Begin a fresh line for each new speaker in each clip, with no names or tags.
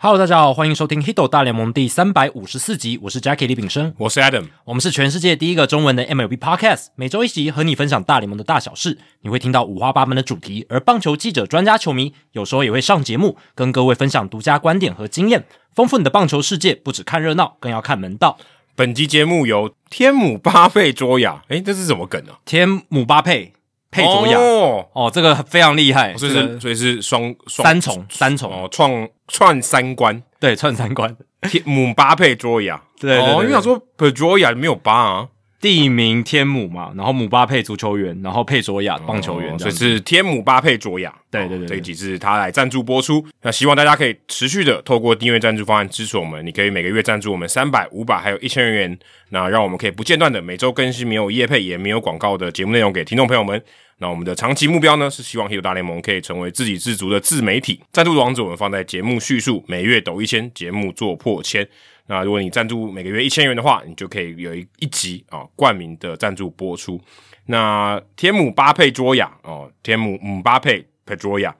Hello，大家好，欢迎收听《h i d o 大联盟》第三百五十四集，我是 Jackie 李炳生，
我是 Adam，
我们是全世界第一个中文的 MLB Podcast，每周一集和你分享大联盟的大小事，你会听到五花八门的主题，而棒球记者、专家、球迷有时候也会上节目，跟各位分享独家观点和经验，丰富你的棒球世界。不只看热闹，更要看门道。
本集节目由天母巴费卓雅，诶，这是什么梗啊？
天姆巴佩佩佐亚哦
哦，
这个非常厉害，
所以
这
是
个
所以是双双
三重三重、
哦，创串三关，
对串三关
天母巴佩卓雅，
对对对
哦，
对
因为想说 p e j o y a 没有巴啊，
地名天母嘛，然后姆巴佩足球员，然后佩佐亚棒球员
哦
这
所
样子，
以是天母巴佩卓雅，
对
哦
对对对
这一集是他来赞助播出，那希望大家可以持续的透过订阅赞助方案支持我们，你可以每个月赞助我们三百、五百，还有一千元，那让我们可以不间断的每周更新没有业配也没有广告的节目内容给听众朋友们。那我们的长期目标呢，是希望《黑球大联盟》可以成为自给自足的自媒体。赞助的网址我们放在节目叙述，每月抖一千，节目做破千。那如果你赞助每个月一千元的话，你就可以有一一集啊、冠名的赞助播出。那天母巴佩卓雅哦，天母姆巴佩佩卓雅，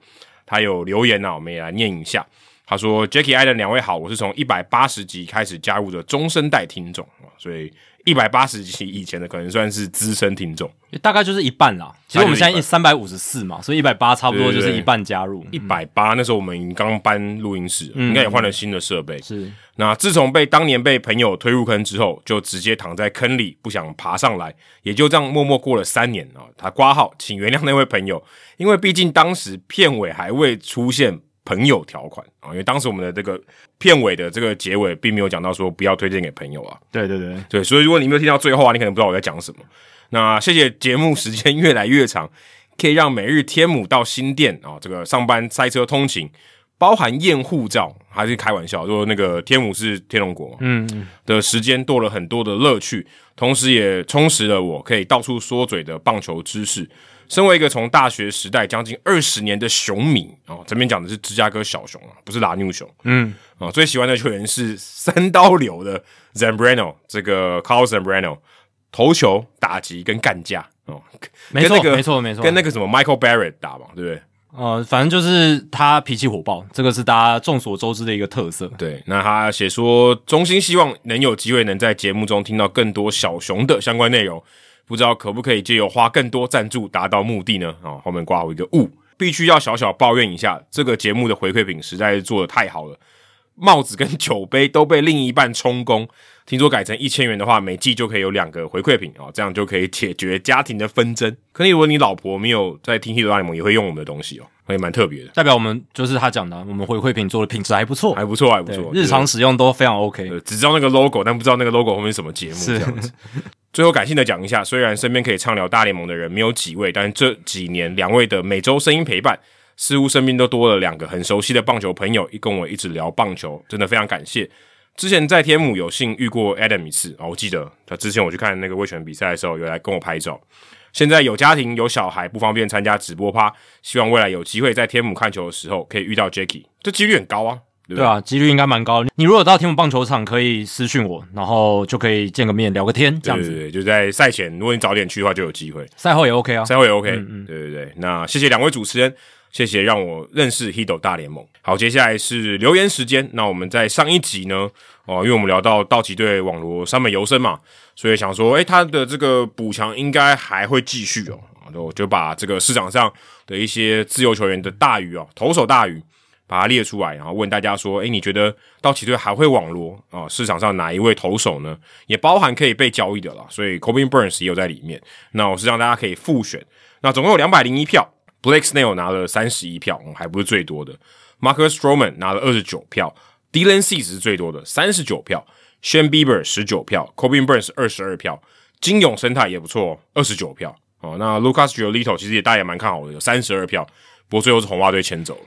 他有留言啊，我们也来念一下。他说：“Jackie Allen 两位好，我是从一百八十集开始加入的中生代听众啊，所以一百八十集以前的可能算是资深听众。
大概就是一半啦。其实我们现在三百五十四嘛，所以一百八差不多就是一半加入。
一百八那时候我们刚搬录音室，应该也换了新的设备。
是
那自从被当年被朋友推入坑之后，就直接躺在坑里，不想爬上来，也就这样默默过了三年啊。他挂号，请原谅那位朋友，因为毕竟当时片尾还未出现朋友条款啊，因为当时我们的这个片尾的这个结尾并没有讲到说不要推荐给朋友啊，
对对对，
对，所以如果你没有听到最后啊，你可能不知道我在讲什么。那谢谢节目时间越来越长，可以让每日天母到新店啊、这个上班塞车通勤，包含验护照还是开玩笑，说那个天母是天龙国嘛
嗯，
的时间多了很多的乐趣，同时也充实了我可以到处说嘴的棒球知识。身为一个从大学时代将近二十年的熊迷哦，这边讲的是芝加哥小熊啊，不是拉牛熊。
嗯
啊，最喜欢的球员是三刀流的 Zambrano，这个 Carl Zambrano，投球、打击跟干架哦，
没错
跟那个
没错没错
跟那个什么 Michael Barrett 打嘛，对不对？
呃，反正就是他脾气火爆，这个是大家众所周知的一个特色。
对，那他写说，衷心希望能有机会能在节目中听到更多小熊的相关内容，不知道可不可以借由花更多赞助达到目的呢？啊、后面挂了一个物，必须要小小抱怨一下，这个节目的回馈品实在是做的太好了，帽子跟酒杯都被另一半充公。听说改成一千元的话，每季就可以有两个回馈品啊、哦，这样就可以解决家庭的纷争。可是如果你老婆没有在听《h i t 大联盟》，也会用我们的东西哦，也蛮特别的，
代表我们就是他讲的，我们回馈品做的品质还不错，
还不错，还不
对
错。
日常使用都非常 OK。
呃，只知道那个 logo，但不知道那个 logo 后面是什么节目这样子。最后感性的讲一下，虽然身边可以畅聊大联盟的人没有几位，但是这几年两位的每周声音陪伴，似乎身边都多了两个很熟悉的棒球朋友，跟我一直聊棒球，真的非常感谢。之前在天母有幸遇过 Adam 一次哦，我记得他之前我去看那个威权比赛的时候，有来跟我拍照。现在有家庭有小孩，不方便参加直播趴，希望未来有机会在天母看球的时候可以遇到 Jacky，这几率很高啊，对不
对啊，几率应该蛮高的。你如果到天母棒球场，可以私讯我，然后就可以见个面聊个天，这样
对
子。
对对，就在赛前，如果你早点去的话，就有机会，
赛后也 OK 啊。
赛后也 OK、对对对，那谢谢两位主持人，谢谢让我认识 Hido 大联盟。好，接下来是留言时间。那我们在上一集呢，哦、因为我们聊到道奇队网罗山本由生嘛，所以想说，诶，他的这个补强应该还会继续哦。啊就就把这个市场上的一些自由球员的大鱼哦，投手大鱼，把它列出来，然后问大家说：“诶，你觉得道奇队还会网罗啊、市场上哪一位投手呢？也包含可以被交易的啦，所以 Corbin Burns 也有在里面。那我是让大家可以复选。那总共有两百零一票，Blake Snell 拿了三十一票、嗯还不是最多的。Marcus Stroman 拿了二十九票，Dylan c e 是最多的，三十九票。Shane Bieber 十九票，Corbin Burns 二十二票，金勇生态也不错、哦，二十九票。哦，那 Lucas Giolito 其实也大家也蛮看好的，有三十二票，不过最后是红袜队牵走了。”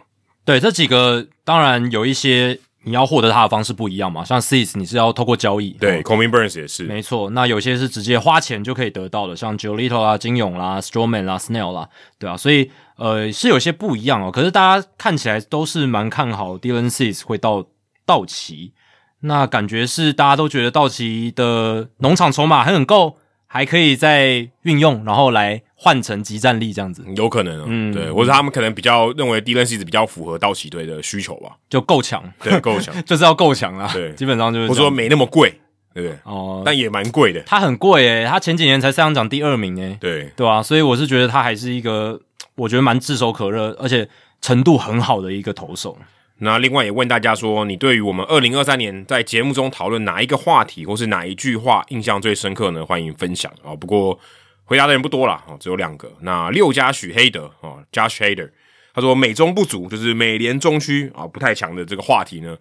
对，这几个当然有一些你要获得它的方式不一样嘛，像 Cis 你是要透过交易，
对、
哦
c o b i n Burns 也是，
没错。那有些是直接花钱就可以得到的，像 Jolito 啦、金勇啦、Strawman 啦、Snail 啦，对啊，所以呃是有些不一样哦。可是大家看起来都是蛮看好 Dylan Cis 会到道奇，那感觉是大家都觉得道奇的农场筹码还很够，还可以再运用，然后来换成集战力这样子，
有可能、啊，
嗯
对，或者他们可能比较认为 Dylan s e 比较符合道奇队的需求 吧，
就够强，
对，够强，
就是要够强啦。
对
基本上就是
或者
这
说
样
没那么贵，对不对？
哦，
但也蛮贵的，
他很贵诶、他前几年才三洋奖第二名诶、
对，
对啊，所以我是觉得他还是一个我觉得蛮炙手可热，而且程度很好的一个投手。
那另外也问大家说，你对于我们二零二三年在节目中讨论哪一个话题或是哪一句话印象最深刻呢？欢迎分享啊、哦！不过回答的人不多啦，哦，只有两个。那六加许黑德哦，Josh Hader，他说美中不足就是美联中区啊、不太强的这个话题呢，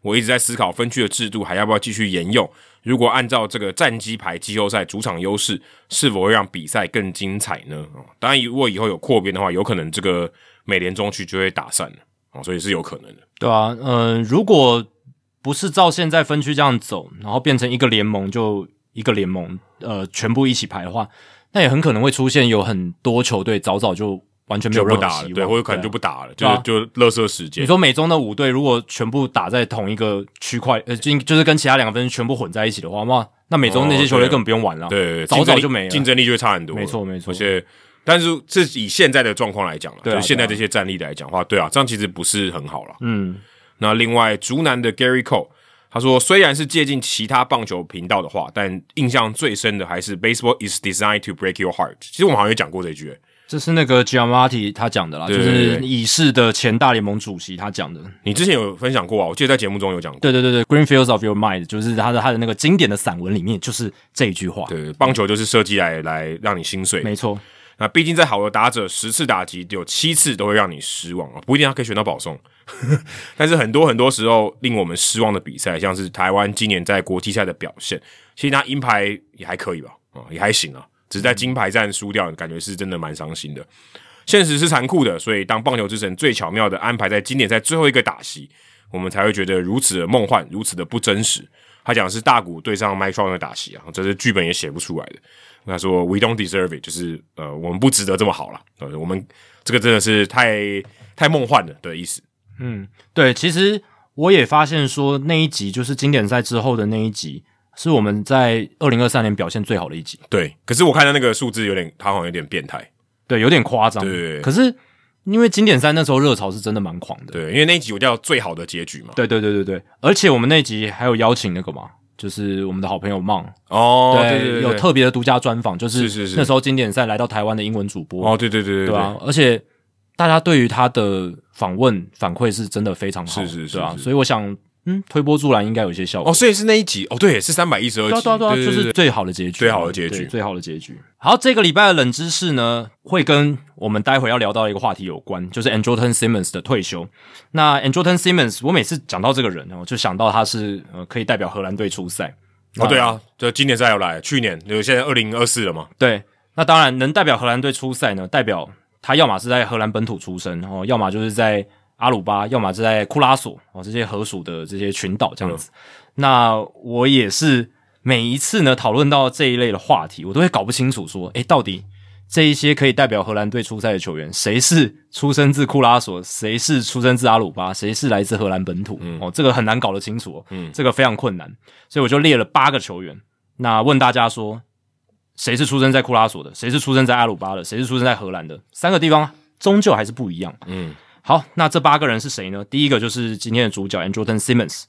我一直在思考分区的制度还要不要继续沿用。如果按照这个战绩牌季后赛主场优势，是否会让比赛更精彩呢？哦，当然，如果以后有扩编的话，有可能这个美联中区就会打散了哦，所以是有可能的。
对啊，嗯、如果不是照现在分区这样走，然后变成一个联盟就一个联盟，呃，全部一起排的话，那也很可能会出现有很多球队早早就完全没
就
有
不
任何
打
希
了，
望，
对，或者可能
啊
就不打了，
对啊
就就乐色时
你
间。
说美中的五队如果全部打在同一个区块，呃，就就是跟其他两个分区全部混在一起的话，哇，那美中那些球队
哦对啊
根本不用玩了。
对，
早
竞争力
早就没了
竞争力就会差很多了。
没错没错
而且，但是这是以现在的状况来讲了，
对啊
就是现在
对
这些战力来讲的话，对啊，这样其实不是很好了。
嗯，
那另外，竹南的 Gary Cole 他说，虽然是借鉴其他棒球频道的话，但印象最深的还是 Baseball is designed to break your heart。其实我们好像也讲过这一句、欸
这是那个 Giamatti 他讲的啦，
对对对
就是已逝的前大联盟主席他讲的。
你之前有分享过啊，我记得在节目中有讲过。
对对对对，Greenfields of Your Mind，就是他的他的那个经典的散文里面就是这一句话。
对，棒球就是设计来来让你心碎的，
没错，
那毕竟在好的打者，十次打击有七次都会让你失望啊，不一定他可以选到保送， 但是很多很多时候令我们失望的比赛，像是台湾今年在国际赛的表现，其实他银牌也还可以吧，啊、也还行啊，只是在金牌战输掉，感觉是真的蛮伤心的。现实是残酷的，所以当棒球之神最巧妙的安排在经典赛最后一个打席，我们才会觉得如此的梦幻，如此的不真实。他讲的是大谷对上 Mike Trout 的打席啊，这是剧本也写不出来的。他说 “We don't deserve it”，就是呃，我们不值得这么好了。呃，我们这个真的是太太梦幻了的意思。
嗯，对，其实我也发现说那一集就是经典赛之后的那一集，是我们在二零二三年表现最好的一集。
对，可是我看到那个数字有点，他好像有点变态。
对，有点夸张。
对
可是因为经典赛那时候热潮是真的蛮狂的。
对，因为那一集我叫最好的结局嘛。
对对对对对，而且我们那集还有邀请那个嘛，就是我们的好朋友 m
哦，对对
有特别的独家专访，就是
是是是
那时候经典赛来到台湾的英文主播，
哦，对对对对
对啊吧、而且大家对于他的访问反馈是真的非常好，
是是是
对啊，
是
所以我想，嗯，推波助澜应该有一些效果。
哦，所以是那一集哦，对，也是三百一十二集，
对啊对啊对啊，
对
就
对
是最好的结局，啊
最好的结局
对最好的结局。好，这个礼拜的冷知识呢，会跟我们待会要聊到的一个话题有关，就是 Andrelton Simmons 的退休。那 Andrelton Simmons，我每次讲到这个人，哦，就想到他是呃可以代表荷兰队出赛。
哦，对啊，就今年赛要来，去年有现在二零二四了嘛，
对，那当然能代表荷兰队出赛呢，代表他要么是在荷兰本土出生，然、后要么就是在阿鲁巴，要么是在库拉索哦这些合属的这些群岛这样子。那我也是每一次呢讨论到这一类的话题，我都会搞不清楚说，诶，到底这一些可以代表荷兰队出赛的球员，谁是出生自库拉索，谁是出生自阿鲁巴，谁是来自荷兰本土？哦，这个很难搞得清楚、哦，
嗯
这个非常困难，所以我就列了八个球员。那问大家说，谁是出生在库拉索的，谁是出生在阿鲁巴的，谁是出生在荷兰的，三个地方终究还是不一样。
嗯，
好，那这八个人是谁呢？第一个就是今天的主角 Andrelton Simmons，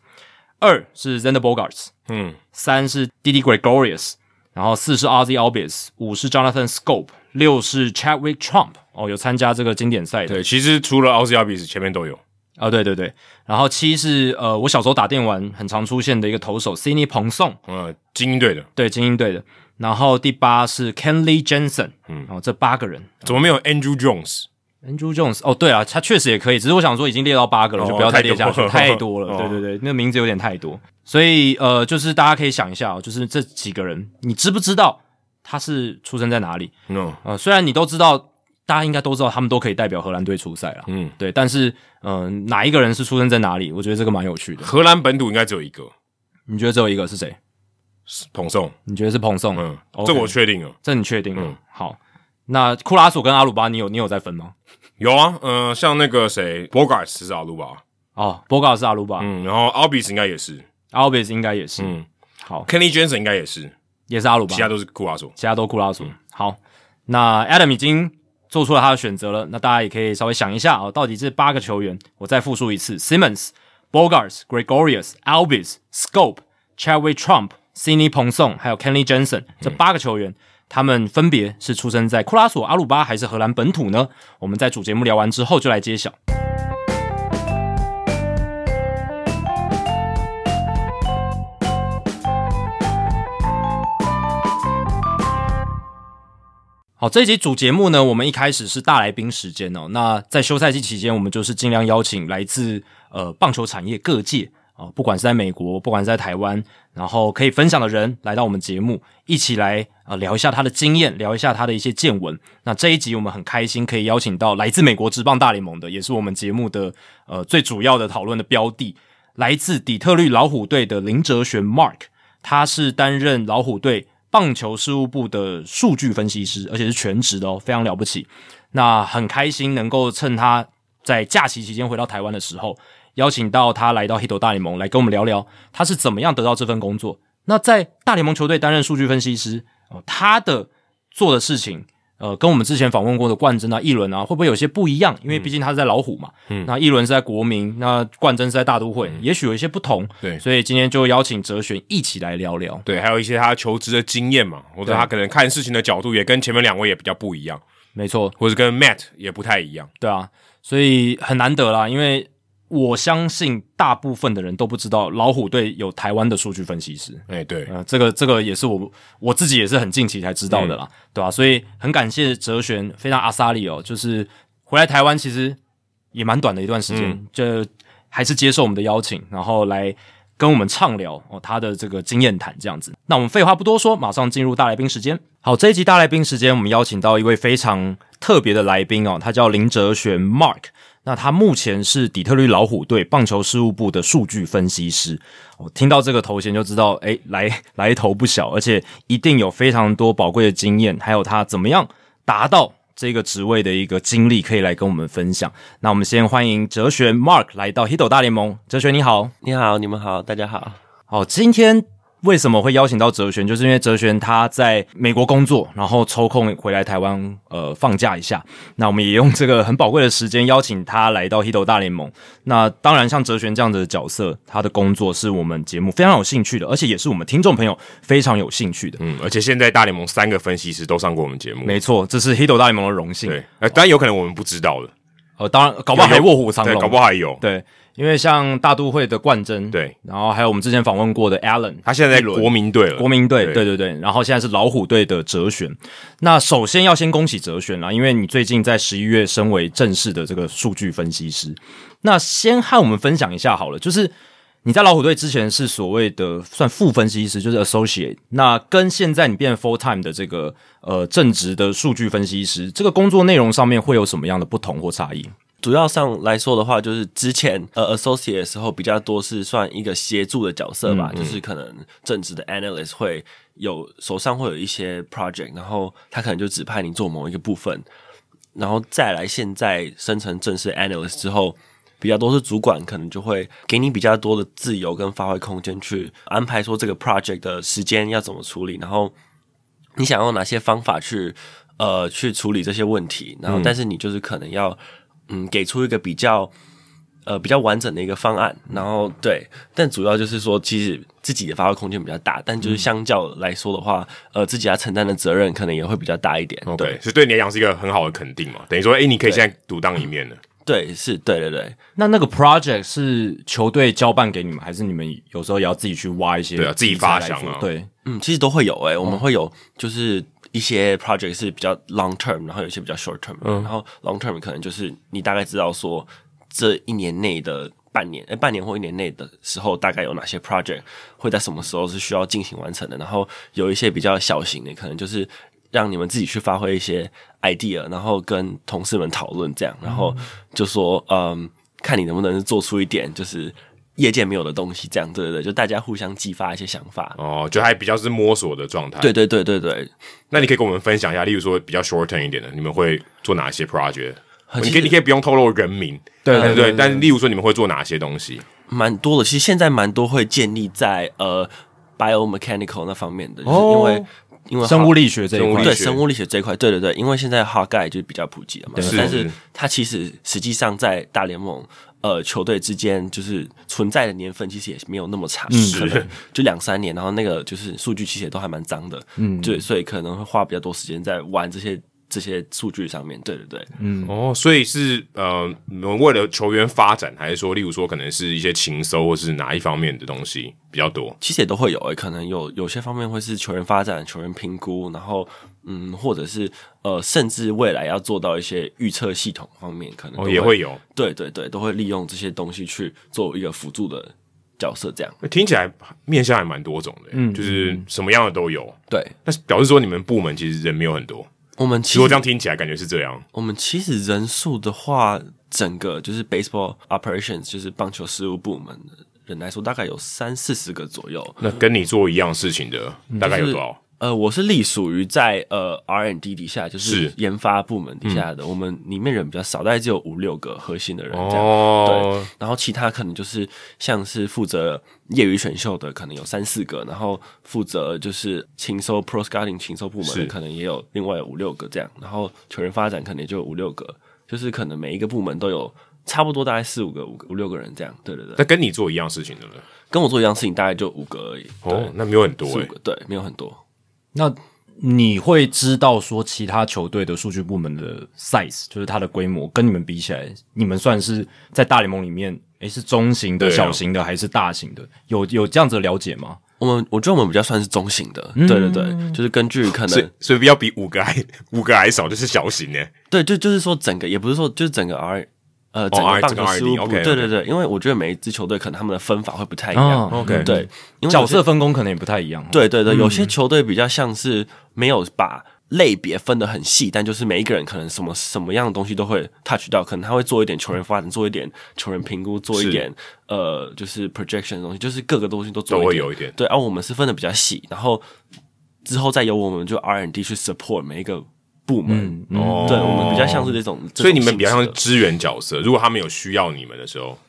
二是 Zander Bogarts，
嗯，
三是 Didi Gregorius，然后四是 Ozzy Albies，五是 Jonathan Scope，六是 Chadwick Trump，哦，有参加这个经典赛的，
对，其实除了奥斯亚比斯，前面都有，
啊、对对对，然后七是呃，我小时候打电玩很常出现的一个投手 Cindy 彭颂，
嗯，精英队的，
对精英队的，然后第八是 Kenley Jensen，嗯，然后这八个人
怎么没有 Andrew Jones？
Andrew Jones，哦，对啊，他确实也可以，只是我想说已经列到八个了，
哦
就不要再列下去，太多
太多
了。
了哦
对对对，那名字有点太多，所以呃，就是大家可以想一下、哦，就是这几个人，你知不知道他是出生在哪里？
no，
呃，虽然你都知道，大家应该都知道，他们都可以代表荷兰队出赛了，
嗯，
对，但是嗯、呃哪一个人是出生在哪里？我觉得这个蛮有趣的。
荷兰本土应该只有一个
你觉得只有一个是谁？
捧送，
你觉得是彭颂？
嗯
OK
这个我确定了。
这你确定了？
嗯
好，那库拉索跟阿鲁巴，你有你有在分吗？
有啊，呃，像那个谁，Bogarts 是阿鲁巴，
哦，博格尔是阿鲁巴、
嗯嗯，然后 Albis 应该也是，
a l b i s 应该也是。
嗯
好，
，Kenny Jensen 应该也是，
也是阿鲁巴，
其他都是库拉索。
其他都库拉索。好，那 Adam 已经做出了他的选择了，那大家也可以稍微想一下哦，到底这八个球员，我再复述一次：Simmons、Bogarts、Gregorius、Albis、Scope、Chadwick Trump、Sidney p o n s o n 还有 Kenley Jensen 这八个球员。他们分别是出生在库拉索、阿鲁巴还是荷兰本土呢？我们在主节目聊完之后就来揭晓。好，这一集主节目呢，我们一开始是大来宾时间哦。那在休赛季期间，我们就是尽量邀请来自呃棒球产业各界啊、呃不管是在美国，不管是在台湾，然后可以分享的人来到我们节目，一起来呃聊一下他的经验，聊一下他的一些见闻。那这一集我们很开心可以邀请到来自美国职棒大联盟的，也是我们节目的呃最主要的讨论的标的，来自底特律老虎队的林哲璇 Mark。他是担任老虎队棒球事务部的数据分析师，而且是全职的哦，非常了不起。那很开心能够趁他在假期期间回到台湾的时候，邀请到他来到 Hito 大联盟来跟我们聊聊他是怎么样得到这份工作。那在大联盟球队担任数据分析师，哦，他的做的事情，呃，跟我们之前访问过的冠真啊、一轮啊，会不会有些不一样？因为毕竟他是在老虎嘛，嗯，那一轮是在国民，那冠真是在大都会，也许有一些不同。
对
所以今天就邀请哲璇一起来聊聊。
对，还有一些他求职的经验嘛，或者他可能看事情的角度也跟前面两位也比较不一样，
没错，
或者跟 Matt 也不太一样。
对啊，所以很难得啦，因为我相信大部分的人都不知道老虎队有台湾的数据分析师。
哎、对，
呃，这个这个也是我我自己也是很近期才知道的啦，对啊吧、所以很感谢哲璇，非常阿萨利哦，就是回来台湾其实也蛮短的一段时间，这还是接受我们的邀请，然后来跟我们畅聊哦他的这个经验谈这样子。那我们废话不多说，马上进入大来宾时间。好，这一集大来宾时间，我们邀请到一位非常特别的来宾哦，他叫林哲璇 Mark。那他目前是底特律老虎队棒球事务部的数据分析师。我听到这个头衔就知道，哎，来 来头不小，而且一定有非常多宝贵的经验，还有他怎么样达到这个职位的一个经历，可以来跟我们分享。那我们先欢迎哲学 Mark 来到 Hito 大联盟，哲学你好。
你好，你们好，大家好。
好，今天为什么会邀请到哲璇？就是因为哲璇他在美国工作，然后抽空回来台湾呃放假一下。那我们也用这个很宝贵的时间邀请他来到 Hito 大联盟。那当然，像哲璇这样子的角色，他的工作是我们节目非常有兴趣的，而且也是我们听众朋友非常有兴趣的。
嗯，而且现在大联盟三个分析师都上过我们节目，
没错，这是 Hito 大联盟的荣幸。
对，呃，当然有可能我们不知道的，
呃，当然，搞不好还
有
卧虎藏
对，
龙，
搞不好还有。
对，因为像大都会的冠真，，
对
然后还有我们之前访问过的 Allen，
他现在在国民队了，
国民队，
对
对对对，然后现在是老虎队的哲璇。那首先要先恭喜哲璇啦，因为你最近在十一月升为正式的这个数据分析师。那先和我们分享一下好了，就是你在老虎队之前是所谓的算副分析师，就是 associate，那跟现在你变 full time 的这个呃正职的数据分析师，这个工作内容上面会有什么样的不同或差异？
主要上来说的话，就是之前呃 associate 的时候比较多是算一个协助的角色吧，就是可能正职的 analyst 会有手上会有一些 project，然后他可能就指派你做某一个部分，然后再来现在升成正式 analyst 之后。比较多是主管，可能就会给你比较多的自由跟发挥空间，去安排说这个 project 的时间要怎么处理，然后你想用哪些方法去呃去处理这些问题，然后但是你就是可能要嗯给出一个比较呃比较完整的一个方案，然后对，但主要就是说其实自己的发挥空间比较大，但就是相较来说的话，呃自己要承担的责任可能也会比较大一点，对
对，所以对你来讲是一个很好的肯定嘛，等于说，哎、你可以现在独当一面了。
对是，对对对，
那那个 project 是球队交办给你们，还是你们有时候也要自己去挖一些
对啊自己
题材
发
来
想
做
啊
对，
嗯，其实都会有诶、我们会有就是一些 project 是比较 long term，然后有一些比较 short term，、然后 long term 可能就是你大概知道说这一年内的半年，诶、欸半年或一年内的时候，大概有哪些 project 会在什么时候是需要进行完成的，然后有一些比较小型的，可能就是让你们自己去发挥一些 idea，然后跟同事们讨论这样，然后就说嗯，看你能不能做出一点就是。业界没有的东西，这样对对对，就大家互相激发一些想法，
哦，就还比较是摸索的状态。
对，对对对对，
那你可以跟我们分享一下，例如说比较 short term 一点的，你们会做哪些 project？你
其
可以
实
你可以不用透露人名，
对
对对。但例如说，你们会做哪些东西？
蛮多的。其实现在蛮多会建立在呃 biomechanical 那方面的，就是
哦
因为、因为
生物
力
力学这一
生物
块
力
对
学
生物力学这一块，对对对，因为现在哈盖就比较普及了嘛，
是
但
是
是它其实实际上在大联盟。呃，球队之间就是存在的年份其实也没有那么长，
嗯
可能就两三年，然后那个就是数据其实也都还蛮脏的，嗯，对，所以可能会花比较多时间在玩这些这些数据上面，对对对，
哦，所以是呃，你们为了球员发展，还是说，例如说，可能是一些情搜，或是哪一方面的东西比较多？
其实也都会有诶、可能有有些方面会是球员发展、球员评估，然后嗯，或者是呃，甚至未来要做到一些预测系统方面，可能都
哦，也会有。
对对对，都会利用这些东西去做一个辅助的角色，这样
那听起来面向还蛮多种的，嗯，就是什么样的都有。
对。
但是表示说，你们部门其实人没有很多。
我们其
如果这
实
样听起来，感觉是这样。
我们其实人数的话，整个就是 baseball operations 就是棒球事务部门的人来说，大概有三四十个左右。
那跟你做一样事情的，大概有多少？
呃，我是隶属于在呃 R N D 底下，就是
是
研发部门底下的，
嗯
我们里面人比较少，大概只有五六个核心的人这样。
哦
对，，然后其他可能就是像是负责业余选秀的，可能有三四个，然后负责就是勤收 pro scouting 勤收部门
是
的，可能也有另外五六个这样，然后球员发展可能也就有五六个，就是可能每一个部门都有差不多大概四五个、五个五六个人这样，对对对，
那跟你做一样事情的人，
跟我做一样事情大概就五个而已，
哦，那没有很多
对，四
哎
五。个，对，没有很多。
那你会知道说其他球队的数据部门的 size，就是它的规模，跟你们比起来，你们算是在大联盟里面，诶，是中型的、
对啊
小型的还是大型的？有有这样子的了解吗？
我们我觉得我们比较算是中型的，对对对，就是根据可
嗯所以
能
所以要比五个还 五个还少，就是小型呢。
对，就就是说整个也不是说就是整个 R 呃整个
哦 R-
棒球
整个
事务
RD
部，
，OK，OK
对对对，因为我觉得每一支球队可能他们的分法会不太一
哎
样，
哦
OK 嗯
对，因为有些
角色分工可能也不太一样。，
对对对，有些球队比较像是没有把类别分得很细，但就是每一个人可能什么什么样的东西都会 touch 到，可能他会做一点球员发展，做一点球员评估，做一
是
点呃就是 projection 的东西，就是各个东西都做
都会
点
有一点
对，而、我们是分的比较细，然后之后再由我们就 R N D 去 support 每一个部
嗯
门。
哦，
对，我们比较像是这种，这
所以
种
你们比较
性
像
质
是
的
支援角色。如果他们有需要你们的时候，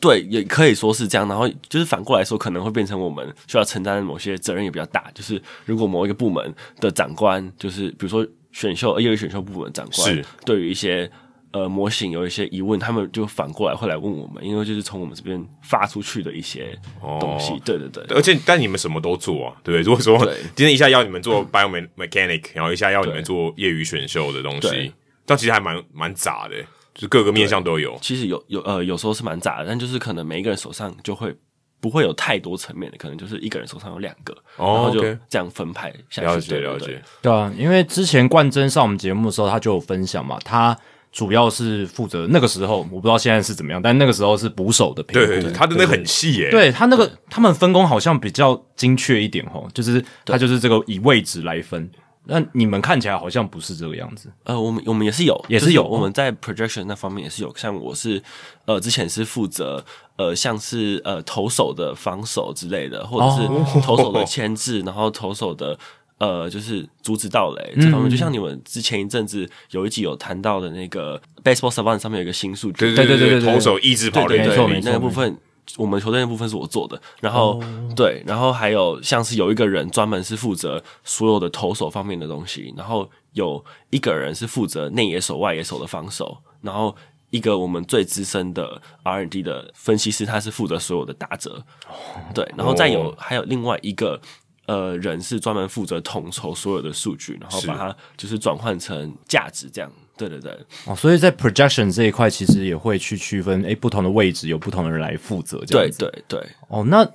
对，也可以说是这样。然后就是反过来说，可能会变成我们需要承担某些责任也比较大。就是如果某一个部门的长官，就是比如说选秀呃业余选秀部门长
是
官，对于一些呃模型有一些疑问，他们就反过来会来问我们，因为就是从我们这边发出去的一些东西。
哦
对对对，
而且但你们什么都做啊，对不对？如果说
对
今天一下要你们做 biomechanic，然 后一下要你们
对
做业余选秀的东西
对，
但其实还蛮蛮杂的，就是各个面向都有。
其实有有呃有时候是蛮杂的，但就是可能每一个人手上就会。不会有太多层面的，可能就是一个人手上有两个，
哦
然后就
OK
这样分派下去。
了解
对对
了
对
解，
对啊，因为之前冠真上我们节目的时候，他就有分享嘛，他主要是负责那个时候，我不知道现在是怎么样，但那个时候是捕手的评估。
对，他真的很细耶。
对他那个他们分工好像比较精确一点哦，就是他就是这个以位置来分。那你们看起来好像不是这个样子，
呃，我们我们也是有，
也是
就
有
我们在 projection 那方面也是有。像我是呃，之前是负责呃，像是呃投手的防守之类的，或者
哦
是投手的牵制，然后投手的呃，就是阻止盗垒这
嗯
方面。就像你们之前一阵子有一集有谈到的那个 baseball savant 上面有一个新数
对
据，
对
对对对对
投手意志跑垒
对
没
对
错
对，
没错哦
那个部分。我们球队那部分是我做的，然后、对，然后还有像是有一个人专门是负责所有的投手方面的东西，然后有一个人是负责内野手、外野手的防守，然后一个我们最资深的 R&D 的分析师，他是负责所有的打者，
哦
对，然后再有、
哦
还有另外一个呃人是专门负责统筹所有的数据，然后
是
把它就是转换成价值这样，对对对，
哦，所以在 projection 这一块，其实也会去区分，诶，不同的位置有不同的人来负责，这
对
样子。
对对，
哦，那，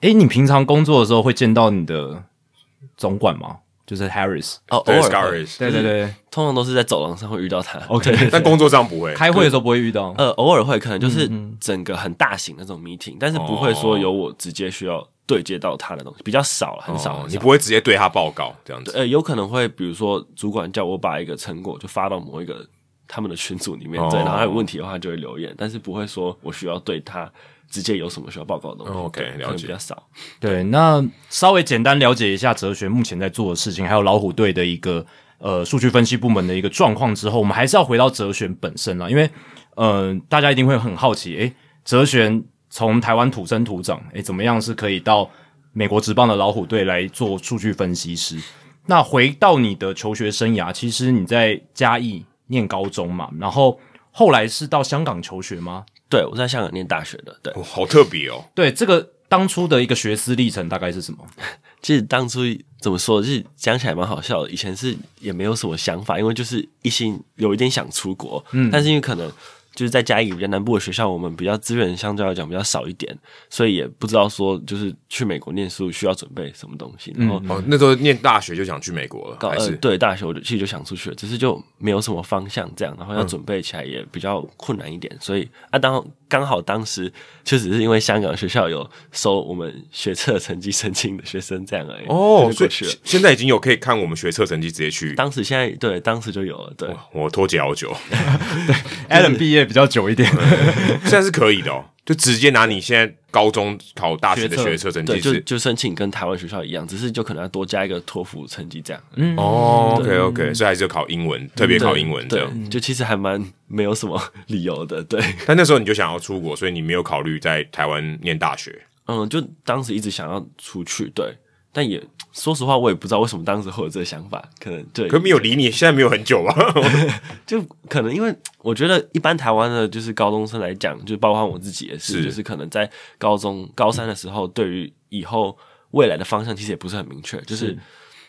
诶，你平常工作的时候会见到你的总管吗？就是 Harris。
哦，偶
对
尔
s c a
会
r i s
对对对
通常都是在走廊上会遇到他。
，OK。
但工作上不会。
开会的时候不会遇到，
呃，偶尔会，可能就是
嗯
整个很大型的那种 meeting，、但是不会说有我直接需要对接到他的东西，比较少了，很少。
哦
很
你
少
不会直接对他报告这样子。
呃，有可能会，比如说主管叫我把一个成果就发到某一个他们的群组里面，对，
哦
然后有问题的话就会留言，但是不会说我需要对他直接有什么需要报告的东西。
哦，OK，
对可能
了解
比较少。
对，那稍微简单了解一下哲学目前在做的事情，还有老虎队的一个呃数据分析部门的一个状况之后，我们还是要回到哲学本身了，因为呃大家一定会很好奇，诶，哲学从台湾土生土长，诶，怎么样是可以到美国职棒的老虎队来做数据分析师。那回到你的求学生涯，其实你在嘉义念高中嘛，然后后来是到香港求学吗？
对我在香港念大学的，对，
哦好特别哦，
对，这个当初的一个学思历程大概是什么？
其实当初怎么说，就是讲起来蛮好笑的。以前是也没有什么想法，因为就是一心有一点想出国，嗯，但是因为可能就是在嘉义比较南部的学校，我们比较资源相对来讲比较少一点，所以也不知道说就是去美国念书需要准备什么东西。然后
哦，那时候念大学就想去美国了，
高
还
嗯呃
是
对大学我就其实就想出去了，只是就没有什么方向这样，然后要准备起来也比较困难一点，所
嗯
以啊当刚好当时就只是因为香港学校有收我们学测成绩申请的学生这样而已，
哦，
就
所
过
以
去了
现。现在已经有可以看我们学测成绩直接去，哦
当时现在对，当时就有了，对，
我脱节好久，
Allen 毕业比较久一点，
现在是可以的哦，就直接拿你现在高中考大学的
学测
学测成
对，
绩
就是就申请跟台湾学校一样，只是就可能要多加一个托福成绩这样，嗯，
哦，OK OK，所以还是有考英文，特别考英文这
对
样。，
就其实还蛮没有什么理由的， 对，
但那时候你就想要出国，所以你没有考虑在台湾念大学。
嗯，就当时一直想要出去，对，但也说实话，我也不知道为什么当时会有这个想法，可能对，
可没有离你现在没有很久吧？
就可能因为我觉得一般台湾的就是高中生来讲，就包括我自己也是，
是
就是可能在高中高三的时候，对于以后未来的方向其实也不是很明确，就是。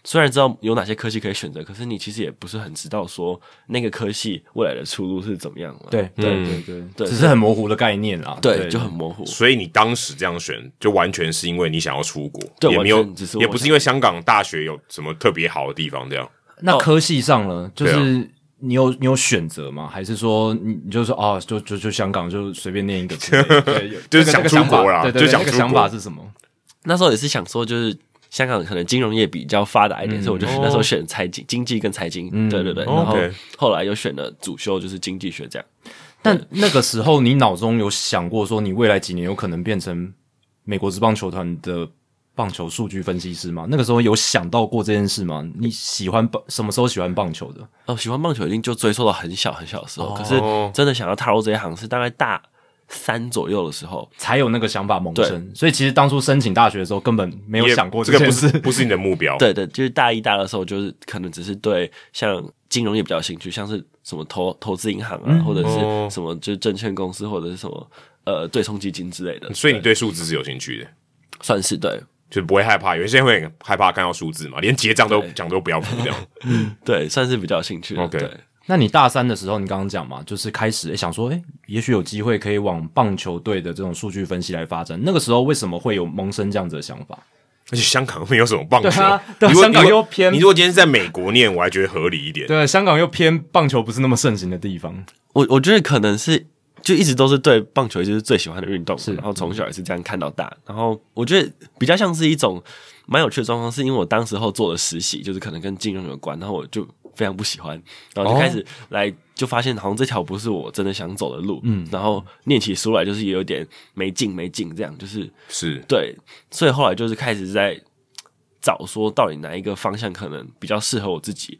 虽然知道有哪些科系可以选择，可是你其实也不是很知道说那个科系未来的出路是怎么样嘛。
对
对、
嗯
对
对
只是很模糊的概念啦。
对，就很模糊。
所以你当时这样选，就完全是因为你想要出国，
对
也没有
完全只是，我
也不是因为香港大学有什么特别好的地方，这样
那
哦
科系上呢，就
对啊
是你有你有选择吗？还是说你你就说哦，就就就香港就随便念一个之类的，对，有
就是
这个
想
这个
出
想法
国啦
对对
就
对
想
那个
出
想
国
法是什么？
那时候也是想说，就是香港可能金融业比较发达一点，所以我就那时候选财经、经济跟财经。对对对，然后
OK
后来又选了主修就是经济学这样。
但那个时候，你脑中有想过说，你未来几年有可能变成美国职棒球团的棒球数据分析师吗？那个时候有想到过这件事吗？你喜欢棒什么时候喜欢棒球的？
哦，喜欢棒球一定就追溯到很小很小的时候，可是
哦
真的想要踏入这一行是大概大三左右的时候。
才有那个想法萌生，所以其实当初申请大学的时候，根本没有
也
想过
这个
件
不
事
是。不是你的目标。
对对，就是大一、大二的时候，就是可能只是对像金融业比较有兴趣，像是什么投投资银行啊，或者
哦
是什么就是证券公司，或者是什么呃对冲基金之类的。
所以你对数字是有兴趣的，
算是对
就是不会害怕。有些人会很害怕看到数字嘛，连结账都讲都不要付这样。
对，算是比较有兴趣的。
OK
对。
那你大三的时候，你刚刚讲嘛，就是开始、诶想说，诶、也许有机会可以往棒球队的这种数据分析来发展。那个时候为什么会有萌生这样子的想法？
而且香港没有什么棒球，
对啊对啊
你如果
香港
你如
又
果
偏
你如果今天是在美国念，我还觉得合理一点。
对，香港又偏棒球不是那么盛行的地方。
我我觉得可能是就一直都是对棒球就是最喜欢的运动嘛，然后从小也是嗯这样看到大，然后我觉得比较像是一种蛮有趣的状况，是因为我当时候做的实习就是可能跟金融有关，然后我就非常不喜欢，然后就开始来就发现好像这条不是我真的想走的路，嗯，然后念起书来就是也有点没劲没劲这样，就是
是
对，所以后来就是开始在找说到底哪一个方向可能比较适合我自己。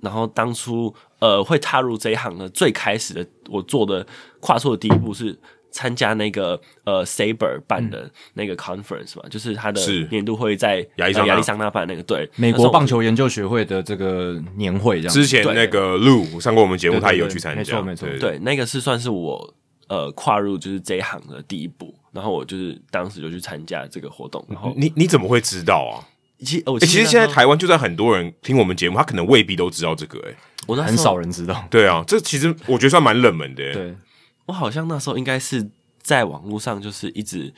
然后当初呃会踏入这一行的最开始的我做的跨出的第一步是参加那个呃 Saber 办的那个 conference 嘛，就是他的
嗯是
年度会议在
亚利
呃
桑那
亚利桑那办那个对
美
那时
国
候
棒球研究学会的这个年会这样
之前那个陆上过我们节目，
对对
他也有
对
去参
没
加，
错没错
对，那个是算是我呃跨入就是这一行的第一步。然后我就是当时就去参加这个活动，然后
你你怎么会知道啊？
其实、呃我
欸、
记
嗯其实
得
现在
那时候
台湾就算很多人听我们节目，他可能未必都知道这个、欸。
我那时
很
候
少人知道。
对啊，这其实我觉得算蛮冷门的、欸。
对，
我好像那时候应该是在网络上就是一直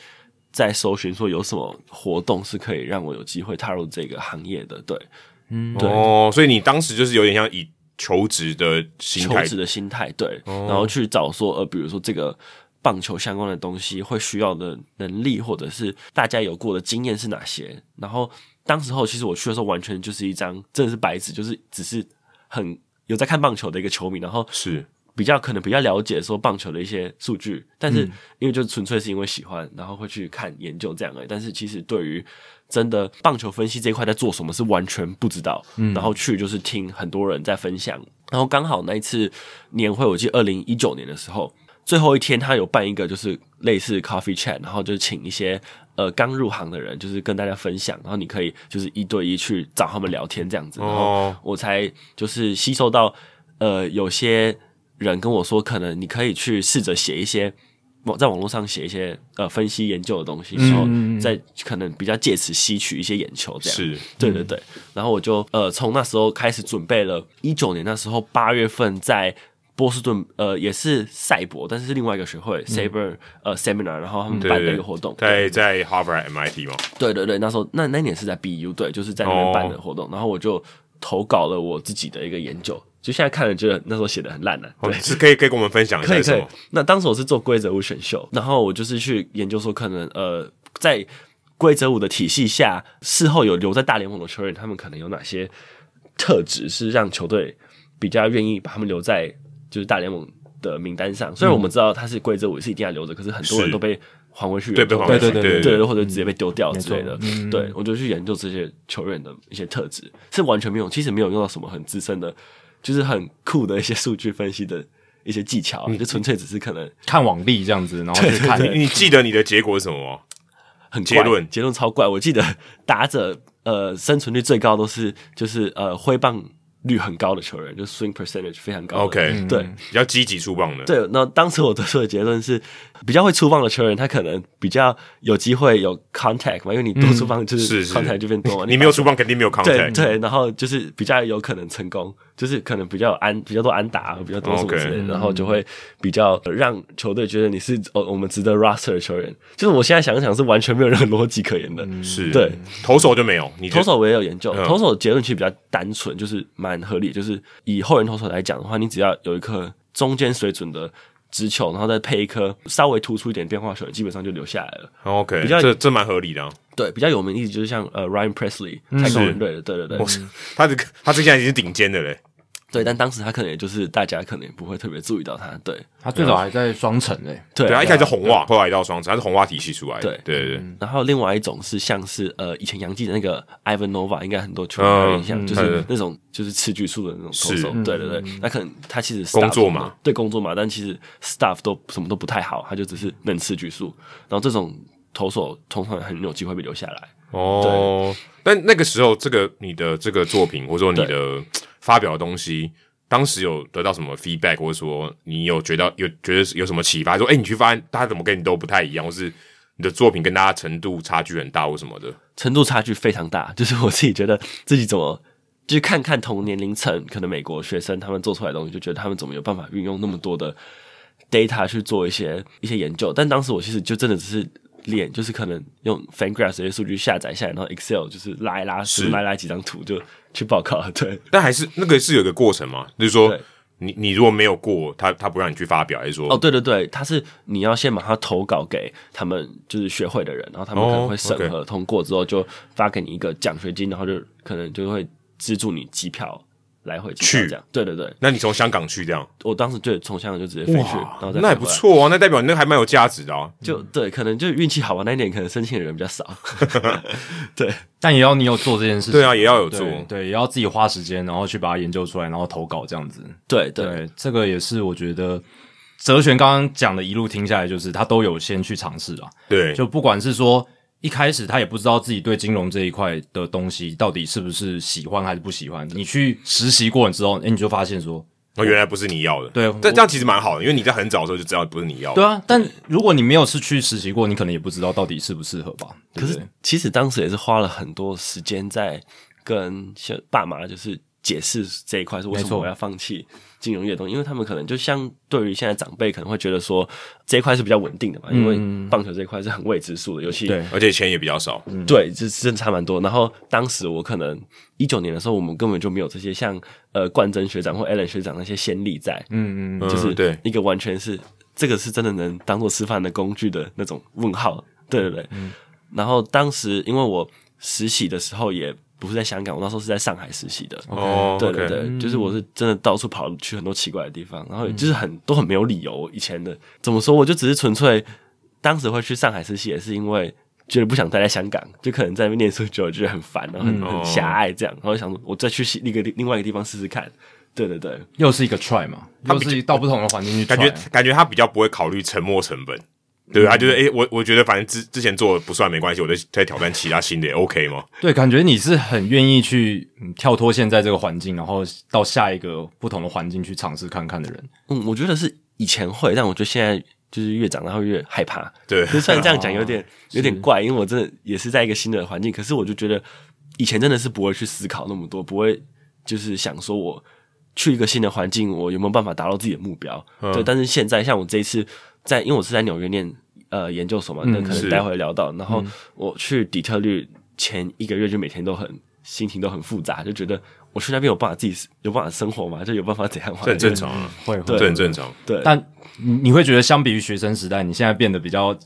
在搜寻说有什么活动是可以让我有机会踏入这个行业的，对，
嗯
对
哦，所以你当时就是有点像以求职的心
求
态哦
职的心态，对，然后去找说呃，比如说这个棒球相关的东西会需要的能力，或者是大家有过的经验是哪些，然后当时候其实我去的时候完全就是一张真的是白纸，就是只是很有在看棒球的一个球迷，然后
是
比较可能比较了解说棒球的一些数据，但是因为就纯粹是因为喜欢，然后会去看研究这样而已。但是其实对于真的棒球分析这一块在做什么是完全不知道，然后去就是听很多人在分享，然后刚好那一次年会，我记得二零一九年的时候，最后一天他有办一个就是类似 coffee chat，然后就请一些呃刚入行的人，就是跟大家分享，然后你可以就是一对一去找他们聊天这样子，然后
哦
我才就是吸收到呃有些人跟我说，可能你可以去试着写一些。网在网络上写一些呃分析研究的东西，然后再可能比较借此吸取一些眼球，这样
是
对对对，然后我就呃从那时候开始准备了，一九年那时候八月份在波士顿呃也是赛博，但是是另外一个学会 Saber、呃 Seminar，然后他们
对
办
嗯
的
对
一个活动，
在在 Harvard MIT 嘛，
对对对，那时候那那一年是在 BU 对，就是在那边办的活动，然后我就投稿了我自己的一个研究，就现在看了觉得那时候写的很烂了、
哦
对，
是可以可以跟我们分享一
可
下
以
是
可
什
以
么？。
那当时我是做规则舞选秀，然后我就是去研究说，可能呃，在规则舞的体系下，事后有留在大联盟的球员，他们可能有哪些特质是让球队比较愿意把他们留在就是大联盟的名单上。虽然我们知道他是规则舞是一定要留着，可是很多人
是
都被还回去
对，
原
被
投，
黄
对
伟
对
雄
对
对
对，或者
嗯
直接被丢掉之类的
没。错嗯
对我就去研究这些球员的一些特质，是完全没有，其实没有用到什么很资深的，就是很酷的一些数据分析的一些技巧啊，
嗯
就纯粹只是可能
看网历这样子，然后去看
啊你你记得你的结果是什么吗？
很
结
怪
论
结论超怪。我记得打者呃生存率最高都是就是呃挥棒率很高的球员，就 swing percentage 非常高的。
OK 嗯
对。
比较积极出棒的，
对，那当时我得出的结论是，比较会出棒的球员，他可能比较有机会有 contact 嘛，因为你多出棒就是
嗯是
contact 就变多嘛，
你没有出棒肯定没有
对
contact，
对，然后就是比较有可能成功，就是可能比较有安比较多安打，比较多什么
OK 嗯
之类的，然后就会比较让球队觉得你是哦我们值得 roster 的球员。就是我现在想想是完全没有任何逻辑可言的。
是，
对，
投手就没有，你觉
投
得
手我也有研究，
嗯
投手的结论其实比较单纯，就是蛮合理。就是以后援投手来讲的话，你只要有一颗中间水准的直球，然后再配一颗稍微突出一点变化球，基本上就留下来了。
OK，
比较
这这蛮合理的啊。
对，比较有名的例子就是像呃 Ryan Presley
嗯
太空人队的，对对对，
我他这个他这现在已经是顶尖的嘞，
对，但当时他可能也就是大家可能也不会特别注意到他，对
他最早还在双城诶、
对
对，
啊
他一开始
对啊
红袜，后来到双子，他是红袜体系出来的，
对
对对对，
然后另外一种是像是呃以前杨记的那个 Ivan Nova，应该很多球迷有印象，
嗯
就是
对
那种就是吃局数的那种投
是
手，对对对，那可能他其实 staff,
工作嘛，
对工作嘛，但其实 staff 都什么都不太好，他就只是能吃局数，然后这种投手通常很有机会被留下来。
哦，但那个时候，这个你的这个作品或者说你的发表的东西，当时有得到什么 feedback，或者说你有觉得有觉得有什么启发？说，哎、你去发现他怎么跟你都不太一样，或是你的作品跟大家程度差距很大，或什么的。
程度差距非常大， 就是我自己觉得自己怎么。就是看看同年龄层，可能美国学生他们做出来的东西，就觉得他们怎么有办法运用那么多的 data 去做一些一些研究。但当时我其实就真的只是练，就是可能用 Fangraphs 这些数据下载下来，然后 Excel 就是拉一拉，
是
是拉一拉几张图就去报告。 对，
但还是那个是有一个过程嘛，就是说
对
你你如果没有过，他他不让你去发表，还是说
哦，对对对，他是你要先把它投稿给他们，就是学会的人，然后
哦
他们可能会审核、通过之后，就发给你一个奖学金，然后就可能就会资助你机票来回机票
去
这样。对对对，
那你从香港去这样，
我当时就从香港就直接飞去，然后再
那也
飞
不
回来。
错啊，那代表你那个还蛮有价值的啊。
就对，可能就运气好吧，那一点可能申请的人比较少。 对
但也要你有做这件事情，
对啊，也要有做。
对对，也要自己花时间，然后去把它研究出来，然后投稿这样子。
对
对，
对
这个也是我觉得哲玄刚刚讲的，一路听下来就是他都有先去尝试啊，
对，
就不管是说一开始他也不知道自己对金融这一块的东西到底是不是喜欢还是不喜欢，你去实习过了之后，哎，你就发现说，
那哦原来不是你要的。
对我
但这样其实蛮好的，因为你在很早的时候就知道不是你要的。
对啊，但如果你没有是去实习过，你可能也不知道到底适不适合吧。对
可
不对
是其实当时也是花了很多时间在跟像爸妈就是解释这一块，是为什
没
么
错
我要放弃金融业的东西，因为他们可能就相对于现在长辈可能会觉得说这一块是比较稳定的嘛，因为棒球这一块是很未知数的，尤其
嗯对嗯
而且钱也比较少，
对，这真的差蛮多。然后当时我可能一九年的时候，我们根本就没有这些像呃冠真学长或 Allen 学长那些先例在，
嗯嗯嗯，
就是
嗯对
一个完全是这个是真的能当做吃饭的工具的那种问号，对对对。
嗯
然后当时因为我实习的时候也不是在香港，我那时候是在上海实习的。
哦
对
OK
对对就是我是真的到处跑去很多奇怪的地方，然后就是
嗯
很都很没有理由。以前的怎么说，我就只是纯粹当时会去上海实习，也是因为觉得不想待在香港，就可能在那边念书久了觉得很烦，然后很、
嗯
很狭隘这样，然后想说我再去另一个地另外一个地方试试看。对对对，
又是一个 try 啊嘛，又是到不同的环境去 try
感觉感觉他比较不会考虑沉没成本，对不对？他就是诶，我我觉得反正之之前做的不算没关系，我再再挑战其他新的也 OK 吗？
对，感觉你是很愿意去、嗯跳脱现在这个环境，然后到下一个不同的环境去尝试看看的人。
嗯，我觉得是以前会，但我觉得现在就是越长大会越害怕。
对
就虽然这样讲有点、有点怪，因为我真的也是在一个新的环境，可是我就觉得以前真的是不会去思考那么多，不会就是想说我去一个新的环境，我有没有办法达到自己的目标？对，但是现在像我这一次在，因为我是在纽约念呃研究所嘛，那可
是
能待会聊到。然后我去底特律前一个月就每天都很心情都很复杂，就觉得我去那边有办法自己有办法生活吗？就有办法怎样吗？
这很正常啊，
会会
这很正常。
对，
但你你会觉得，相比于学生时代，你现在变得比较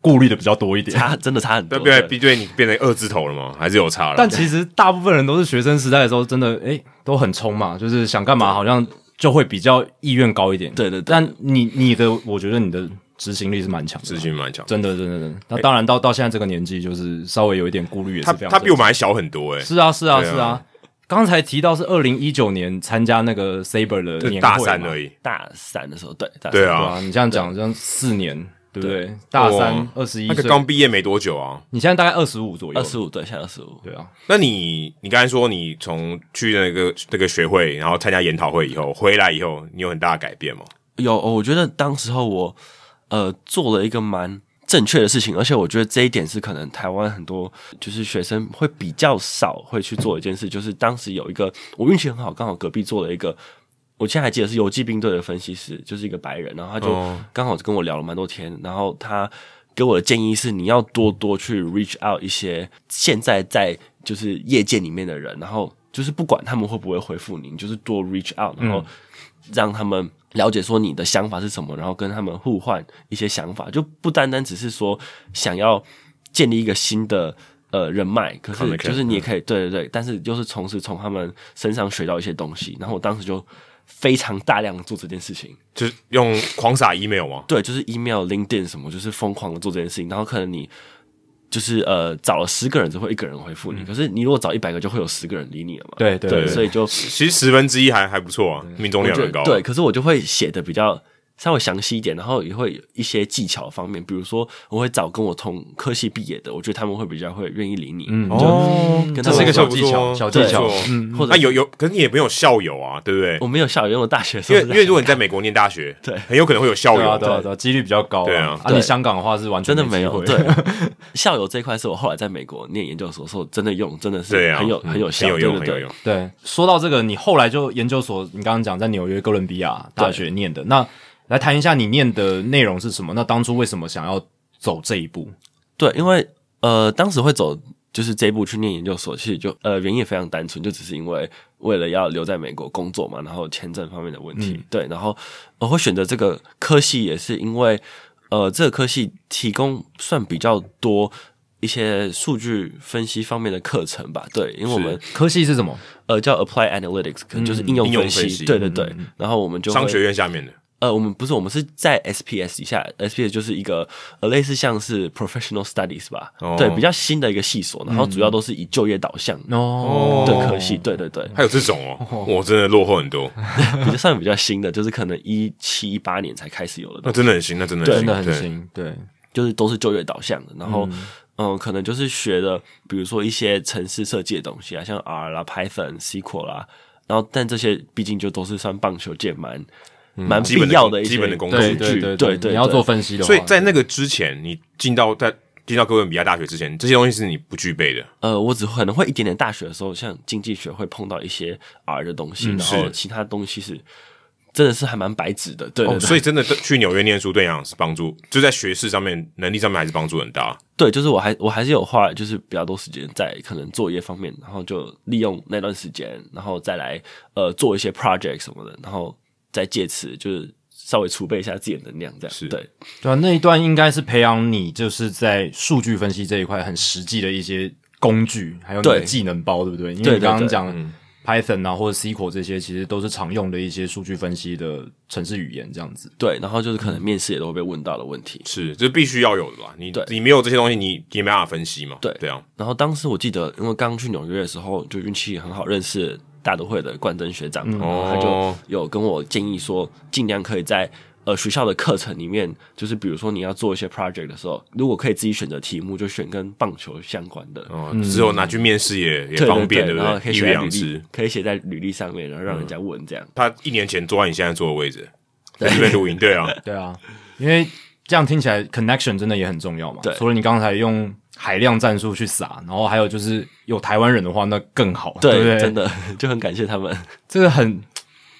顾虑的比较多一点。
差真的差很多。
那对
对
必对你变成二字头了吗？还是有差了？
但其实大部分人都是学生时代的时候，真的诶、都很冲嘛，就是想干嘛好像就会比较意愿高一点。
对对对
但你你的，我觉得你的执行力是蛮强的，
资讯蛮强，
真的真的真的。那当然到到现在这个年纪，就是稍微有一点顾虑也是
他
非常
他比我
正
们还小很多哎、
常是啊是啊
对啊
是啊。刚才提到是二零一九年参加那个 Saber 的
就
年
大
会
三
嘛
而已。
大三的时候，对大三
对
对
啊，
啊，你这样讲这样四年。对不对？大三
哇
二十一
那个
岁，
刚毕业没多久啊。
你现在大概二十五左右，
二十五对，现在二十五。
对啊，
那你你刚才说你从去那个那个学会，然后参加研讨会以后，回来以后，你有很大的改变吗？
有，哦我觉得当时候我呃做了一个蛮正确的事情，而且我觉得这一点是可能台湾很多就是学生会比较少会去做的一件事，就是当时有一个我运气很好，刚好隔壁做了一个。我现在还记得是游击兵队的分析师，就是一个白人，然后他就刚好跟我聊了蛮多天，然后他给我的建议是，你要多多去 reach out 一些现在在就是业界里面的人，然后就是不管他们会不会回复你，你就是多 reach out，然后让他们了解说你的想法是什么，然后跟他们互换一些想法，就不单单只是说想要建立一个新的呃人脉，可是
Communicate，
就是你也可以对对对，但是就是同时从他们身上学到一些东西。然后我当时就非常大量的做这件事情，
就是用狂撒 email 吗？
对，就是 email、LinkedIn 什么，就是疯狂的做这件事情。然后可能你就是呃找了十个人，只会一个人回复你，可是你如果找一百个，就会有十个人理你了嘛。
嗯对对
所以就
其实十分之一还还不错啊，命中率
嗯我
还
觉
蛮
得
高。
对，，可是我就会写的比较稍微详细一点，然后也会有一些技巧方面，比如说我会找跟我同科系毕业的，我觉得他们会比较会愿意理你，
嗯，就
哦
跟
这
他
是
们
一个小
不
技
错
巧，
哦
小
对
技巧
不错。哦
嗯，
或者
那有有，可是你也没有校友啊，对不对？
我没有校友，因为我大学的时
因为
候是
因
在
为如果你在美国念大学，
对
很有可能会有校
对啊，
友。
对啊，对啊，几率比较高啊。
对啊
你
对
香港的话是完全
真的没
机
有
会
对校友这一块是我后来在美国念研究所的时候真的用，真的
对
是
啊
很
嗯
有很有效，
很有
对
用，
对
很有
对
用。。
对，说到这个，你后来就研究所，你刚刚讲在纽约哥伦比亚大学念的，那来谈一下你念的内容是什么？那当初为什么想要走这一步？
对，因为呃，当时会走就是这一步去念研究所，其实就呃原因也非常单纯，就只是因为为了要留在美国工作嘛，然后签证方面的问
嗯
题。对，然后我会选择这个科系，也是因为呃这个科系提供算比较多。一些数据分析方面的课程吧，对，因为我们
科系是什么？
呃叫 apply analytics，可能就是应用
嗯应用
分析，
分析嗯
对对对。然后我们就会
商学院下面的，
呃，我们不是，我们是在 SPS 底下，SPS 就是一个呃类似像是 professional studies 吧，
哦嗯
对，比较新的一个系所，然后主要都是以就业导向
哦
的科系，对对 对，
还有这种哦，我真的落后很多。
比较算比较新的，就是可能一七一八年才开始有的
那真的很新，那真的
真
很
的很
对，
行。对，
就是都是就业导向的，然后嗯、呃可能就是学的，比如说一些城市设计的东西啊，像 R 啦、Python、SQL 啦，然后但这些毕竟就都是算棒球界蛮蛮
嗯基本的
必要
工
的一些
基本的工
工
具
具，
对对
对对，
你要
对
做分析的话，
所以在那个之前，你进到在进到哥伦比亚大学之前，这些东西是你不具备的。哦
呃，我只可能会一点点大学的时候，像经济学会碰到一些 R 的东西，然后
嗯是
其他东西是真的是还蛮白纸的，对对
哦，
对
所以真的去纽约念书对你来讲是帮助，就在学识上面、能力上面还是帮助很大。
对，就是我还我还是有花就是比较多时间在可能作业方面，然后就利用那段时间，然后再来呃做一些 project 什么的，然后再借此就是稍微储备一下自己的能量，这样
是
对
对啊，那一段应该是培养你就是在数据分析这一块很实际的一些工具，还有你的
对
技能包，对不对？因为
对
你
对
刚刚
对
讲 Python 啊或者 SQL 这些，其实都是常用的一些数据分析的程式语言，这样子。
对，然后就是
嗯
可能面试也都会被问到的问题，
是，这必须要有的吧？你
对
你没有这些东西，你你也没办法分析嘛。
对
对啊，
然后当时我记得，因为刚去纽约的时候，就运气很好，
嗯
认
哦
识大都会的冠真学长，然后他就有跟我建议说，尽量可以在呃学校的课程里面，就是比如说你要做一些 project 的时候，如果可以自己选择题目，就选跟棒球相关的。
哦，之后拿去面试也也
对对
方便，
对
不
然后
对？
可以
一
写
鱼
在履
两嗯
历
吃。，
可以写在履历上面，然后让人家问这样。
他一年前坐在你现在坐的位置，在这边录音，对 啊，
对啊，因为这样听起来 connection 真的也很重要嘛。
对
除了你刚才用海量战术去撒，然后还有就是有台湾人的话，那更好，对不对？
真的 就很感谢他们。
这个很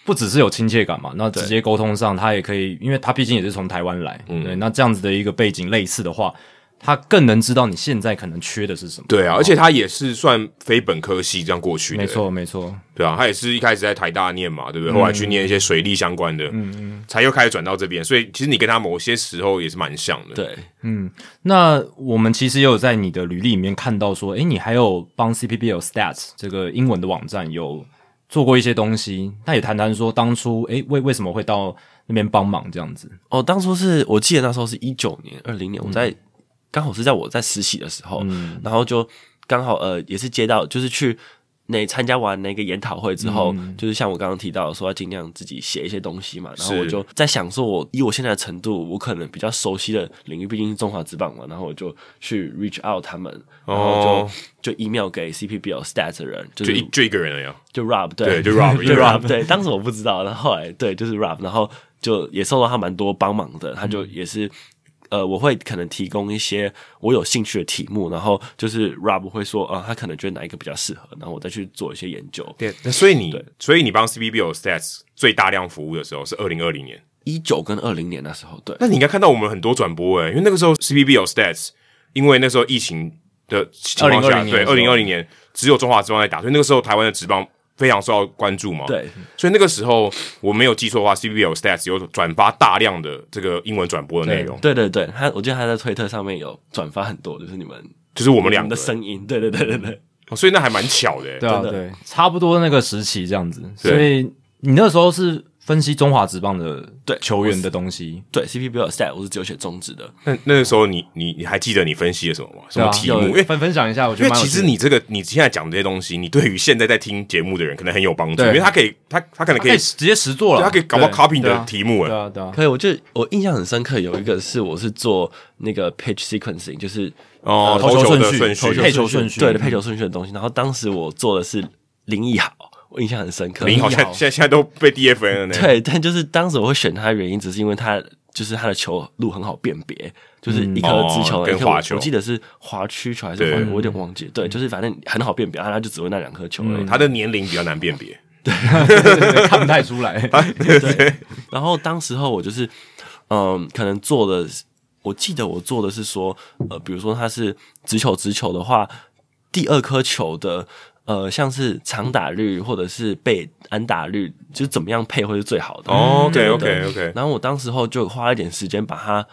不只是有亲切感嘛，那直接沟通上，他也可以，因为他毕竟也是从台湾来，
嗯
对，那这样子的一个背景类似的话，他更能知道你现在可能缺的是什么。哦
对啊，
哦
而且他也是算非本科系这样过去的，
没，错，没错，
对啊，他也是一开始在台大念嘛，对不对？后来去念一些水利相关的，嗯嗯，才又开始转到这边，所以其实你跟他某些时候也是蛮像的，
对，
那我们其实也有在你的履历里面看到说，诶，你还有帮 CPBL Stats 这个英文的网站有做过一些东西，那也谈谈说当初，诶，为为什么会到那边帮忙这样子？
哦，当初是我记得那时候是一九年、二零年，我
嗯
在刚、好是在我在实习的时候，然后就刚好呃也是接到就是去那参加完那个研讨会之后，
嗯
就是像我刚刚提到的说要尽量自己写一些东西嘛，然后
是
我就在想说我以我现在的程度，我可能比较熟悉的领域毕竟是中华职棒嘛，然后我就去 reach out 他们，然后就、
哦
就 email 给 CPBL stats 的人，就
就是一就一个人而已啊，
就 Rob
对
对
就 Rob，因
对
为
Rob 对，当时我不知道，然后后来对就是 Rob，然后就也受到他蛮多帮忙的，他
嗯
就也是。呃，我会可能提供一些我有兴趣的题目，然后就是 Rob 会说，啊、他可能觉得哪一个比较适合，然后我再去做一些研究。
对，那所以你，所以你帮 CBBL Stats 最大量服务的时候是二零二零年，
一九跟二零年那时候，对，
那你应该看到我们很多转播欸诶、因为那个时候 CBBL Stats，因为那时候疫情的情况
2020
下，
年的时
对，二
候
零二零年只有中华职棒在打，所以那个时候台湾的职棒非常受到关注嘛，
对，
所以那个时候我没有记错的话，CBBL Stats 有转发大量的这个英文转播的内容，
对对对，他我记得他在推特上面有转发很多，就是你们
就是我
我
们两个
的，声音，对对对对对，
哦所以那还蛮巧的、欸。
对啊，
真的
对，差不多那个时期这样子。
对
所以你那时候是分析中华职棒的
对
球
我
员
是
的东西，
对 CPBL stat 我是只有写中指的，
那那个时候你你你还记得你分析了什么吗？什么
对啊
题目？
有
因为
分分享一下，我觉得
因为
蛮有
其
趣的
实你这个你现在讲的这些东西，你对于现在在听节目的人可能很有帮助，
对
因为他可以他他可能
他可
可以
以直接实做了，
对他可以搞不好
对
copy 你
对
的
啊
题目
对
哎，
啊，对啊，
可以，我就我印象很深刻，有一个是我是做那个 pitch sequencing，就是
哦，
投球
球的
顺序
顺
投
序嗯
配，球顺序
对的配球顺序的东西。然后当时我做的是林奕豪，我印象很深刻。
林好像
好
现在现在都被 DFN 了呢。
对，但就是当时我会选他的原因，只是因为他就是他的球路很好辨别，就是一颗
哦
直球，
跟
一颗我
滑球
我记得是滑曲球还是
对
滑，我有点忘记。对，就是反正很好辨别，啊他就只会那两颗球而已。
嗯他的年龄比较难辨别，
看不太出 来。
啊
然后当时候我就是，嗯，可能做的，我记得我做的是说，呃，比如说它是直球直球的话，第二颗球的，呃，像是长打率或者是被安打率，就是怎么样配会是最好的。
哦
嗯对
OK，OK，OK
对然后我当时候就花了一点时间把它，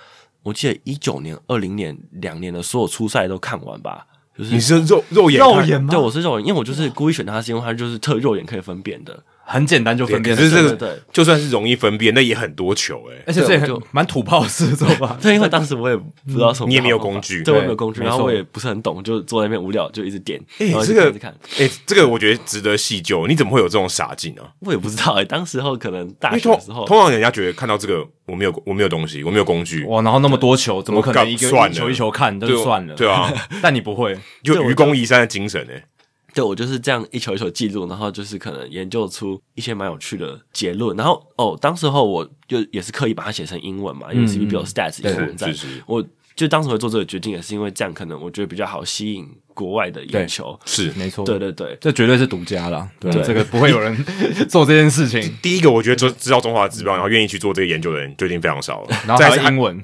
我记得一九年、二零年两年的所有初赛都看完吧。就是
你是肉肉眼
肉
看
眼吗？
对，我是肉眼，因为我就是故意选它，是因为它就是特肉眼可以分辨的。
很简单就分辨
可
了，
是这
对对
个
对
就算是容易分辨，那也很多球哎。
而且这也
对
很
我就。
蛮土炮式做法
对，因为当时我也不知道什
嗯
么，
你也没有工具
对，我也没
对
有工具，
没
然后
错
我也不是很懂，就坐在那边无聊就一直点，
哎
然后，
这
就
个
看着看，
哎，这个我觉得值得细究。你怎么会有这种傻劲啊？
我也不知道哎、当时候可能
因
大
为
学
通
的时候，
通常人家觉得看到这个，我没有我没有东西，我没有工具，
哇，然后那么多球，怎么可能一个
我干
一球一球看，那
对
就
哦
算了。
对啊，
但你不会，
就
我
愚公移山的精神哎。
对我就是这样一球一球记录，然后就是可能研究出一些蛮有趣的结论，然后哦，当时候我就也是刻意把它写成英文嘛，因为 CPBL stats 英文在
嗯是是是，
我就当时会做这个决定，也是因为这样，可能我觉得比较好吸引国外的眼球，
是
没错，
对，对对，
这绝对是独家啦。对啊，
对
这个不会有人 做这件事情。
第一个，我觉得知知道中华职棒，然后愿意去做这个研究的人，就已经非常少了。
然后
再
还
来是
有英文，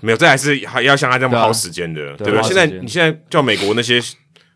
没有，再来是还要像他这么
对啊
耗时间的，对
对
不对？
耗
现在
时间
你现在叫美国那些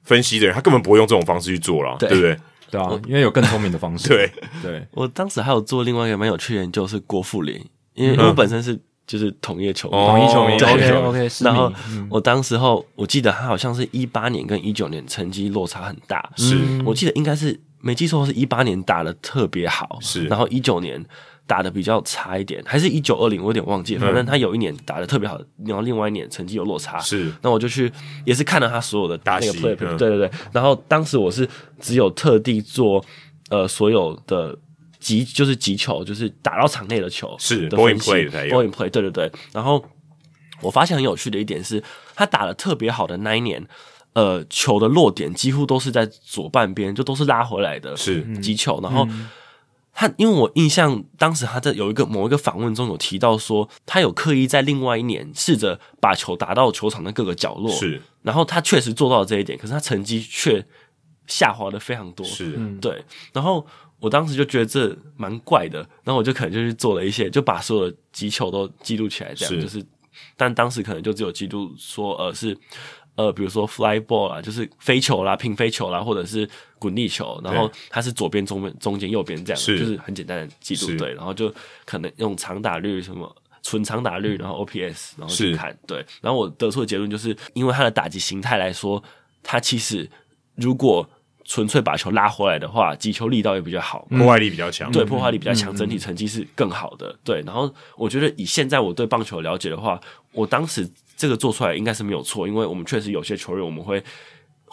分析的人，他根本不会用这种方式去做了，对
对
不 对？
对啊，因为有更聪明的方 式。
对，
对，
我当时还有做另外一个蛮有趣的研究是郭富林，因为因为我本身是就是同业球迷，
哦
统一球迷
对
，OK
对
OK，是
然后
你
我当时候我记得他好像是一八年跟一九年成绩落差很大，
是
我记得应该是没记错是一八年打的特别好，
是
然后一九年打的比较差一点，还是一九二零我有点忘记，反正他有一年打的特别好，然后另外一年成绩有落差，
是
那我就去也是看了他所有的
大
那个
戏
play，、
嗯
对对对，然后当时我是只有特地做呃所有的。击就是击球，就是打到场内的球
是
的
ball
分
in
析
play 才有
ball in play，对对对。然后我发现很有趣的一点是，他打的特别好的那一年，呃，球的落点几乎都是在左半边，就都是拉回来的
是
击球。然后他，因为我印象当时他在有一个某一个访问中有提到说，他有刻意在另外一年试着把球打到球场的各个角落，
是
然后他确实做到了这一点，可是他成绩却下滑的非常多，
是，
对，然后我当时就觉得这蛮怪的，然后我就可能就去做了一些，就把所有的击球都记录起来，这样
是
就是，但当时可能就只有记录说，呃，是呃，比如说 fly ball 啦，就是飞球啦、平飞球啦，或者是滚地球，然后它是左边、中边、中间、右边这样，
是
就是很简单的记
是
录，对，然后就可能用长打率什么。纯长打率，然后 OPS，然后
嗯是
去看，对，然后我得出的结论就是，因为他的打击形态来说，他其实如果纯粹把球拉回来的话，击球力道也比较好嘛，
破坏力比较强，
对，破坏力比较强，整体成绩是更好的。对，然后我觉得以现在我对棒球的了解的话，我当时这个做出来应该是没有错，因为我们确实有些球员我们会。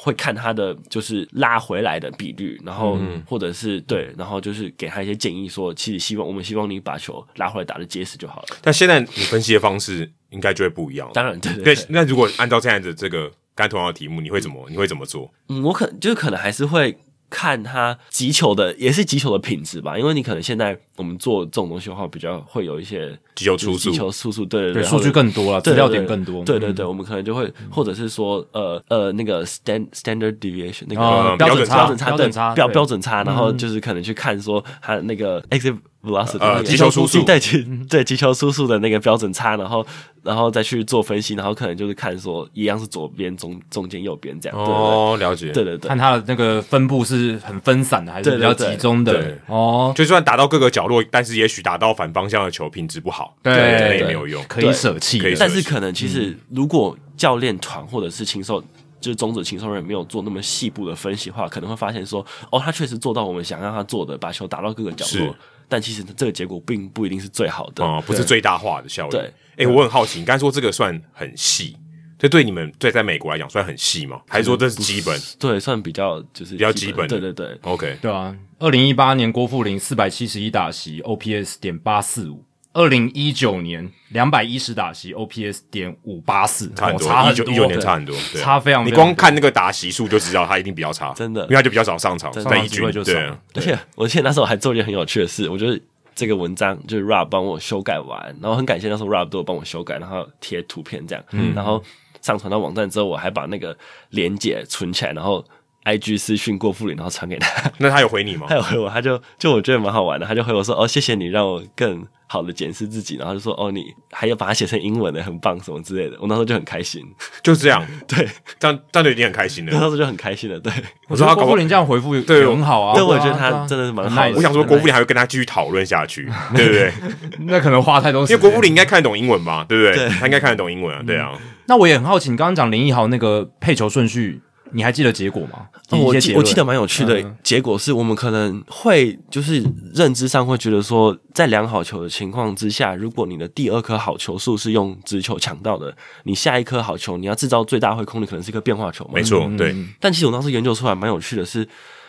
会看他的就是拉回来的比率，然后或者是对，然后就是给他一些建议说其实希望我们希望你把球拉回来打的结实就好了。
但现在你分析的方式应该就会不一样了。
当然，对对
对
对，，
那如果按照现在的这个刚才同样的题目，你会怎么你会怎么做？
嗯，我可就是可能还是会看他击球的，也是击球的品质吧，因为你可能现在我们做这种东西的话，比较会有一些
击球
就是
出
击球
速
速速，对对
对，
对，
数据更多了，
对
资
对
料
对
点更多，嗯
对对对，我们可能就会，或者是说，呃呃，那个 stand standard deviation 那个。
啊，
标
标
准
准差，
差
标准差
标准差，
标
对嗯
标准差，然后就是可能去看说他那个 exit velocity，
呃
那
啊
个
击球出速
对击对击球出速的那个标准差，然后然后再去做分析，然后可能就是看说一样是左边中中间右边这样，对
哦，了解。
对对对对对
看它的那个分布是很分散的，还是比较
对对对
集中的
对
哦。
就算打到各个角落，但是也许打到反方向的球品质不好，
对
那也
对
没有用。
可以舍弃
可以
的，
舍
但是可能其实如果教练团或者是禽兽，就是中指禽兽人没有做那么细部的分析的话，可能会发现说，哦，他确实做到我们想让他做的，把球打到各个角
是
落，但其实这个结果并不一定是最好的。
哦，不是最大化的效率。
对
哎、我很好奇，你刚才说这个算很细，这对你们对在美国来讲算很细吗？还是说这是基本
对，算比较就是比
较基
对
本的
对对，
？OK，
对啊，二零一八年郭富林四百七十一打席，OPS 点八四五；二零一九年两百一十打席，OPS 点五八四，
差很多，
哦差
一
很
九
多，
一九年差很多，对
差非常
你
非常
光看那个打席数就知道他一定比较差，
真的
因为他就比较少上场，
上
在
场
一
机
军
会就
对
少
啊，
而且我记得那时候还做了一件很有趣的事，我就是这个文章就是 Rob 帮我修改完，然后很感谢那时候 Rob 都有帮我修改，然后贴图片这样，然后上传到网站之后，我还把那个连接存起来，然后 IG 私讯郭富林，然后传给他，
那他有回你吗
他？有回我，他就就我觉得蛮好玩的，他就回我说哦谢谢你让我更好的检视自己，然后就说哦你还要把它写成英文的，很棒什么之类的，我那时候就很开心，
就这样，
对，
这样这样就已经很开心
那时
了。
候就很开心了，对。
我
说
觉
他
得郭
搞不
富
好
林这样回复也
对
很好啊。
对我
啊
觉得他
对啊
真的是蛮
很
好的
nice
我想说，郭富林还会跟他继续讨论下去，对不对？
那可能花太多时
因
间。
为郭富林应该看得懂英文吧，对不对？他应该看得懂英文啊，对啊。
那我也很好奇，你刚刚讲林奕豪那个配球顺序，你还记得结果吗？
哦
一
我
些
记
结
我
论嗯
记得蛮有趣的、结果是我们可能会就是认知上会觉得说，在量好球的情况之下，如果你的第二颗好球数是用直球抢到的，你下一颗好球你要制造最大挥空的可能是一颗变化球嘛？
没错，对，
但其实我当时研究出来蛮有趣的是，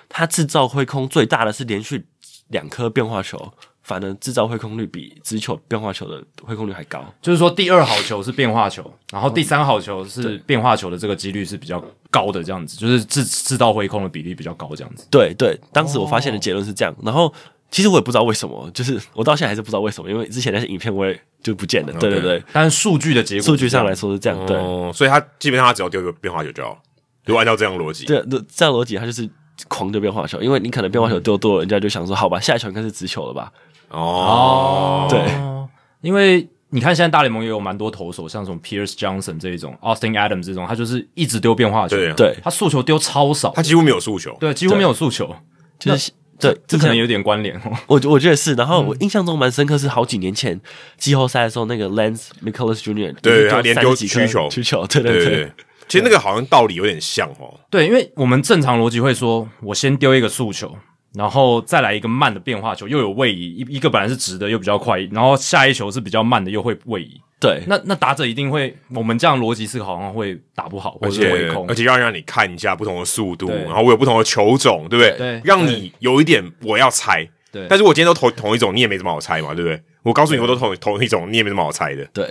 它制造挥空最大的是连续两颗变化球，反而制造挥空率比直球变化球的挥空率还高。
就是说第二好球是变化球，然后第三好球是变化球的这个几率是比较高的，这样子就是制制造回空的比例比较高，这样子。
对对，当时我发现的结论是这样，然后其实我也不知道为什么，就是我到现在还是不知道为什么，因为之前那些影片我也就不见了。对对对，
但是数据的结果，
数据上来，说是这嗯样，对
哦，所以他基本上他只要丢一个变化球就好了。如果按照这样逻辑，
对，这这样逻辑它就是狂丢变化球，因为你可能变化球丢多了，人家就想说好吧，下一球应该是直球了吧？
哦，
对
因为你看现在大联盟也有蛮多投手，像什么 Pierce Johnson 这一种，Austin Adams 这种，他就是一直丢变化球，
对啊
对，
他速球丢超少，
他几乎没有诉求。
对几乎没有速球，
就是对，
这
这
可
可
能
能
有点关联哦。
我我觉得是。然后我印象中蛮深刻是好几年前季后赛的时候，那个 Lance Nicholas Jr.
对
连
他连
三
丢
十几颗
曲球
曲球，对
对
对
对
对
对，其实那个好像道理有点像哦。
对，因为我们正常逻辑会说，我先丢一个速球，然后再来一个慢的变化球，又有位移，一一个本来是直的又比较快，然后下一球是比较慢的又会位移。
对，
那那打者一定会，我们这样逻辑思考好像会打不好，或
而
者是
且
回空
而。且要让你看一下不同的速度，
对
然后我有不同的球种，对不对？
对
让你有一点我要猜，
对
但是我今天都投同一种，你也没什么好猜嘛，对不对？我告诉你，我都投同一种，你也没什么好猜的。
对，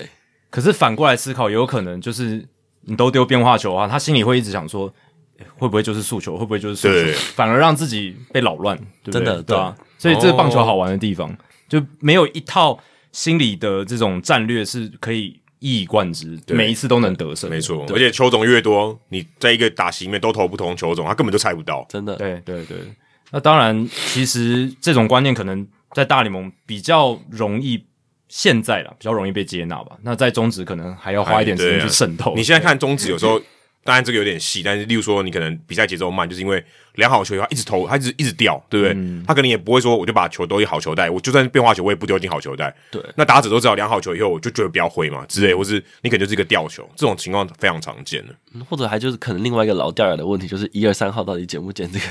可是反过来思考，也有可能就是你都丢变化球啊，他心里会一直想说，诶会不会就是诉求，会不会就是诉
对
求，反而让自己被扰乱，对不对
真的
对啊。所以这是棒球好玩的地
哦
方，就没有一套心理的这种战略是可以一以贯之，每一次都能得胜。
没，错，而且球种越多，你在一个打席里面都投不同球种，他根本就猜不到。
真的，
对对对。那当然，其实这种观念可能在大联盟比较容易。现在啦，比较容易被接纳吧。那在中职可能还要花一点时
哎
间
对啊
去渗透。
你现在看中指有时候，当然这个有点细，但是例如说你可能比赛节奏慢，就是因为良好球他一直投，他一直一直掉，对不对？
嗯
他可能也不会说我就把球丢进好球袋，我就算是变化球我也不丢进好球袋。
对
那打者都知道良好球以后我就觉得不要挥嘛之类，或是你可能就是一个吊球，这种情况非常常见的。
或者还就是可能另外一个老掉牙的问题，就是一二三号到底捡不捡这个，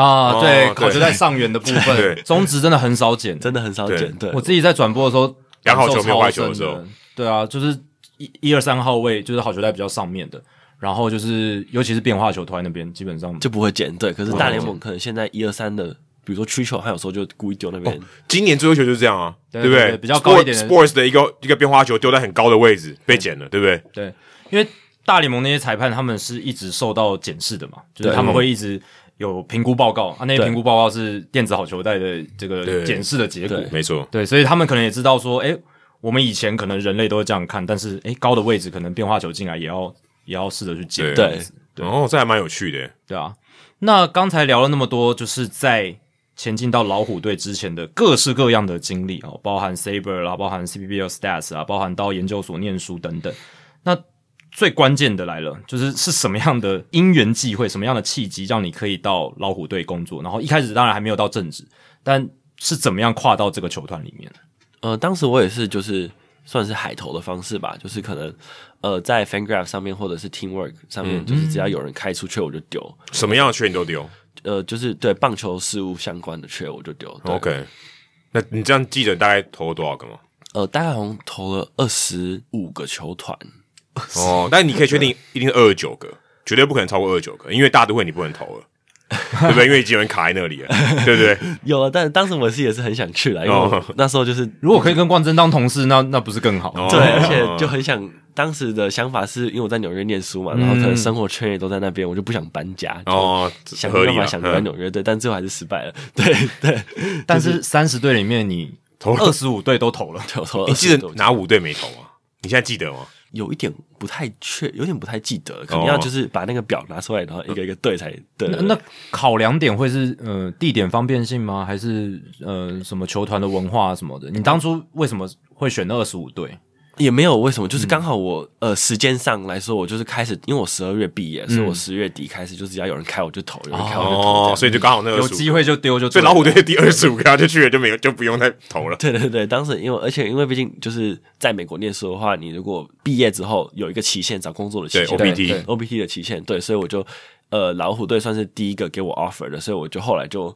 啊，
哦
对，
对
口球在上缘的部分
对，
中职真的很少剪。
真的很少
对
捡。对，
我自己在转播的时候，
两好球
感受
没有
超
坏球的
深
时候
的，对啊，就是一一二三号位，就是好球带比较上面的，然后就是尤其是变化球投在那边，基本上
就不会捡。对，可是大联盟可能现在一二三的，比如说曲球，他有时候就故意丢那边。
今年最后一球就是这样啊，
对
不
对对比较高一点的
Sport- Sports 的一个一个变化球丢在很高的位置被捡了，对不对？
对，因为大联盟那些裁判他们是一直受到检视的嘛，就是
对
他们会一直有评估报告啊，那些
对
评估报告是电子好球带的这个
对
检视的结果，
对
没错。
对，所以他们可能也知道说，哎、我们以前可能人类都是这样看，但是哎、诶高的位置可能变化球进来也要也要试着去捡，
对
这
对
样子
然哦后这还蛮有趣的，
对啊。那刚才聊了那么多，就是在前进到老虎队之前的各式各样的经历哦，包含 Saber 啦，包含 CPBL Stats 啊，包含到研究所念书等等。那最关键的来了，就是是什么样的因缘际会，什么样的契机，让你可以到老虎队工作？然后一开始当然还没有到正职，但是怎么样跨到这个球团里面？
呃，当时我也是就是算是海投的方式吧，就是可能呃在 FanGraph 上面或者是 Teamwork 上
嗯
面，就是只要有人开出缺我就丢。
什么样的缺你都丢。
呃，就是对棒球事务相关的缺我就丢。对
OK，那你这样记者大概投了多少个吗？
呃，大概好像投了二十五个球团，
哦，但你可以确定
啊
一定是二十九个，绝对不可能超过二十九个，因为大都会你不能投 了，对不对？因为已经有人卡在那里了，对不对？
有了，但当时我是也是很想去啦，因为我
哦
那时候就是
如果可以跟冠真当同事，那那不是更好？
哦
对，而且就很想。当时的想法是因为我在纽约念书嘛，然后可能生活圈也都在那边，我就不想搬家，
嗯哦
就想
合
办
理
法
啊
想留在纽约，对，但最后还是失败了。对对，
但是三十队里面你投二十五队都投 了，
对我投了
你记
20
得
多
哪五队没投吗？你现在记得吗？
有一点不太确，有点不太记得，可能
哦
要就是把那个表拿出来，然后一个一个对才对。
那那考量点会是呃地点方便性吗？还是呃什么球团的文化什么的？你当初为什么会选二十五队？
也没有为什么，就是刚好我、呃时间上来说，我就是开始，因为我十二月毕业，所以我十月底开始，就只要有人开我就投，有人开我就投。
哦，所以就刚好那二
有
十五，
机会就丢就
所
对
以
了
老虎队第二十五个他就去了，就没有就不用再 投了。
对对对，当时因为而且因为毕竟就是在美国念书的话，你如果毕业之后有一个期限找工作的期
对
限
对
OPT
对
OPT 的期限，对，所以我就呃老虎队算是第一个给我 offer 的，所以我就后来就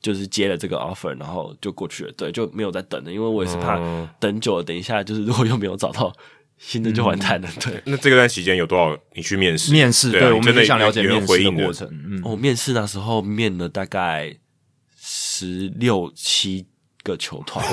就是接了这个 offer，然后就过去了，对，就没有再等了，因为我也是怕等久了，等一下就是如果又没有找到新的就完蛋了，对。
那这段期间有多少你去面试？
面试，
对啊，
我
你
们
真
也
的
想了解
有
面
人回
试的
应
过程。嗯，
我哦面试那时候面了大概十六七个球团，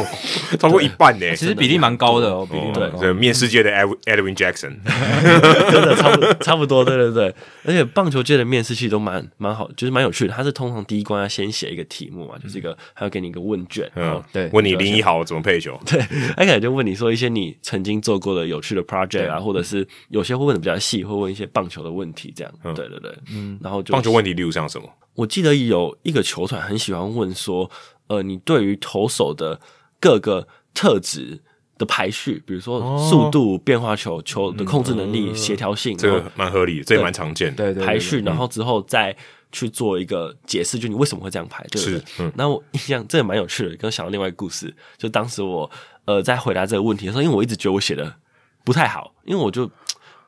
超过一半呢。
其实比例蛮高的哦，比例
哦
蛮高。
这面世界的 Ed- Edwin Jackson，
真的差不差不多，对对对。而且棒球界的面试其实都蛮蛮好，就是蛮有趣的。它是通常第一关要先写一个题目嘛，就是一个，还要给你一个问卷，然
嗯，
后
哦对
问你林一豪怎么配球？
对，他可能就问你说一些你曾经做过的有趣的 project 啊，或者是有些会问的比较细，会问一些棒球的问题，这样，对对对，嗯，然后就
棒球问题例如像什么？
我记得有一个球团很喜欢问说，呃，你对于投手的各个特质的排序，比如说
哦
速度、变化球、球的控制能力、协调
嗯
性，
这
然
个蛮合理的，这也蛮常见的。
对对对，
排序，然后之后再去做一个解释，就你为什么会这样排，对不对
是？嗯
那我印象这也蛮有趣的，跟我想到另外一个故事，就当时我呃在回答这个问题的时候，因为我一直觉得我写的不太好，因为我就。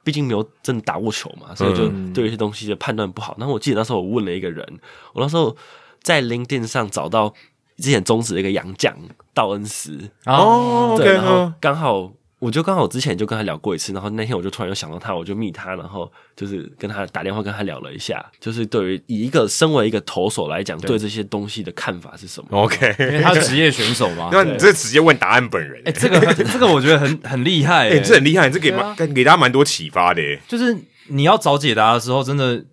毕竟没有真的打过球嘛，所以就对一些东西的判断不好。然后我记得那时候我问了一个人，我那时候在 LinkedIn 上找到之前中职的一个洋将道恩斯，
哦，
哦
对，然后刚好我就刚好之前就跟他聊过一次，然后那天我就突然又想到他，我就密他，然后就是跟他打电话跟他聊了一下，就是对于以一个身为一个投手来讲，对这些东西的看法是什么？
因
OK，
为他是职业选手嘛。
那你这直接问答案本人，
哎、这个这个我觉得很很厉害、
哎，
欸，
这很厉害，这给
对
蛮
啊
给大家蛮多启发的耶。
就是你要找解答的时候，真的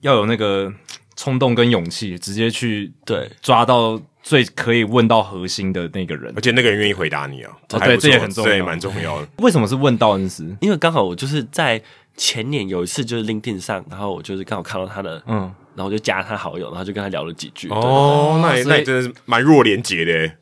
要有那个冲动跟勇气，直接去
对，
抓到最可以问到核心的那个人
而。且那个人愿意回答你啊，
哦
还
对
不错
这也很重要啊
这也蛮重要的。
为什么是问道恩斯？
因为刚好我就是在前年有一次就是 LinkedIn 上，然后我就是刚好看到他的，
嗯，
然后我就加他好友，然后就跟他聊了几句。对，
哦，那也
所以
那也真的是蛮弱连结的耶。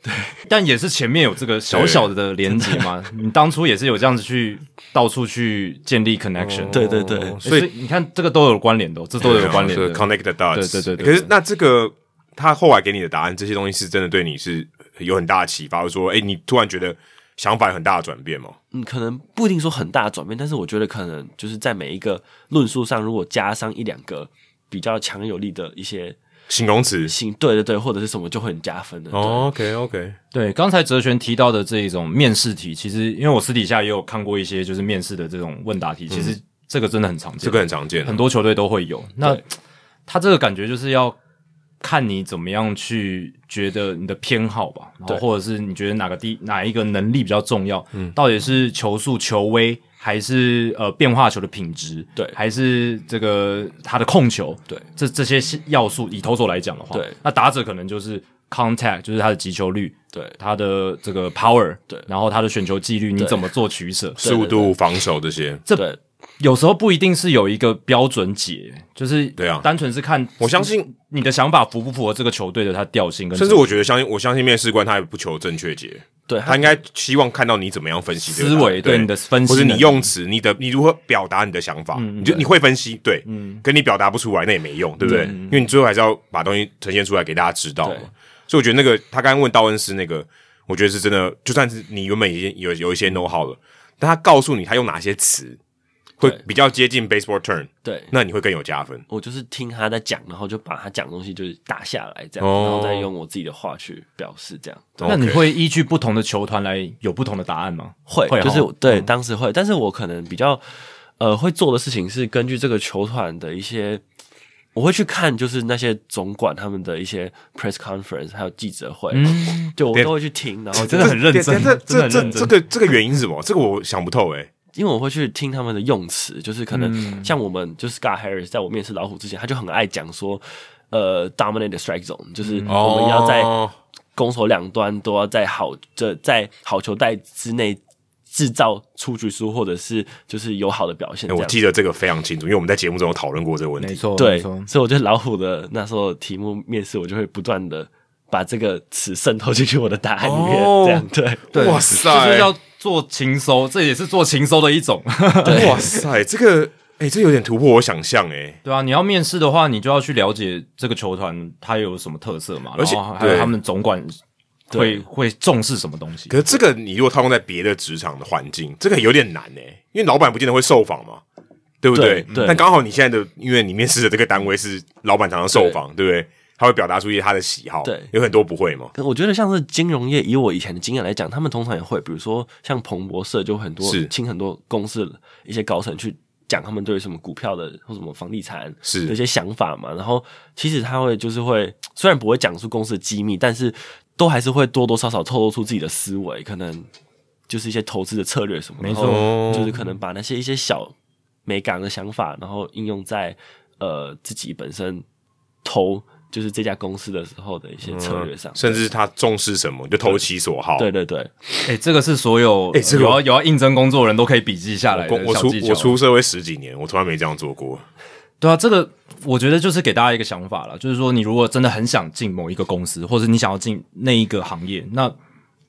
但也是前面有这个小小的连接嘛。你当初也是有这样子去到处去建立 connection，、
对对对
欸所以你看这个都有关联的哦、这都有关联
哦对
的
啊。是 connect the dots。
对对对对
可是那这个他后来给你的答案，这些东西是真的对你是有很大的启发，或者说，哎，你突然觉得想法有很大的转变吗？
嗯，可能不一定说很大的转变，但是我觉得可能就是在每一个论述上，如果加上一两个比较强有力的一些
形容词。哦
新，对对对，或者是什么，就会很加分的。对，
OK OK，
对，刚才哲璇提到的这一种面试题，其实因为我私底下也有看过一些就是面试的这种问答题，其实这个真的很常见，
这个很常见啊，
很多球队都会有。那
对
他这个感觉就是要看你怎么样去觉得你的偏好吧，然后
对嗯
或者是你觉得哪个地哪一个能力比较重要，到底是球速、球威，还是呃变化球的品质，
对
还是这个他的控球，
对
这这些要素，以投手来讲的话，
对
那打者可能就是 contact，就是他的击球率。
对
他的这个 power，
对
然后他的选球纪律，你
对
怎么做取舍？
速度、防守这些。
这
对
有时候不一定是有一个标准解，就是
对啊
单纯是看
我相信，
你的想法符不符合这个球队的他调性跟，
甚至我觉得相信，我相信面试官他也不求正确解，
对，
他应该希望看到你怎么样分析这个
思维
答案
对你的分析，
或者你用词，你的你如何表达你的想法，
嗯
你就你会分析，对，跟你表达不出来那也没用，对不对？
嗯
因为你最后还是要把东西呈现出来给大家知道嘛
对。
所以我觉得那个他刚刚问道恩斯那个，我觉得是真的，就算是你原本已经有有一
嗯
些 know how 了，但他告诉你他用哪些词会
对
比较接近 baseball turn，
对。
那你会更有加分。
我就是听他在讲，然后就把他讲的东西就是打下来，这样，
哦
然后再用我自己的话去表示，这样。
那你
OK
会依据不同的球团来有不同的答案吗？
会，
会
就是
哦
我对、当时会，但是我可能比较呃会做的事情是根据这个球团的一些，我会去看就是那些总管他们的一些 press conference，还有记者会，就我都会去听，然后
真
就
的很认真，
这
真的
这这
很
这
认
这
真。
个这个原因是什么？这个我想不透哎。
因为我会去听他们的用词，就是可
嗯
能像我们就是 Scott Harris 在我面试老虎之前，他就很爱讲说。呃，dominate the strike zone，就是
嗯
我们要在
哦
攻守两端都要在好这在好球带之内制造出局数，或者是就是有好的表现
哎
这
我
样。
记得这个非常清楚，因为我们在节目中有讨论过这个问
没
题。
错，
对，
没错
所以我觉得老虎的那时候题目面试，我就会不断的把这个词渗透进去我的答案里面，
哦
这样对。
对
哇塞
就是 要做情收，这也是做情收的一种，
哇塞，这个哎、这有点突破我想象哎、
对啊。你要面试的话，你就要去了解这个球团它有什么特色嘛，
而且
然后还有
对
他们总管会会重视什么东西
可。是这个你如果套用在别的职场的环境，这个有点难哎、因为老板不见得会受访嘛，对不对？
对对
但刚好你现在的，因为你面试的这个单位是老板常常受访，对不对？他会表达出一些他的喜好，
对
有很多不会嘛。
可我觉得像是金融业，以我以前的经验来讲，他们通常也会，比如说像彭博社，就很多
是
请很多公司的一些高层去讲他们对于什么股票的或什么房地产
是
的一些想法嘛。然后其实他会就是会，虽然不会讲出公司的机密，但是都还是会多多少少透露出自己的思维，可能就是一些投资的策略什么。
没错
然后就是可能把那些一些小美感的想法，然后应用在呃自己本身投。就是这家公司的时候的一些策略上，
甚至他重视什么，你就投其所好。
对对对，
哎、这个是所有、
哎这个
有要有要应征工作的人都可以笔记下来
我
的
我
小
出
技巧
我出社会十几年，我从来没这样做过。
对啊，这个我觉得就是给大家一个想法了，就是说你如果真的很想进某一个公司，或者你想要进那一个行业，那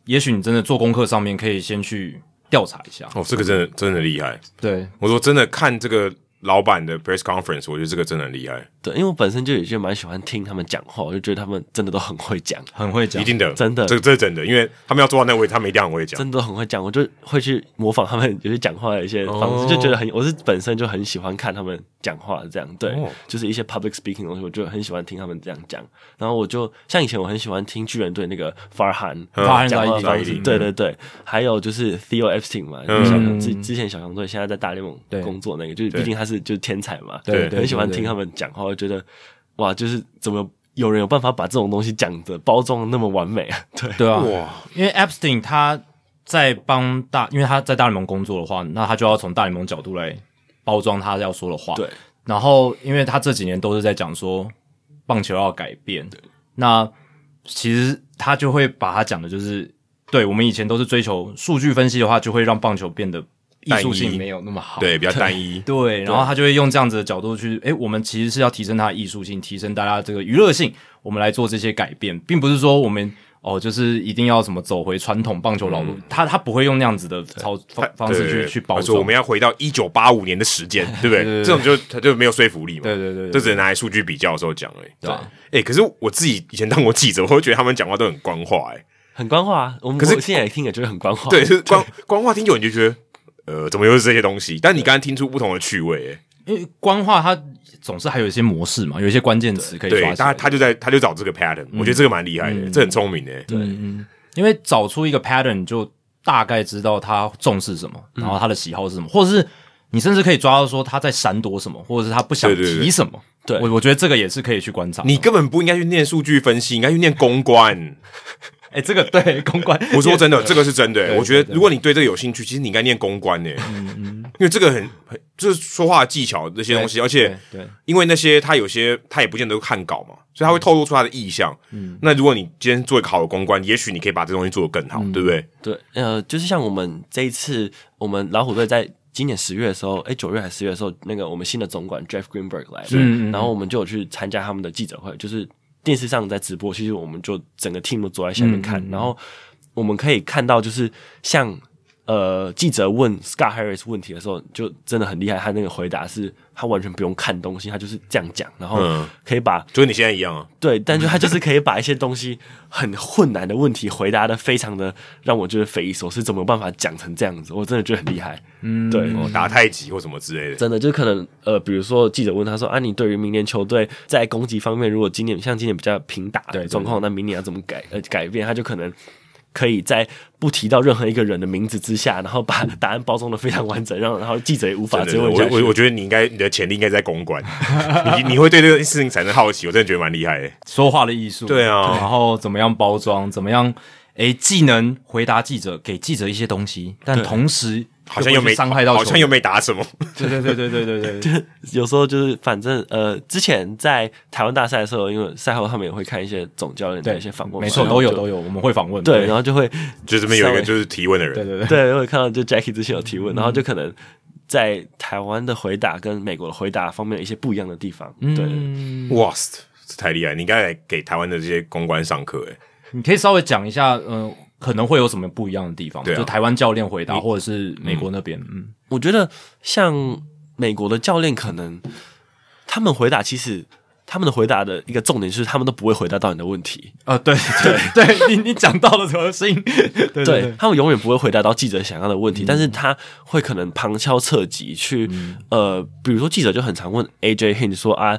也许你真的做功课上面可以先去调查一下。
哦，这个真的真的厉害。
对
我说真的，看这个老板的 press conference，我觉得这个真的很厉害。
对，因为我本身就也就蛮喜欢听他们讲话，我就觉得他们真的都很会讲，
很会讲
一，定的，
真的
这这是真的，因为他们要做到那个位置，他们一定很会讲。
真的都很会讲，我就会去模仿他们有些讲话的一些方式，
哦
就觉得很，我是本身就很喜欢看他们讲话这样，对，
哦
就是一些 public speaking 的东西，我就很喜欢听他们这样讲。然后我就像以前我很喜欢听巨人队那个 Farhan
嗯
他讲话
Farhan Zaidi
的方式，
Zaidi，
对对对，还有就是 Theo Epstein 嘛，就是小熊之之前小熊队现在在大联盟
对
工作那个，就是
嗯对
毕竟他是就是天才嘛，
对
对
对，
很喜欢
对
听他。们讲话，我觉得哇，就是怎么有人有办法把这种东西讲的包装的那么完美啊？对。
对啊，
哇，
因为 Epstein 他在帮大，因为他在大联盟工作的话，那他就要从大联盟角度来包装他要说的话。
对，
然后因为他这几年都是在讲说棒球要改变，那其实他就会把他讲的就是，对我们以前都是追求数据分析的话，就会让棒球变得艺术
单
性
一
没有那么好。
对，比较单一，
对，然后他就会用这样子的角度去，诶，我们其实是要提升它的艺术性，提升大家这个娱乐性，我们来做这些改变，并不是说我们哦，就是一定要什么走回传统棒球老路，他他不会用那样子的操方方式
对嗯对
去
对
去包
他说
装。
我们要回到一九八五年的时间，对不对？这种就他就没有说服力嘛。
对对对对
这只能拿来数据比较的时候讲而已。
对啊
哎，可是我自己以前当过记者，我会觉得他们讲话都很官话，哎，
很官话啊，我们
可是
我现在也听也觉得很官话。
对，就是官官话听久你就觉得，呃，怎么又是这些东西？但你刚刚听出不同的趣味，哎。
因为官话它总是还有一些模式嘛，有一些关键词可以抓起
对
来，
他他就在他就找这个 pattern，、我觉得这个蛮厉害的，这很聪明的。对，
因为找出一个 pattern 就大概知道他重视什么，
嗯
然后他的喜好是什么，或者是你甚至可以抓到说他在闪躲什么，或者是他不想
对对对
提什么。
对
我我觉得这个也是可以去观察的。
你根本不应该去念数据分析，应该去念 公关。
哎、这个 对公关，
我说真的，这个是真的。
对嗯
我觉得如果你对这个有兴趣，其实你应该念公关呢，因为这个很很就是说话技巧这些东西，而且
对对
因为那些他有些他也不见得看稿嘛，所以他会透露出他的意向。嗯，那如果你今天做一个好的公关，也许你可以把这东西做得更好，
嗯
对不对？
对，呃，就是像我们这一次，我们老虎队在今年十月的时候，哎，九月还是十月的时候，那个我们新的总管 Jeff Greenberg 来
嗯嗯
了，然后我们就有去参加他们的记者会，就是电视上在直播，其实我们就整个 team 都坐在下面
嗯
看，然后我们可以看到，就是像呃记者问 Scott Harris 问题的时候，就真的很厉害，他那个回答是他完全不用看东西，他就是这样讲，然后
嗯
可以把
就跟你现在一样啊，
对，但就他就是可以把一些东西很混难的问题回答的非常的让我觉得匪夷所思，怎么有办法讲成这样子？我真的觉得很厉害。嗯，对，
哦打太极或什么之类的。
真的就可能呃，比如说记者问他说啊，你对于明年球队在攻击方面，如果今年像今年比较平打
对
的
对
状况，那明年要怎么改呃改变？他就可能。可以在不提到任何一个人的名字之下，然后把 答案包装的非常完整，让然后记者也无法
真
追
的，
问下
我
去。
我我觉得你应该你的潜力应该在公关，你你会对这个事情产生好奇，我真的觉得蛮厉 害的。
说话的艺术，
对啊
然后怎么样包装，怎么样，诶，既能回答记者，给记者一些东西，但同时
好像又
不会
没
去伤害到球
好
员，
像又没打什么。
对对对对对对对，
有时候就是反正呃，之前在台湾大赛的时候，因为赛后他们也会看一些总教练的
对
一些访问嘛，
没错，
然后
都有
就
都有，我们会访问，
对，然后就会
就这边有一
稍
个
微
就是提问的人，
对对对，
对，因为看到就 Jackie 之前有提问，然后
嗯
就可能在台湾的回答跟美国的回答方面有一些不一样的地方，对。
嗯，
哇塞，这太厉害！你应该来给台湾的这些公关上课，哎，
你可以稍微讲一下，嗯、可能会有什么不一样的地方？
对啊
就台湾教练回答，或者是美国那边，嗯，
我觉得像美国的教练，可能他们回答其实他们的回答的一个重点就是他们都不会回答到你的问题，
啊，对 对对，你你讲到了核心，对对
对
对
他们永远不会回答到记者想要的问题，但是他会可能旁敲侧击去、呃，比如说记者就很常问 AJ Hinch 说啊，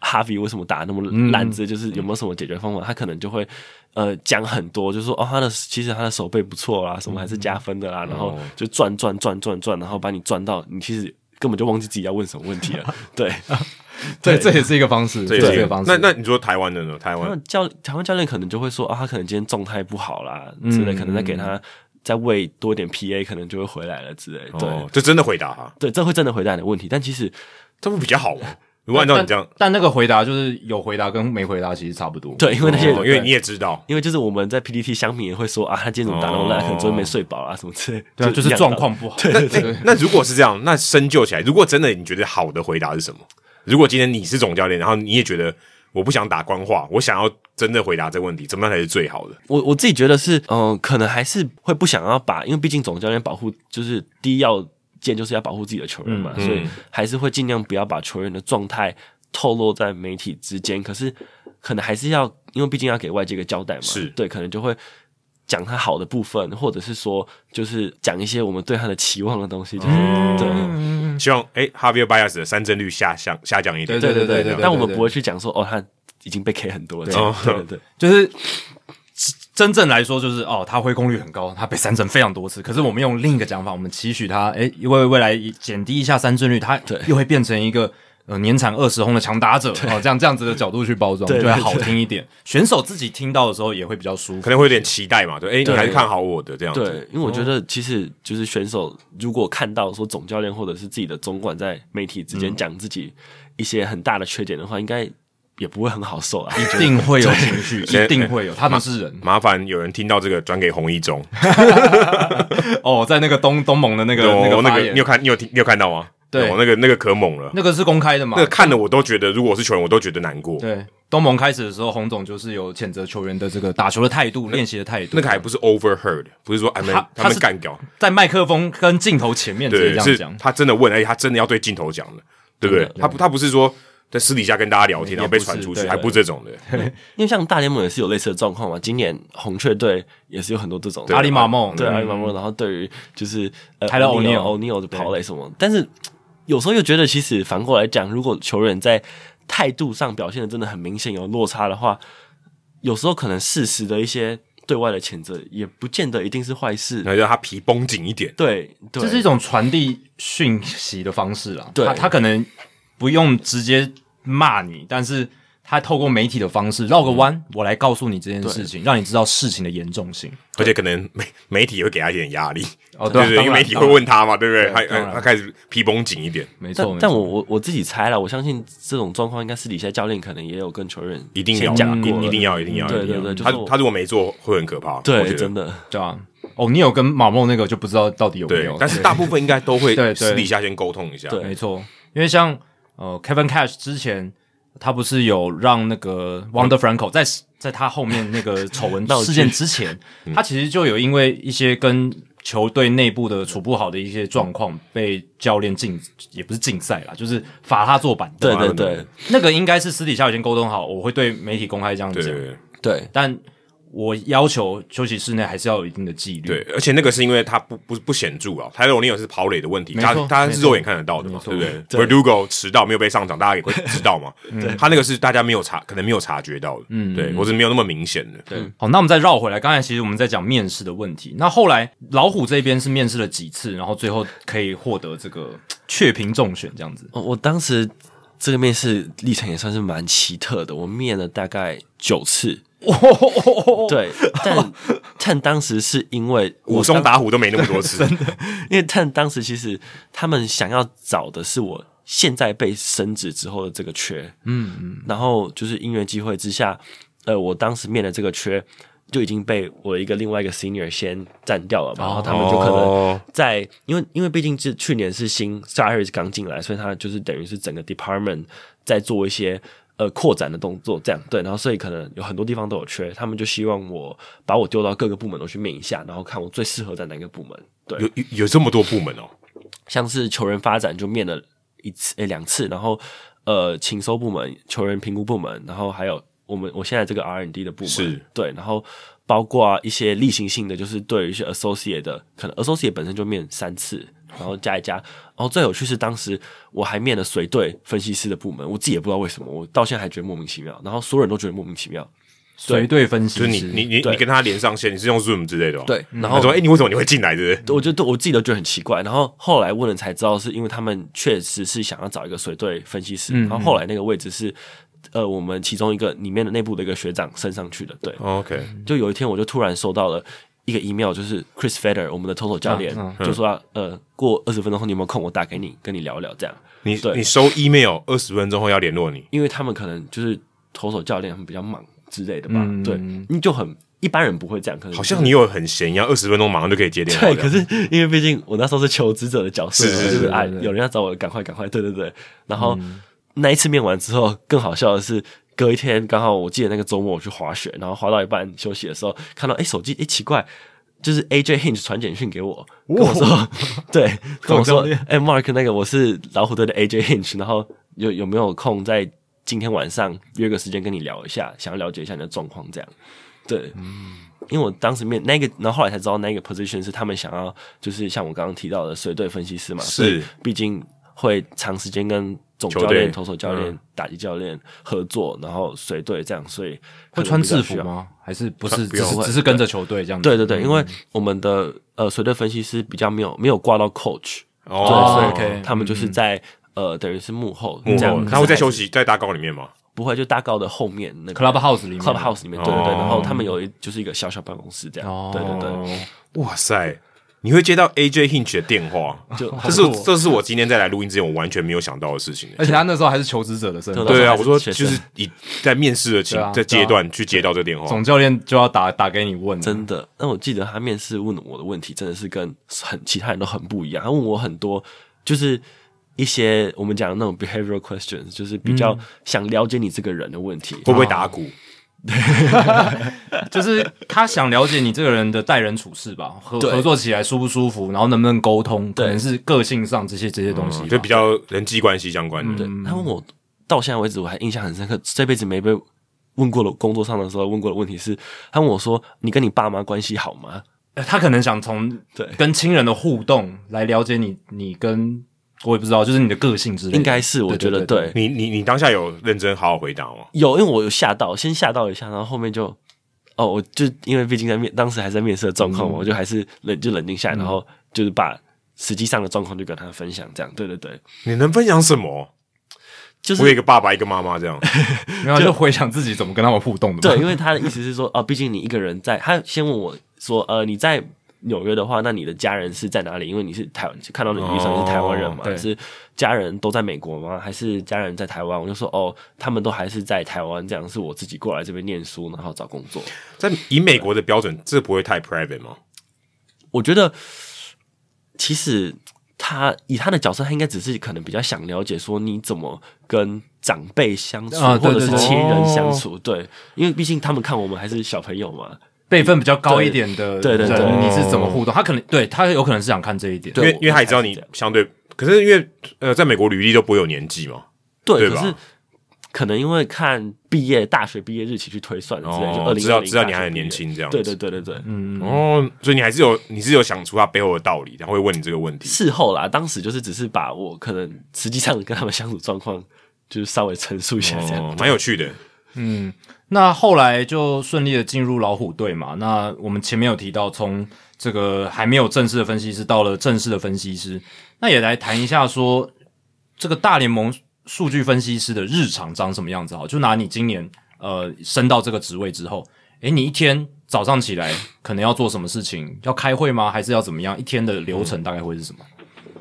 哈比为什么打那么烂子，就是有没有什么解决方法？他可能就会呃讲很多，就说哦他的其实他的手背不错啦，什么还是加分的啦，然后就转转转转转，然后把你转到你其实根本就忘记自己要问什么问题了，对。
对，这也是一个方式，这也是一个方式。
那那你说台湾的呢？台
那
湾
教台湾教练可能就会说啊，他可能今天状态不好啦之类，可能再给他再喂多一点 PA，可能就会回来了之类。对、
哦，这真的回答啊，
对，这会真的回答你的问题，但其实
这不比较好吗？如果按照你这样，
但，但那个回答就是有回答跟没回答其实差不多。
对，因为那些人、
哦因为你也知道，
因为就是我们在 PPT 相比也会说啊，他今天怎么打那么烂，
哦
可能昨天没睡饱啊什么之类。
对啊，就是
一样的
状。况不好。
那哎那如果是这样，那深究起来，如果真的你觉得好的回答是什么？如果今天你是总教练，然后你也觉得我不想打官话，我想要真的回答这个问题，怎么样才是最好的？
我我自己觉得是，嗯、可能还是会不想要把，因为毕竟总教练保护就是
嗯
第一要件就是要保护自己的球员嘛，所以还是会尽量不要把球员的状态透露在媒体之间，可是可能还是要，因为毕竟要给外界一个交代嘛，
是
对，可能就会讲他好的部分，或者是说就是讲一些我们对他的期望的东西，就是、
哦嗯
对。
希望哎，哈维尔巴亚斯的三振率下降下降一点，
对
对
对
对
对
对，
但我们不会去讲说哦，他已经被 K 很多了。这样对对对，
就是真真正来说，就是哦，他挥空率很高，他被三振非常多次。可是我们用另一个讲法，我们期许他，诶，因为未来减低一下三振率，他又会变成一个呃年产二十轰的强打者哦，这样这样子的角度去包装，
对
就
对
会好听一点。选手自己听到的时候也会比较舒服
可。能会有点期待嘛，对，哎，你还是看好我的这样子，
对，因为我觉得其实就是选手如果看到说总教练或者是自己的总管在媒体之间讲自己一些很大的缺点的话，应该也不会很好受啊。
一定会有情绪，
对
一定会有，他们是人
麻烦有人听到这个转给洪一 中，
哦，在那个东东盟的那个
有
那个
那
发
个
言
你有看你有听你有看到吗？
对
有那个那个可猛了，
那个是公开的嘛
那个？看了我都觉得，如果我是球员，我都觉得难过。
对，东盟开始的时候，洪总就是有谴责球员的这个打球的态度、练习的态度，
那个还不是 overheard，不是说他们
他
他
他
们
是
干掉，
在麦克风跟镜头前面直接
对，
这样
是
讲，
他真的问，而哎且他真的要对镜头讲的，对不对？他不他不是说在私底下跟大家聊天，然后被传出
也不
去，
是
还不是这种的。
因为像大联盟也是有类似的状况嘛，今年红雀队也是有很多这种
阿里马梦嗯
对阿里马梦，然后对于就是呃
Tyler O'Neill
欧尼尔的跑垒什么，但是有时候又觉得其实反过来讲，如果球员在态度上表现的真的很明显有落差的话，有时候可能适时的一些对外的谴责也不见得一定是坏事。
然后让他皮绷紧一点，
对，对
这是一种传递讯息的方式啦。
对
他他可能不用直接骂你，但是他透过媒体的方式绕个弯，
嗯
我来告诉你这件事情，让你知道事情的严重性。
而且可能媒媒体也会给他一点压力，
哦，
对
啊
不对？
当
因
然
为媒体
当
会
然
问他嘛，对不对？
当
他
然
他开始皮绷紧一点，
没
但
错，没
但
错
我我我自己猜了，我相信这种状况应该私底下教练可能也有跟球员
一定
先
要
讲过
一
了
一定要一定要，
对
一定要
对对
他
就是我
他如果没做会很可怕，我觉
对，
得
真的
对啊。哦，你有跟马梦那个就不知道到底有没
对
有，，
但是大部分应该都 会
对对
私底下先沟通一下，
对
没错，因为像呃 Kevin Cash 之前，他不是有让那个 Wonder Franco 在在他后面那 个丑闻
闹剧嗯
事件之前，他其实就有因为一些跟球队内部的处不好的一些状况，被教练禁，也不是禁赛啦，就是罚他坐板凳
对
嘛。
对对
那个应该是私底下已经沟通好，我会对媒体公开这样
对对
讲，
对
对
但我要求休息室内还是要有一定的纪律。
对，而且那个是因为他不不不显著啊，泰勒·尼尔是跑垒的问题，
没
他
错
他
没
是
错
肉眼看得到的嘛，对
错
不对？Verdugo 迟到没有被上场，大家也会知道 嘛。
嗯
他那个是大家没有察，可能没有察觉到的，嗯，对，或者没有那么明显的。对，
嗯
好，那我们再绕回来，刚才其实我们在讲面试的问题。那后来老虎这边是面试了几次，然后最后可以获得这个确评中选这样子。
哦，我当时这个面试历程也算是蛮奇特的，我面了大概九次。 对，但但当时是因为
武
我
松
当，
打虎都没那么多 次，
因为但当时其实他们想要找的是我现在被升职之后的这个缺，嗯嗯，然后就是因缘机会之下，呃，我当时面的这个缺就已经被我一个另外一个 senior 先占掉了嘛，然后他们就可能
哦
在，因为因为毕竟是去年是新 s t a r r s 刚进来，所以他就是等于是整个 department 在做一些呃扩展的动作，这样对，然后所以可能有很多地方都有缺，他们就希望我把我丢到各个部门都去面一下，然后看我最适合在哪个部门，对，
有有有这么多部门哦，
像是球员发展就面了一次诶两、次，然后呃勤收部门、球员评估部门，然后还有我们我现在这个 R N D 的部门
是
对，然后包括一些例行性的，就是对于一些 associate 的，可能 associate 本身就面三次，然后加一加，然后最有趣是当时我还面了随队分析师的部门，我自己也不知道为什么，我到现在还觉得莫名其妙，然后所有人都觉得莫名其妙，
随队分析
就
师，
是你你你
对
你跟他连上线，你是用 Zoom 之类的吗？
对然
他说：“哎，你为什么你会进来？”对不对？
我就对我自己都觉得很奇怪。然后后来问了才知道，是因为他们确实是想要找一个随队分析
嗯
师。然后后来那个位置是，呃，我们其中一个里面的内部的一个学长升上去的。对，
OK，
就有一天我就突然收到了。一个 email 就是 Chris Feder，我们的 Total
嗯
教练、就说、啊、呃，过二十分钟后你有没有空？我打给你，跟你聊聊这样。
你
对
你收 email 二十分钟后要联络你，
因为他们可能就是投手教练他们比较忙之类的吧，对，你就很一般人不会这样，可能
嗯好像你有很闲一样，二十分钟马上就可以接电话
嗯对，
了。
可是因为毕竟我那时候是求职者的角色嘛，
是是是
就是啊，
对嗯对
有人要找我，赶快赶快，对对对。然后、那一次面完之后，更好笑的是，隔一天刚好我记得那个周末我去滑雪，然后滑到一半休息的时候，看到哎手机哎奇怪。就是 AJ Hinge 传简讯给我，跟我说， 对，跟我说，哎、m a r k 那个我是老虎队的 AJ Hinge，然后有有没有空在今天晚上约个时间跟你聊一下，想要了解一下你的状况，这样。对，因为我当时面那个，然后后来才知道那个 position 是他们想要，就是像我刚刚提到的随队分析师嘛，
是
所以毕竟会长时间跟总教
球队
练、投手教练、打击教练合作，然后随队这样，所以
会
可能
穿
比较
制
需
服
要？
吗？嗯还是不
穿
是
不
只
用
是
会
只是跟着球队这样子？
对对对，因为我们的呃随队分析师比较没有没有挂到 coach，
哦嗯
对，所
OK
以他们就是在呃等于是幕后
幕
这样
后，他会在休，息，在大纲里面吗？
不会就大高的后面那个
Clubhouse 里面
clubhouse 里面，对对对，
哦
然后他们有一就是一个小小办公室这
哦
样，对对对，
对，哇塞！你会接到 AJ Hinch 的电话，
就
这是这是我今天在来录音之前我完全没有想到的事情。欸
哎
而且他那时候还是求职者的身份，
对
对啊，
还是
我说
学
就
生
是以在面试的情
对啊
这阶段去接到这电话，
总教练就要打打给你问，
真的，那我记得他面试问我的问题，真的是跟很其他人都很不一样。他问我很多，就是一些我们讲的那种 behavioral questions，就是比较想了解你这个人的问题。
会不会打鼓？
就是他想了解你这个人的待人处事吧，合
对
合作起来舒不舒服，然后能不能沟通，可
对
能是个性上这些这些东西吧，
嗯就比较人际关系相关的。
对，他问我到现在为止我还印象很深刻，这辈子没被问过的工作上的时候问过的问题是，他问我说：“你跟你爸妈关系好吗
呃他可能想从
对
跟亲人的互动来了解你，你跟我也不知道，就是你的个性之类？”的，
应该是，我觉得对。
你你你当下有认真好好回答吗？
有，因为我有吓到，先吓到一下，然后后面就，哦，我就因为毕竟在面，当时还在面试的状况嘛，
嗯
我就还是冷就冷静下来，然后就是把实际上的状况就跟他分享，这样，对对对，
你能分享什么？
就
我有一
是
个爸爸，一个妈妈这样。
然后就回想自己怎么跟他们互动的嘛，
对，因为他的意思是说，哦，毕竟你一个人在，他先问我说，呃，你在纽约的话，那你的家人是在哪里？因为你是台湾，看到你医生是台湾人嘛
哦，对
是家人都在美国吗？还是家人在台湾？我就说，哦，他们都还是在台湾，这样是我自己过来这边念书，然后找工作。
在以美国的标准，这不会太 private 吗？
我觉得其实他以他的角色，他应该只是可能比较想了解说你怎么跟长辈相处，
啊对
或者是
对对
亲人相
哦
处。对，因为毕竟他们看我们还是小朋友嘛。
辈分比较高一点的人，
对对对对
你是怎么互动？他可能对他有可能是想看这一点，
因
对
为
我
因为他也知道
我
你
猜是这样
相对，可是因为呃，在美国履历都不会有年纪嘛。
对，
对
可
吧
是可能因为看毕业大学毕业日期去推算之类的，就
哦
二，零
知道知道你还很年。轻这样。
对对。对对对，嗯，
哦，所以你还是有你是有想出他背后的道理，他会问你这个 问题。
事后啦，当时就是只是把我可能实际上跟他们相处状况，就是稍微陈述一下这样。
哦，蛮有趣的。
嗯，那后来就顺利的进入老虎队嘛。那我们前面有提到，从这个还没有正式的分析师到了正式的分析师，那也来谈一下说这个大联盟数据分析师的日常长什么样子好？就拿你今年呃升到这个职位之后，诶，你一天早上起来可能要做什么事情？要开会吗？还是要怎么样？一天的流
嗯
程大概会是什么？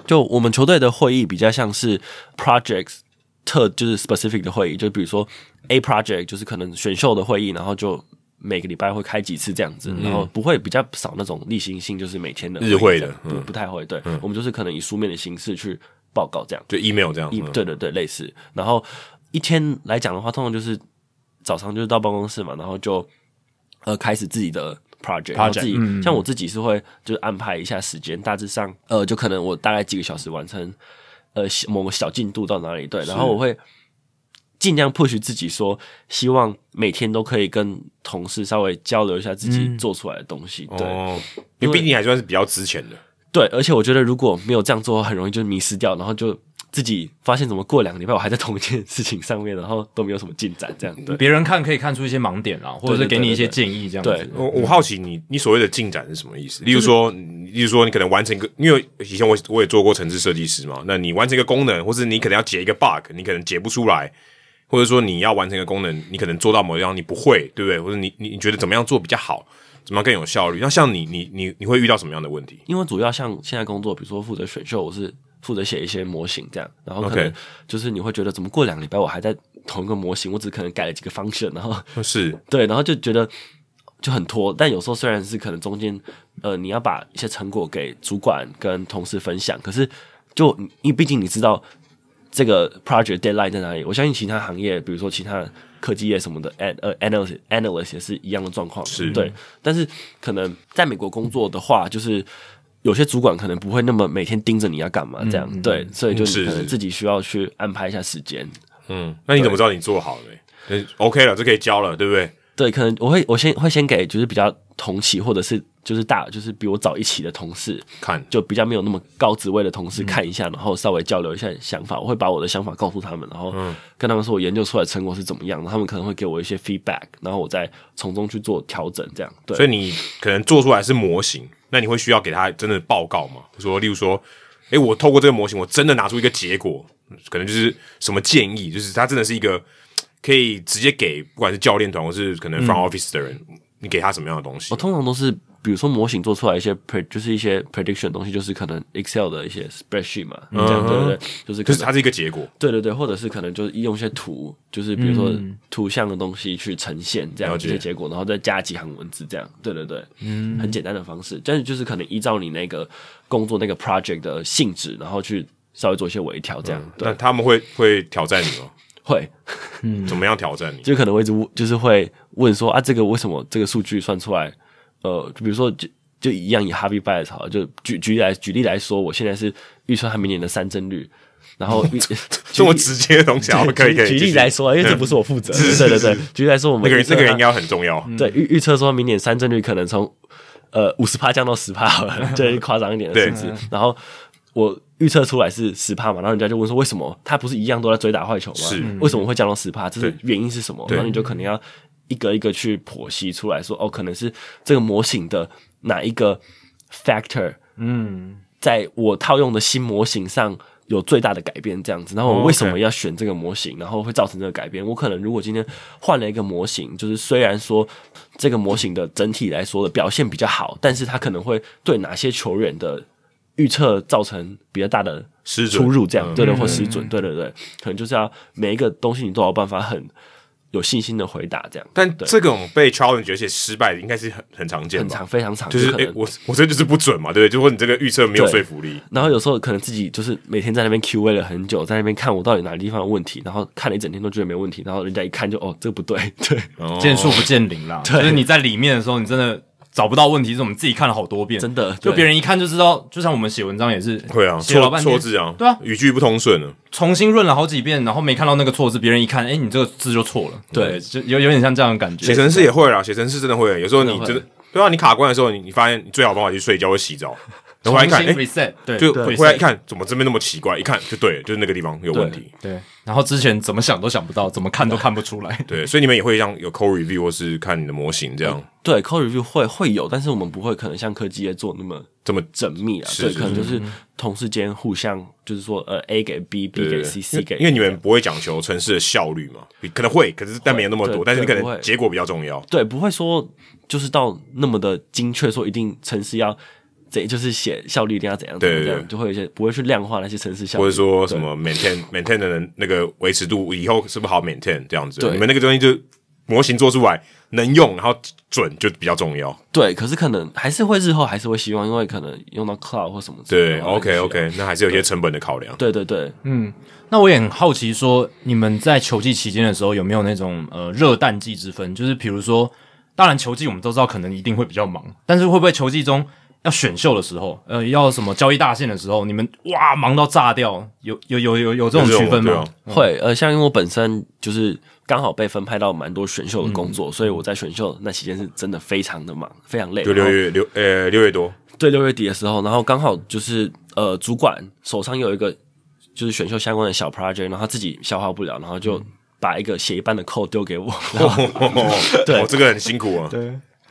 就我们球队的会议比较像是 projects 特就是 specific 的会议，就比如说 A project 就是可能选秀的会议，然后就每个礼拜会开几次这样子，然后不会比较少那种例行性，就是每天的
嗯日会的嗯
这样不不太会。对，我们就是可能以书面的形式去报告这样。
就 email 这样。
一
嗯
对对对，类似。然后一天来讲的话，通常就是早上就是到办公室嘛，然后就呃开始自己的 project，然后自己、像我自己是会就是安排一下时间，大致上呃就可能我大概几个小时完成呃某个小进度到哪里，对，然后我会。尽量 push 自己说，希望每天都可以跟同事稍微交流一下自己做出来的东西。对、
哦，因为毕竟还算是比较之前的。
对，而且我觉得如果没有这样做，很容易就迷失掉，然后就自己发现怎么过两个礼拜我还在同一件事情上面，然后都没有什么进展，这样对。
别人看可以看出一些盲点啦，或者是
对对
给你一些
对对
建议这样子。
对
我我好奇你你所谓的进展是什么意思？例如说，你例如说你可能完成一个，因为以前我我也做过城市设计师嘛，那你完成一个功能，或是你可能要解一个 bug，你可能解不出来，或者说你要完成一个功能，你可能做到某一样你不会，对不对？或者你你你觉得怎么样做比较好，怎么样更有效率？那像你你你你会遇到什么样的问题？
因为主要像现在工作，比如说负责选秀，我是负责写一些模型这样，然后可
OK
能就是你会觉得怎么过两个礼拜我还在同一个模型，我只可能改了几个方向，然后
是
对，然后就觉得就很拖。但有时候虽然是可能中间呃你要把一些成果给主管跟同事分享，可是就你因为毕竟你知道这个 project deadline 在哪里，我相信其他行业，比如说其他科技业什么的，an 呃 analyst analyst 也是一样的状况，
是
对。但是可能在美国工作的话，就是。有些主管可能不嗯会那么每天盯着你要干嘛这样，对，所以就是你可
是
能自己需要去安排一下时间，
嗯，那你怎么知道你做好了没嗯？OK 了，这可以交了，对不对？
对，可能我会我先会先给就是比较同期或者是就是大就是比我早一期的同事，
看
就比较没有那么高职位的同
嗯
事看一下，然后稍微交流一下想法。我会把我的想法告诉他们，然后
嗯
跟他们说我研究出来的成果是怎么样，然后他们可能会给我一些 feedback，然后我再从中去做调整。这样对，
所以你可能做出来是模型，那你会需要给他真的报告吗？说，例如说，诶，我透过这个模型，我真的拿出一个结果，可能就是什么建议，就是它真的是一个可以直接给不管是教练团或是可能 front office 的人，你给他什么样的东西
嗯我？通常都是比如说模型做出来一些 pre 就是一些 prediction 的东西，就是可能 Excel 的一些 spreadsheet 嘛，这样对不对？就是
嗯就
可能
是它是一个结果，
对对对，或者是可能就是用一些图，就是比如说图像的东西去呈现这样
嗯了解
这些结果，然后再加几行文字这样。对对对，嗯，很简单的方式，但是就是可能依照你那个工作那个 project 的性质，然后去稍微做一些微调，这样、
那他们会会挑战你吗？
会
怎么样挑战你？
就可能会一直问就是会问说啊，这个为什么这个数据算出来？呃，就比如说就就一样以 Harvey Bias 好了，就举举例来举例来说，我现在是预测他明年的三帧率，然 后
这
这
么直接的东 西啊，可以可以。
举
继
例
续嗯
来，说，因为这不是我 负责的，对对对，举例来说，我嗯
那
们
个人
预测
那
它
个人应该很重要。
对预预测说明年三振率可能从呃五十趴降到十趴好了， 这是夸张一点的数字。然后我预测出来是十趴嘛，然后人家就问说为什么他不是一样都在追打坏球吗？
是
为什么会降到十趴？这是
对
原因是什么？然后你就可能要一个一个去剖析出来说，哦，可能是这个模型的哪一个 factor
嗯，
在我套用的新模型上有最大的改变，这样子。然后
哦
我
，OK
为什么要选这个模型？然后会造成这个改变？我可能如果今天换了一个模型，就是虽然说这个模型的整体来说的表现比较好，但是它可能会对哪些球员的预测造成比较大的
失准
出入，这样
嗯
对对，或失准，对对对，可能就是要每一个东西你都有办法很有信心的回答，这样
但这种被 challenge 而且失败的，应该是很很常见
很
吧？
长非常长，
啊就是
可
诶，
能
我我这就是不准嘛，对不对？就说你这个预测没有说服力。
然后有时候可能自己就是每天在那边 Q A 了很久，在那边看我到底哪个地方有问题，然后看了一整天都觉得没问题，然后人家一看就哦这个不对，对，
见树不见林
哦
啦，就是你在里面的时候，你真的找不到问题，是我们自己看了好多遍，
真的
就
对
别人一看就知道，就像我们写文章也是，
会啊，
写老
错
半
错
天，
字啊，
对啊，
语句不通顺了。
重新润了好几遍，然后没看到那个错字，别人一看，哎，你这个字就错了，
对
就有有点像这样的感
写
觉，
程式也会啦，写程式真的会，有时候你真
真的
的
会
对啊，你卡关的时候，你你发现你最好的方法就是睡觉或洗澡，然后回来
重
看，
新
诶，
reset，对，
就
对
回来一
reset
看，怎么这边那么奇怪？一看就对了，就是那个地方有问题。
对，然后之前怎么想都想不到，怎么看都看不出来，
对，所以你们也会像有 code review 或是看你的模型这样，
对 code review 会会有，但是我们不会可能像科技业做那么
这么
缜密啊，
是
对，
是
可能就是同事间互相就是说呃 A 给 B，B
对
给
对
C，C 给
因为你们不会讲求城市的效率嘛，你可能会，可是但没有那么
对
多，但是你可
对不
能
会
结果比较重要。
对，不会说就是到那么的精确，说一定城市要怎，就是写效率一定要怎样怎
对
样
对
怎样，就会有一些不会去量化那些城市效率，
或者说什么 maintain maintain 的那个维持度，以后是不是好 maintain 这样子？
对
你们那个东西就模型做出来能用，然后准就比较重要。
对，可是可能还是会日后还是会希望，因为可能用到 cloud 或什么之类的。
对
然后
，OK
还是啊需要
OK，那还是有一些成本的考量。
对对对，
嗯
那我也很好奇说，你们在球季期间的时候有没有那种呃热淡季之分？就是比如说，当然球季我们都知道可能一定会比较忙，但是会不会球季中要选秀的时候，呃，要什么交易大限的时候，你们哇忙到炸掉？有有有有有这种
有这种
区分吗？
会呃，像因为我本身就是刚好被分派到蛮多选秀的工作，
嗯
所以我在选秀那期间是真的非常的忙，非常累。
就
然
六
后
月六呃六月多，
对六月底的时候，然后刚好就是呃，主管手上有一个就是选秀相关的小 project，然后他自己消化不了，然后就把一个写一半的扣丢 给我，然后
对，哦这个很辛苦啊。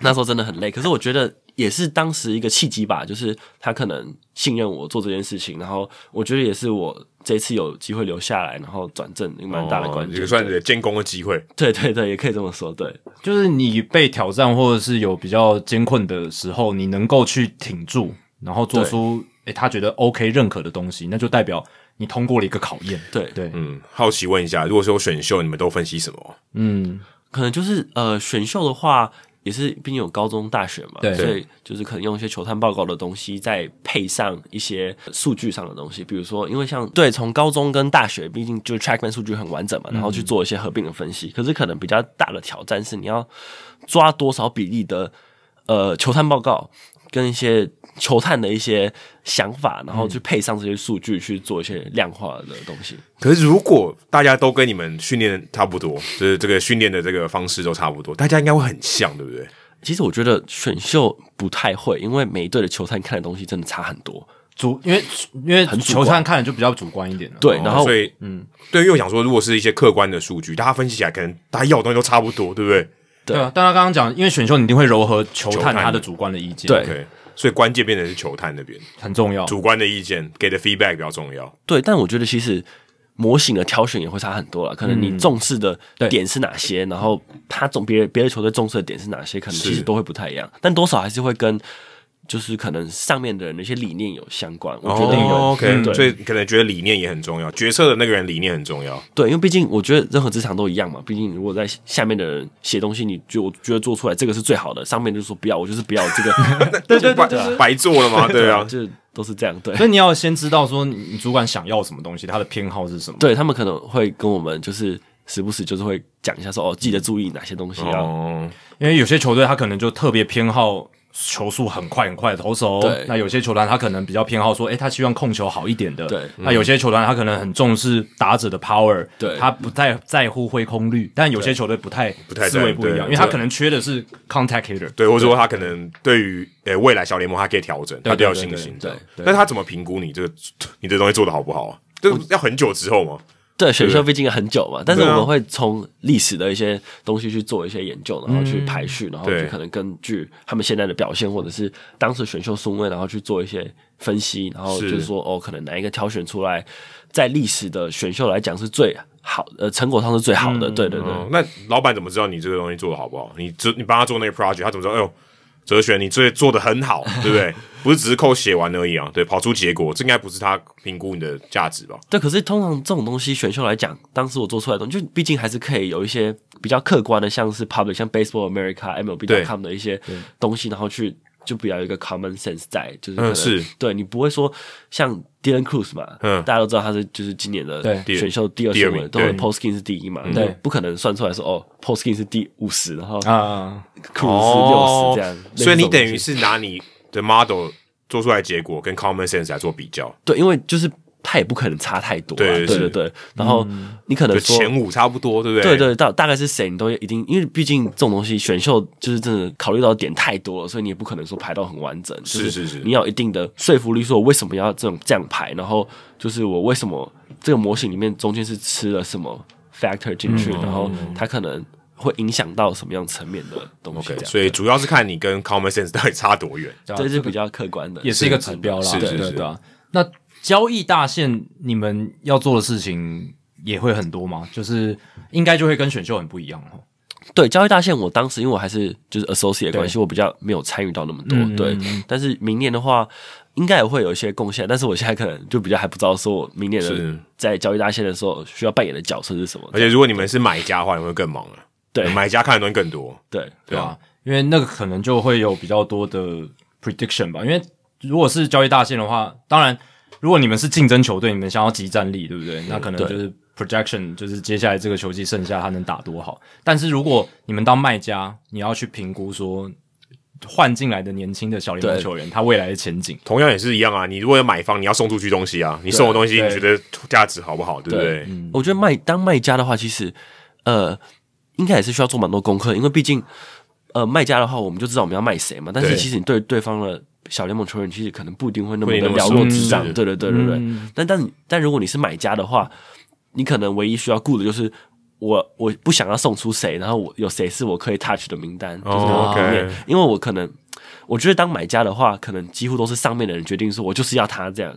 那时候真的很累，可是我觉得也是当时一个契机吧，就是他可能信任我做这件事情，然后我觉得也是我这一次有机会留下来，然后转正一个蛮大的关
这
键。
个哦算是建功的机会。
对对对，也可以这么说，对
就是你被挑战或者是有比较艰困的时候，你能够去挺住，然后做出诶、他觉得 OK 认可的东西，那就代表你通过了一个考验。
对，
对，
嗯，好奇问一下，如果说选秀，你们都分析什么？
嗯，
可能就是呃选秀的话。也是，毕竟有高中、大学嘛，
对
所以就是可能用一些球探报告的东西，再配上一些数据上的东西，比如说，因为像对从高中跟大学，毕竟就是 TrackMan 数据很完整嘛，然后去做一些合并的分析。可是可能比较大的挑战是，你要抓多少比例的呃球探报告，跟一些球探的一些想法，然后去配上这些数据去做一些量化的东西。
可是如果大家都跟你们训练差不多，就是这个训练的这个方式都差不多，大家应该会很像，对不对？
其实我觉得选秀不太会，因为每一队的球探看的东西真的差很多。
主因为因为
很主
球
观
探看的就比较主观一点了。
对，然后
所以嗯，对，因为我想说，如果是一些客观的数据，大家分析起来，可能大家要的东西都差不多，对不对
对啊，但他刚刚讲，因为选秀你一定会柔和球
球
探
探
他的主观的意见，
对哦
？OK，所以关键变成是球探那边
很重要。
主观的意见给的 feedback 比较重要。
对，但我觉得其实模型的挑选也会差很多了。可能你重视的
对
点是哪些，然后他总别别的球队重视的点是哪些，可能其实
是
都会不太一样，但多少还是会跟就是可能上面的人的一些理念有相关。我觉得有、
哦 OK，、
对
所以可能觉得理念也很重要，决策的那个人理念很重要。
对，因为毕竟我觉得任何职场都一样嘛。毕竟如果在下面的人写东西，你就我觉得做出来这个是最好的，上面就说不要，我就是不要这个，对对对
白 白做了嘛，对啊，
就是都是这样。对
所以你要先知道说你你主管想要什么东西，他的偏好是什么。
对，他们可能会跟我们就是时不时就是会讲一下说哦，记得注意哪些东西啊，
哦，
因为有些球队他可能就特别偏好球速很快很快的投手
对，
那有些球团他可能比较偏好说，诶，他希望控球好一点的。
对
那有些球团他可能很重视打者的 power，
对
他不太在乎挥空率，但有些球队不太不
太在
思
乎
维不一
对
样，因为他
对
可能缺的是 contact hitter。
对，或者说他可能对于呃未来小联盟他可以调整，他比较有信心。
对对
但他怎么评估你这个 你这东西做的好不好啊？这个要很久之后嘛。
对，选秀毕竟很久嘛，但是我
对啊
们会从历史的一些东西去做一些研究，然后去排序，然后
嗯对
就可能根据他们现在的表现，或者是当时选秀顺位，然后去做一些分析，然后
是
就是说哦，可能哪一个挑选出来，在历史的选秀来讲是最好，呃，成果上是最好的。对对对，
哦，那老板怎么知道你这个东西做的好不好？你这你帮他做那个 project，他怎么知道？哎呦，哲学你这做的很 好，对不对？不是只是扣写完而已啊，对，跑出结果，这应该不是他评估你的价值 吧？
对，可是通常这种东西选秀来讲，当时我做出来的东西，就毕竟还是可以有一些比较客观的，像是 public，像 Baseball America、MLB.com 的一些东西，然后去就比较有一个 common sense 在，就是可能、
嗯是
对你不会说像 Dylan Cruz 嘛，
嗯
大家都知道他是就是今年的
对
选秀第二
第二
顺位，
名
都是
对嗯
Poskin 是第一嘛，
对
对，不可能算出来说哦，Poskin 是第五十，然后 Cruz
啊，
哦六十这样，类似
哦所以
这
你
种
等
东
于
西
是拿你的 model 做出来的结果跟 common sense 来做比较，
对，因为就是他也不可能差太多啊，
对
对
是
对对，然后
嗯
你可能
就
说
前五差不多，对不对？
对对，大大概是谁，你都一定，因为毕竟这种东西选秀就是真的考虑到点太多了，所以你也不可能说排到很完整。就是
是是
你要有一定的说服力，说我为什么要这种这样排，然后就是我为什么这个模型里面中间是吃了什么 factor 进去，
嗯
然后它可能会影响到什么样层面的东西
OK，
这样
所以主要是看你跟 common sense 到底差多 远。
对啊
这是比较客观的，
也是一个指标啦，
是
对
是
对
是
对啊。那交易大限，你们要做的事情也会很多吗？就是应该就会跟选秀很不一样哦。
对交易大限，我当时因为我还是就是 associate 的关系，
对
我比较没有参与到那么多。
嗯
对，但是明年的话，应该也会有一些贡献。但是我现在可能就比较还不知道，说我明年的
是
在交易大限的时候需要扮演的角色是什么。
哎
而且如果你们是买家的话，你们会更忙了。
对
买家看的东西更多。
对
对吧、因为那个可能就会有比较多的 prediction 吧。因为如果是交易大线的话，当然，如果你们是竞争球队，你们想要集战力，对不对？那可能
对
就是 projection，就是接下来这个球季剩下他能打多好。但是如果你们当卖家，你要去评估说换进来的年轻的小联盟
对
球员他未来的前景。
同样也是一样啊，你如果要买方，你要送出去东西啊，你送的东西
对
你觉得价值好不好，对不对？
我觉得卖当卖家的话，其实呃，应该也是需要做蛮多功课，因为毕竟呃，卖家的话，我们就知道我们要卖谁嘛。但是
对
其实你对对方的小联盟球员，其实可能不一定会那
不
么
一
的
定那么
了若
熟
指
知
掌。对对对对对。
嗯
但但但如果你是买家的话，你可能唯一需要顾的就是。我我不想要送出谁，然后我有谁是我可以 touch 的名单，就是
哦
我里面
OK
因为我可能我觉得当买家的话，可能几乎都是上面的人决定说，我就是要他这样，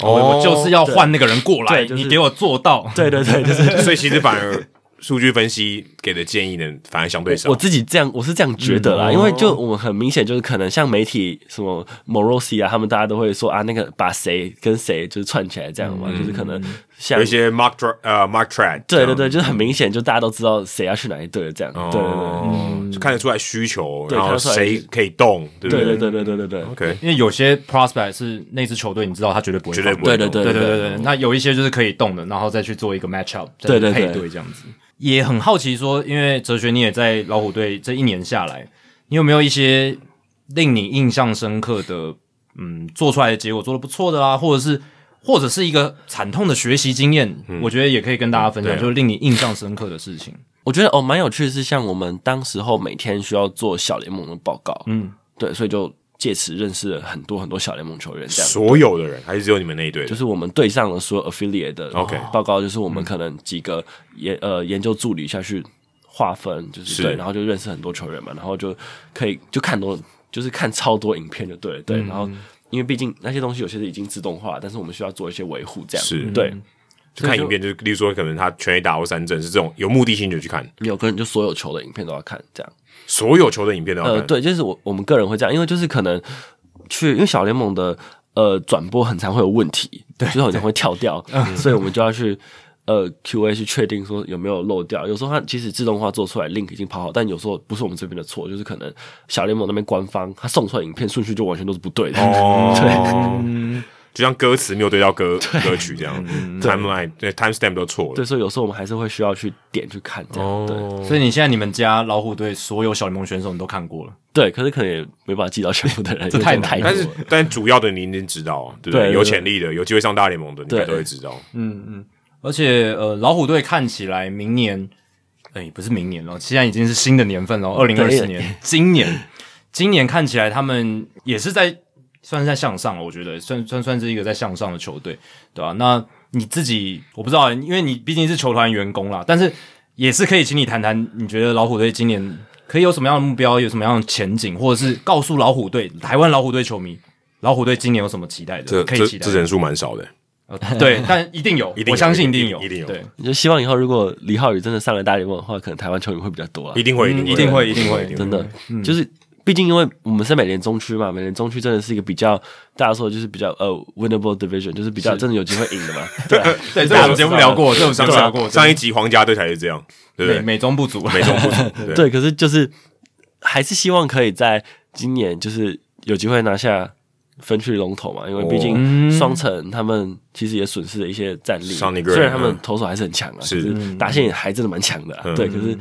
哦我我就是要换那个人过来，
对就是
你给我做到。
对对对，就是
所以其实反而数据分析给的建议呢，反而相对少
我。自己这样，我是这样觉得啦，因为就我们很明显就是可能像媒体什么 Morosi 啊，他们大家都会说啊，那个把谁跟谁就是串起来这样嘛，就是可能像
有一些 mark tra- 呃 mark trade，
对对对，就是很明显，就大家都知道谁要去哪一队了这样，对对
哦，
嗯
就看得出来需求，
对
然后
看得出来
谁可以动，对不
对对
对
对对对对对对
？OK，
因为有些 prospect 是那支球队，你知道他绝对不会
绝
放
对
的，
不会
对
动
对
对
对
对对对，那有一些就是可以动的，然后再去做一个 match up，再去
对对对
配对这样子。也很好奇说，因为哲学你也在老虎队这一年下来，你有没有一些令你印象深刻的，嗯，做出来的结果做的不错的啊，或者是或者是一个惨痛的学习经验，我觉得也可以跟大家分享，
对啊
就是令你印象深刻的事情。
我觉得哦，蛮有趣的是，像我们当时候每天需要做小联盟的报告，
嗯，
对，所以就借此认识了很多很多小联盟球员，这样
所有的人还是只有你们那一队的
就是我们对上了所有 affiliate 的
OK 嗯
报告，就是我们可能几个研呃研究助理下去划分，就是
是
对，然后就认识很多球员嘛，然后就可以就看多，就是看超多影片就对了，
嗯
对，然后因为毕竟那些东西有些是已经自动化，但是我们需要做一些维护，这样
是嗯
对。
就看影片，就是例如说可能他全 A 打或三振是这种有目的性的去看，
有个人就所有球的影片都要看，这样。
所有球的影片都要
呃，
看，
对，就是我我们个人会这样，因为就是可能去，因为小联盟的呃转播很常会有问题，对，就是很常会跳掉，所以我们就要去呃 Q A 去确定说有没有漏掉。有时候它其实自动化做出来 link 已经跑好，但有时候不是我们这边的错，就是可能小联盟那边官方他送出来的影片顺序就完全都是不对 的。
哦， 就像歌词没 有对到歌歌曲这样，timeline
嗯
对 timestamp 都错了
对，，所以有时候我们还是会需要去点去看这样，
哦，
所以你现在你们家老虎队所有小联盟选手你都看过了，
对对，可是可能也没办法记到全部的人，
这
因为
太
真的
难了
太
但
多
是
了
但主要的你一定知道啊，对不
对
对？
对对
有潜力的，有机会上大联盟的，你应该
对
都会知道。
嗯嗯，而且呃，老虎队看起来明年，哎、不是明年了，现在已经是新的年份了，二零二四年，今年，今年看起来他们也是在算是在向上了，我觉得算算算是一个在向上的球队，对吧、那你自己我不知道，因为你毕竟是球团员工啦，但是也是可以请你谈谈，你觉得老虎队今年可以有什么样的目标，有什么样的前景，或者是告诉老虎队台湾老虎队球迷。老虎队今年有什么期待的？
这
可以
这
期待
这
的。
人数蛮少的，
呃对，但一定有，
一定有
我相信
一定
定有，
一定有
对，
就希望以后如果李浩宇真的上了大联盟的话，可能台湾球迷会比较多啊
一。定会，
嗯
一
一定
定
会
会，
一定会
真的，
嗯
就是毕竟因为我们是美联中区嘛，美联中区真的是一个比较大家说的就是比较呃 winnable division，就是比较真的有机会赢 的嘛。对啊，
对，这
大家
我们
都
节目
知道
聊过，这我们节
上
目聊过，
啊上上一集皇家队才是这样，对不
美
对？
美中不足，
美中 不足，对
对，可是就是还是希望可以在今年就是有机会拿下分区龙头嘛，因为
哦
毕竟双城他们其实也损失了一些战力，
上一个人
虽然他们
嗯
投手还是很强啊，
是嗯
可打线也还真的蛮强的啊、对，可是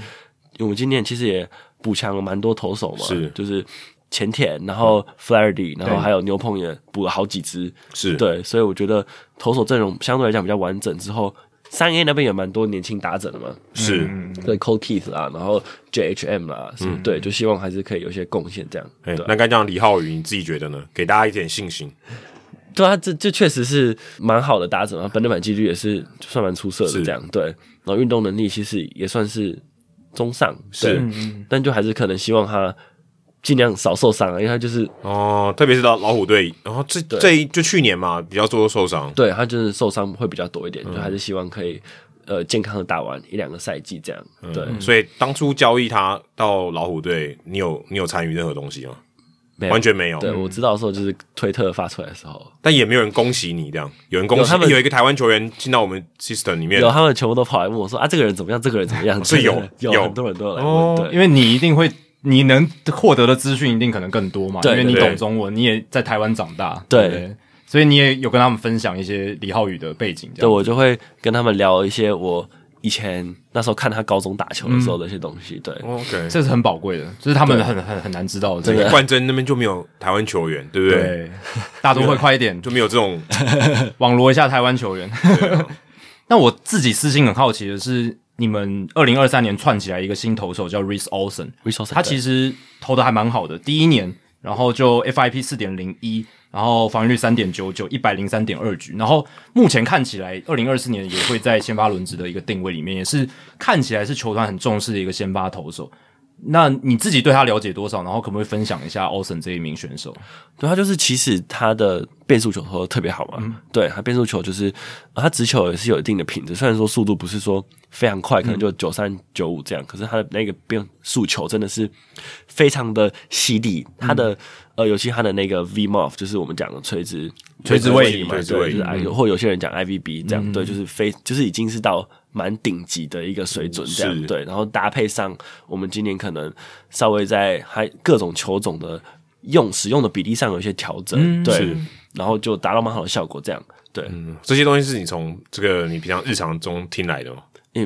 我们今年其实也补强了蛮多投手嘛，
是嗯
就是。前田，然后 Flaherty，然后
对
还有牛棚也补了好几支，
是，
对，所以我觉得投手阵容相对来讲比较完整之后，三 A 那边也蛮多年轻打者的嘛，
是。
嗯
对 Cole Keith 啦，啊然后 JHM 啦，
嗯
什么对，就希望还是可以有一些贡献这样。
哎，
对啊
那刚讲李浩宇，你自己觉得呢？给大家一点信心，
对啊，这这确实是蛮好的打者嘛，本垒板几率也是就算蛮出色
是
的这样。对，然后运动能力其实也算是中上，
是
对，但就还是可能希望他尽量少受伤啊，因为他就是
哦，特别是老老虎队，然后这这一就去年嘛，比较多受伤，
对他就是受伤会比较多一
嗯
点，就还是希望可以呃健康的打完一两个赛季这样。对，
所以当初交易他到老虎队，你有你有参与任何东西吗？
没有
完全没有，
对我知道的时候就是推特发出来的时候，
但也没有人恭喜你这样，有人恭
有
喜
他们
有一个台湾球员进到我们 system 里面
有，他们全部都跑来问我说啊，这个人怎么样？这个人怎么 样？
是有
有
有
很多人都有来
哦
问，对，
因为你一定会，你能获得的资讯一定可能更多嘛，因
对
为你
对
懂中文，你也在台湾长大，
对
不对，所以你也有跟他们分享一些李浩宇的背景，这
对
样，
我就会跟他们聊一些我以前那时候看他高中打球的时候的一些东西。对，
哦
哦 OK，
这是很宝贵的，这是他们很很很难知道的，这个
冠真那边就没有台湾球员，对不对？
对，大都会快一点，
就没有这种
网罗一下台湾球 员。 那我自己私心很好奇的是，你们二零二三年串起来一个新投手叫 Reese Olsen，
Reese Olsen，
他其实投的还蛮好的，第一年，然后就 FIP 四点零一，然后防御率三点九九，一百零三点二局，然后目前看起来，二零二四年也会在先发轮值的一个定位里面，也是看起来是球团很重视的一个先发投手。那你自己对他了解多少？然后可不可以分享一下 Olsen 这一名选手？
对他就是其实他的变速球投得特别好嘛，
嗯
对他变速球就是呃他直球也是有一定的品质，虽然说速度不是说非常快，可
嗯
能就九三九五这样，可是他的那个变速球真的是非常的犀利，他的、
嗯
呃尤其他的那个 V m o f 就是我们讲的垂直
垂直位移
嘛，
垂
对，
直位移嗯
就是 I 或有些人讲 IVB 这样，对，就是非就是已经是到蛮顶级的一个水准这
是
样，对，然后搭配上我们今年可能稍微在还各种球种的用使用的比例上有一些调整，对，然后就达到蛮好的效果。这样，对，嗯，
这些东西，是你从这个你平常日常中听来的吗？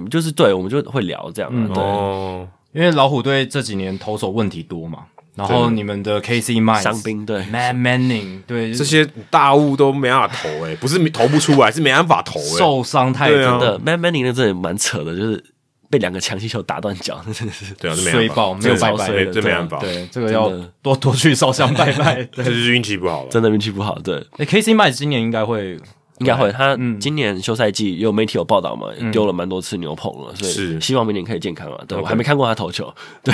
就是对，我们就会聊这样、啊，
嗯
对，
哦，
因为老虎队这几年投手问题多嘛，然后你们的 KC m i n
伤兵对
Matt Manning 对
这些大物都没办法投哎、不是没投不出来，是没办法投哎、
受伤太
对啊
多，
的 Man Manning 的这也蛮扯的，就是被两个强气球打断脚，真的是
对啊，这没
衰
办
爆
法，
没有
这
拜拜
这
的
这没
对啊
办法，
对这个要
真的
多多去烧香拜拜。对
这就是运气不好了。
真的运气不好。对，
诶 KC m i n 今年应该会
应该会。他今年休赛季有媒体有报道嘛，丢了蛮多次牛棚了，所以
是
希望明年可以健康啊。对我还没看过他投球，对，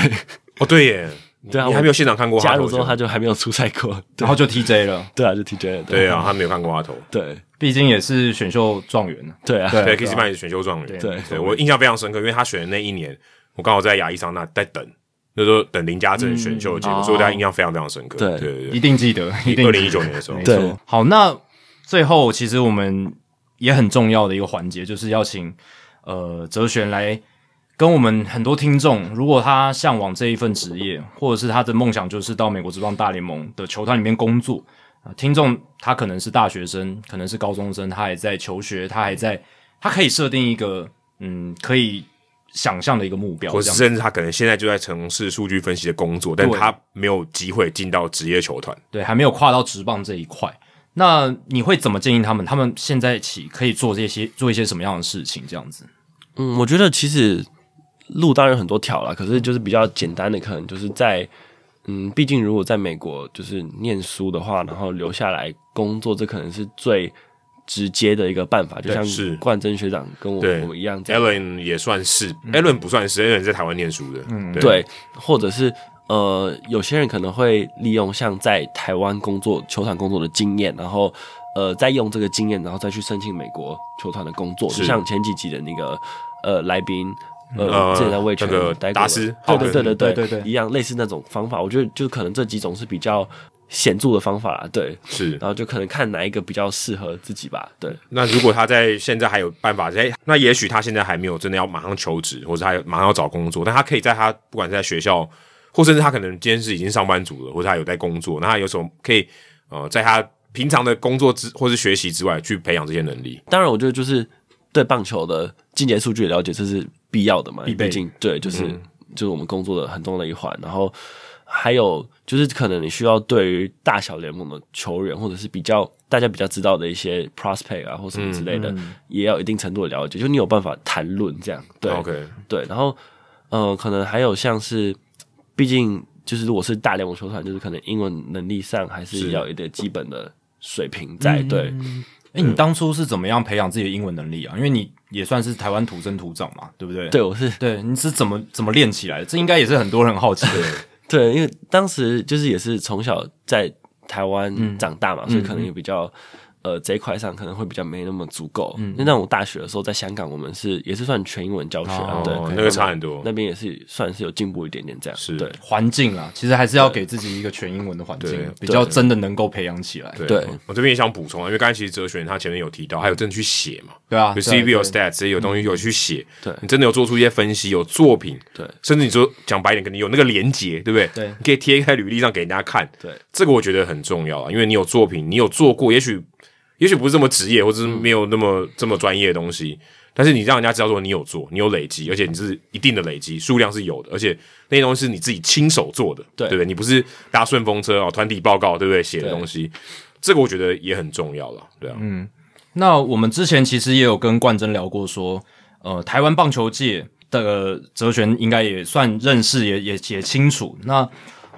哦，对耶，
对啊
你
我
还没有现场看过他
加
投
入之
球
后他就还没有出赛过。
然后就 TJ 了，
对啊，就 TJ 了
对啊，他没有看过他投。
对
毕竟也是选秀状元。
对啊，
对
对
k i s
啊
m a n 是选秀状元，
对
对我印象非常深刻，因为他选的那一年，我刚好在亚裔桑那在等，那时候等林家正选秀的结果，
嗯
哦
所以我对他印象非常非常深刻。
对
对
一定记得，一定
对，二零一九年的时候
没，
哦对
错。好，那最后其实我们也很重要的一个环节，就是要请呃哲璇来跟我们很多听众，如果他向往这一份职业，或者是他的梦想就是到美国职棒大联盟的球团里面工作。啊听众他可能是大学生，可能是高中生，他还在求学，他还在，他可以设定一个嗯可以想象的一个目标，
或
这
者
样
甚至他可能现在就在从事数据分析的工作，但
对
他没有机会进到职业球团。
对，还没有跨到职棒这一块。那你会怎么建议他们？他们现在起可以做这些做一些什么样的事情？这样子，
嗯，我觉得其实路当然有很多条啦，可是就是比较简单的，可能就是在嗯，毕竟如果在美国就是念书的话，然后留下来工作，这可能是最直接的一个办法。就像
是
冠真学长跟我
对，
我们一样这样，
Allen 也算是，Allen 不算是，Allen 在台湾念书的，嗯，
对，或者是呃，有些人可能会利用像在台湾工作、球团工作的经验，然后呃，再用这个经验，然后再去申请美国球团的工作，
是
就像前几集的那个呃来宾。
呃
呃，之前在魏全
那个
待过的
达斯
对
浩
对
克
对对对
对对对
一样类似那种方法，我觉得就可能这几种是比较显著的方法啦，对，
是。
然后就可能看哪一个比较适合自己吧，对，
那如果他在现在还有办法，哎，那也许他现在还没有真的要马上求职，或者他马上要找工作，但他可以在他不管是在学校，或甚至他可能今天是已经上班族了，或者他有在工作，那他有什么可以呃，在他平常的工作之或是学习之外，去培养这些能力？
当然，我觉得就是对棒球的进阶数据的了解，这是必要的嘛，
必备
毕竟对，就是、就是我们工作的很重要的一环。然后还有就是，可能你需要对于大小联盟的球员，或者是比较大家比较知道的一些 prospect 啊，或什么之类的，也要有一定程度的了解，就你有办法谈论这样。对
OK，
对，然后呃，可能还有像是，毕竟就是如果是大联盟球团，就是可能英文能力上还是
是
要有一点基本的水平在。对，
哎，你当初是怎么样培养自己的英文能力啊？因为你也算是台湾土生土长嘛，对不对？
对我是
对，你是怎么怎么练起来的？这应该也是很多人好奇的。
对，因为当时就是也是从小在台湾长大嘛，所以可能也比较呃这一块上可能会比较没那么足够。嗯，那我大学的时候在香港，我们是也是算全英文教学啊，
哦
对，
那个差很多
那边也是算是有进步一点点这样。
是
对
环境啊，其实还是要给自己一个全英文的环
对
境，比较真的能够培养起来。对啊
对
我这边也想补充啊，因为刚才其实哲璇他前面有提到，还有真的去写嘛，
啊，
有
对
CV 有
对
stats 这些有东西有去写，
嗯对
你真的有做出一些分析，有作品，
对
甚至你说讲白一点，可能有那个连结，对不对？
对
你可以贴在履历上给人家看，
对，
这个我觉得很重要啊，因为你有作品，你有做过，也许也许不是这么职业，或者是没有那么、这么专业的东西，但是你让人家知道说你有做，你有累积，而且你是一定的累积，数量是有的，而且那些东西是你自己亲手做的，
对
对不对？你不是搭顺风车哦，团体报告对不对？写的
对
东西，这个我觉得也很重要了，对啊，
嗯那我们之前其实也有跟冠真聊过说，呃，台湾棒球界的哲璇应该也算认识，也也也清楚。那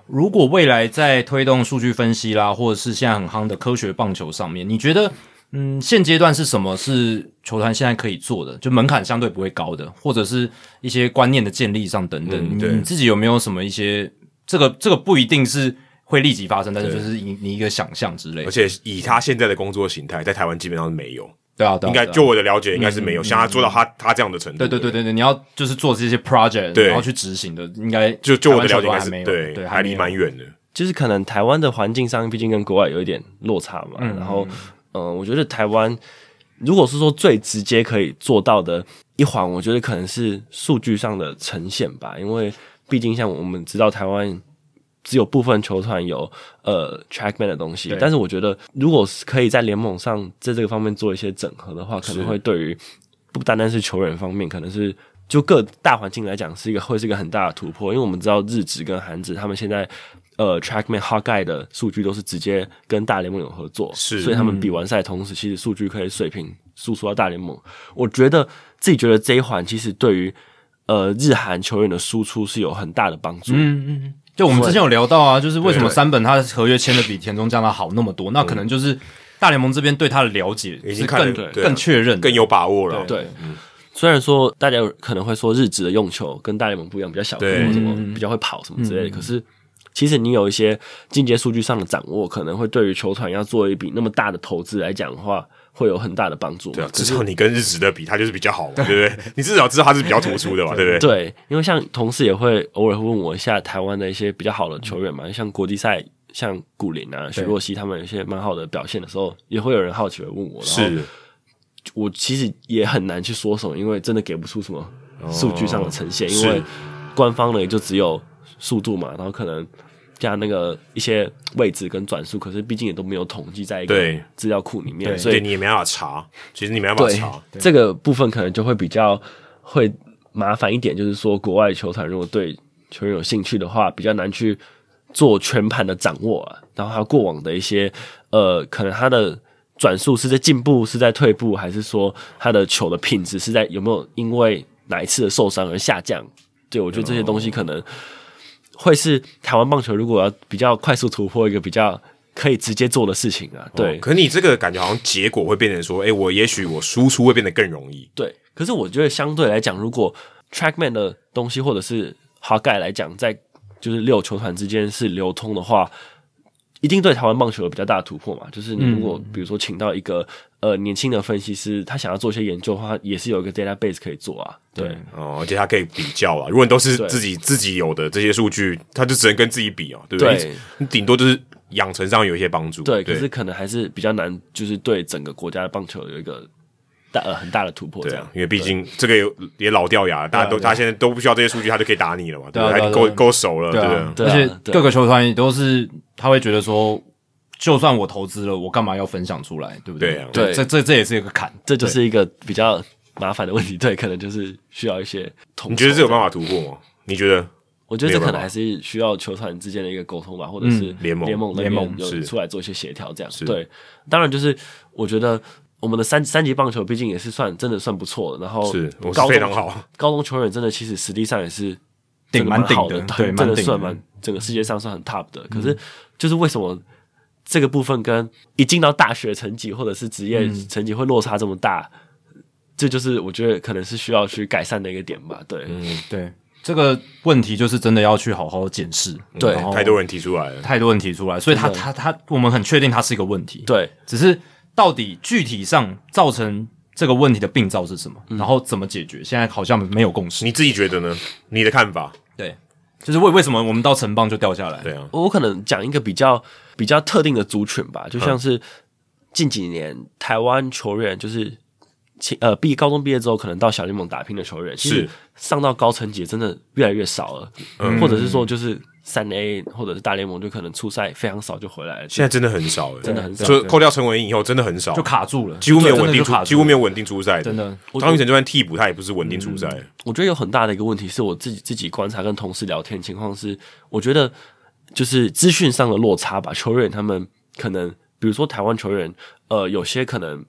如果未来在推动数据分析啦，或者是现在很夯的科学棒球上面，你觉得，嗯，现阶段是什么是球团现在可以做的？就门槛相对不会高的，或者是一些观念的建立上等等，
嗯
你
对
你自己有没有什么一些这个这个不一定是会立即发生，但是就是你你一个想象之类
而
的，
且以他现在的工作形态，在台湾基本上是没有，
对啊，对嗯啊
应该
对啊
就我的了解，应该是没有像他做到他他这样的程度。
对对对，对对，你要就是做这些 project，
对
然后去执行的，应该
就就我的了解，
台
应该
湾小
是
朋友还没有，
对，
对，
还
没
离
有
蛮远的。
就是可能台湾的环境上，毕竟跟国外有一点落差嘛。然后，嗯、我觉得台湾如果是说最直接可以做到的一环，我觉得可能是数据上的呈现吧，因为毕竟像我们知道台湾。只有部分球团有呃 trackman 的东西
对，
但是我觉得如果是可以在联盟上在这个方面做一些整合的话，可能会对于不单单是球员方面，可能是就各大环境来讲，是一个会是一个很大的突破。因为我们知道日职跟韩职他们现在呃 Trackman、Hawkeye 的数据都是直接跟大联盟有合作，
是
所以他们比完赛的同时，其实数据可以水平输出到大联盟。我觉得自己觉得这一环其实对于呃日韩球员的输出是有很大的帮助。
嗯嗯嗯，就我们之前有聊到啊，就是为什么
对
三本他的合约签的比田中将他好那么多，那可能就是大联盟这边对他的了解
已
是
经看得
更
对啊
更确认的，
更有把握了。
对，虽然说大家有可能会说日职的用球跟大联盟不一样，比较小规
对嗯
模，什么比较会跑什么之类的，可是。其实你有一些进阶数据上的掌握，可能会对于球团要做一笔那么大的投资来讲的话，会有很大的帮助。
对啊，至少你跟日职的比，他就是比较好嘛，对不对？你至少知道他是比较突出的嘛，对不对？
对，因为像同事也会偶尔会问我一下台湾的一些比较好的球员嘛，像国际赛，像古林啊、许若曦他们有一些蛮好的表现的时候，也会有人好奇的问我，然后
是，
我其实也很难去说什么，因为真的给不出什么数据上的呈现，
哦是
因为官方的也就只有速度嘛，然后可能。加那个一些位置跟转速，可是毕竟也都没有统计在一个
对
资料库里面，
对
所以
对你也没办法查，其实你没办法
对
查。，
这个部分可能就会比较会麻烦一点，就是说国外球团如果对球员有兴趣的话，比较难去做全盘的掌握啊。然后他过往的一些呃，可能他的转速是在进步，是在退步，还是说他的球的品质是在有没有因为哪一次的受伤而下降？对我觉得这些东西可能会是台湾棒球如果要比较快速突破一个比较可以直接做的事情啊。对，
哦可你这个感觉好像结果会变成说，哎，我也许我输出会变得更容易。
对，可是我觉得相对来讲，如果 Trackman 的东西或者是 h a 来讲，在就是六球团之间是流通的话，一定对台湾棒球有比较大的突破嘛。就是你如
嗯
果比如说请到一个、呃年轻的分析师，他想要做一些研究的话，也是有一个 database 可以做啊。对，
哦，而且它可以比较啊。如果你都是
对
自己自己有的这些数据，它就只能跟自己比啊，对不对？
对
你你顶多就是养成上有一些帮助。
对，可是可能还是比较难，就是对整个国家的棒球有一个大呃很大的突破这
对
样
啊。，因为毕竟这个也也老掉牙了，大家都
对啊
他现在都不需要这些数据，他就可以打你了嘛，
对
对
啊
不
对啊
他够
对啊
够熟了，对
啊
不，对？
对啊
而且
对啊
各个球团也都是他会觉得说，就算我投资了，我干嘛要分享出来，对不
对啊
对
这这这也是一个坎。
这就是一个比较麻烦的问题。对，可能就是需要一些统。
你觉得这有办法突破吗？你觉得？
我觉得
没有
这可
办
能
法
还是需要球团之间的一个沟通吧，或者是
联盟
联盟那
联
边
盟
有
是
出来做一些协调，这样对。当然，就是我觉得我们的三三级棒球毕竟也是算真的算不错的，然后
是我是
高中
非常好，
高中球员真的其实实力上也是
顶
真的
蛮顶
好
的
的，
对蛮
真的
顶
算
的
蛮整个世界上算很 top 的。可是就是为什么这个部分跟一进到大学成绩或者是职业成绩会落差这么大？这就是我觉得可能是需要去改善的一个点吧，对，
对这个问题，就是真的要去好好检视。
对
然后
太多人提出来了，
太多人提出来，所以他
真的
他他，我们很确定它是一个问题。
对，
只是到底具体上造成这个问题的病灶是什么，
嗯
然后怎么解决，现在好像没有共识。
你自己觉得呢？你的看法？
对，就是为为什么我们到城邦就掉下来？
对啊，
我可能讲一个比较比较特定的族群吧，就像是近几年台湾球员就是。其呃，毕高中毕业之后，可能到小联盟打拼的球员，其实
是
上到高层级真的越来越少了，或者是说就是三 A 或者是大联盟，就可能出赛非常少就回来了。
现在真的很少了，真
的很少
所以扣掉陈伟英以后，真的很少，
就卡住了，
几乎没有
真的
稳定
就卡
出，
住
几乎没
有。
有稳定出赛的。
真的，
张玉成就算替补，他也不是稳定出赛。
嗯
我觉得有很大的一个问题是我自己自己观察跟同事聊天情况是，我觉得就是资讯上的落差吧。球员他们可能，比如说台湾球员，呃，有些可能，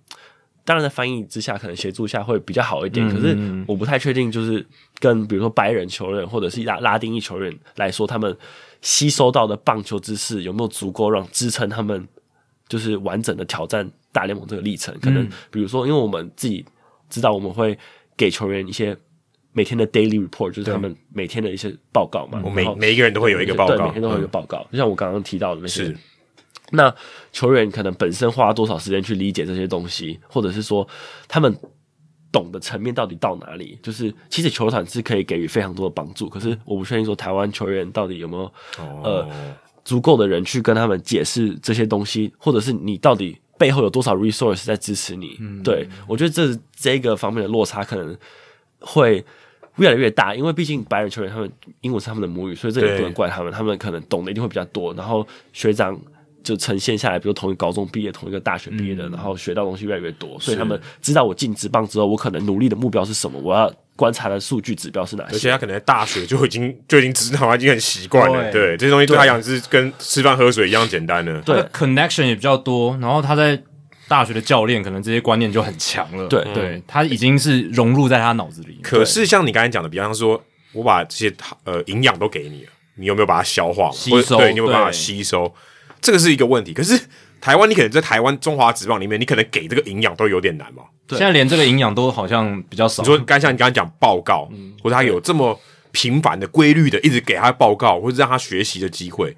当然在翻译之下，可能协助下会比较好一点。可是我不太确定，就是跟比如说白人球员或者是拉拉丁裔球员来说，他们吸收到的棒球知识有没有足够让支撑他们就是完整的挑战大联盟这个历程。可能比如说，因为我们自己知道我们会给球员一些每天的 daily report，就是他们每天的一些报告嘛。
我每
然后
每一个人都会有一个报
对，
告嗯
每天，都会有一个报告，就像我刚刚提到的那些。
是
那球员可能本身花多少时间去理解这些东西，或者是说他们懂的层面到底到哪里？就是其实球团是可以给予非常多的帮助，可是我不确定说台湾球员到底有没有
哦
呃足够的人去跟他们解释这些东西，或者是你到底背后有多少 resource 在支持你？
嗯
对我觉得这这个方面的落差可能会。越来越大，因为毕竟白人球员他们英文是他们的母语，所以这也
对
不能怪他们，他们可能懂得一定会比较多。然后学长就呈现下来，比如同一个高中毕业、同一个大学毕业的，然后学到东西越来越多，所以他们知道我进职棒之后，我可能努力的目标是什么，我要观察的数据指标是哪
而
些。
且他可能在大学就已经就已经知道，他已经很习惯了。
对
对，这些东西对他讲是跟吃饭喝水一样简单的。
他
对
的 connection 也比较多，然后他在大学的教练可能这些观念就很强了，
对
对，他已经是融入在他脑子里，
可是像你刚才讲的，比方说，我把这些呃营养都给你了，你有没有把它消化嘛？
吸
或者
收
对，你有没有办法
对
吸收？这个是一个问题。可是台湾，你可能在台湾中华职棒里面，你可能给这个营养都有点难嘛。
现在连这个营养都好像比较少
你。说刚才像你刚刚讲报告，
嗯
或者他有这么频繁的、规律的一直给他报告，或者让他学习的机会，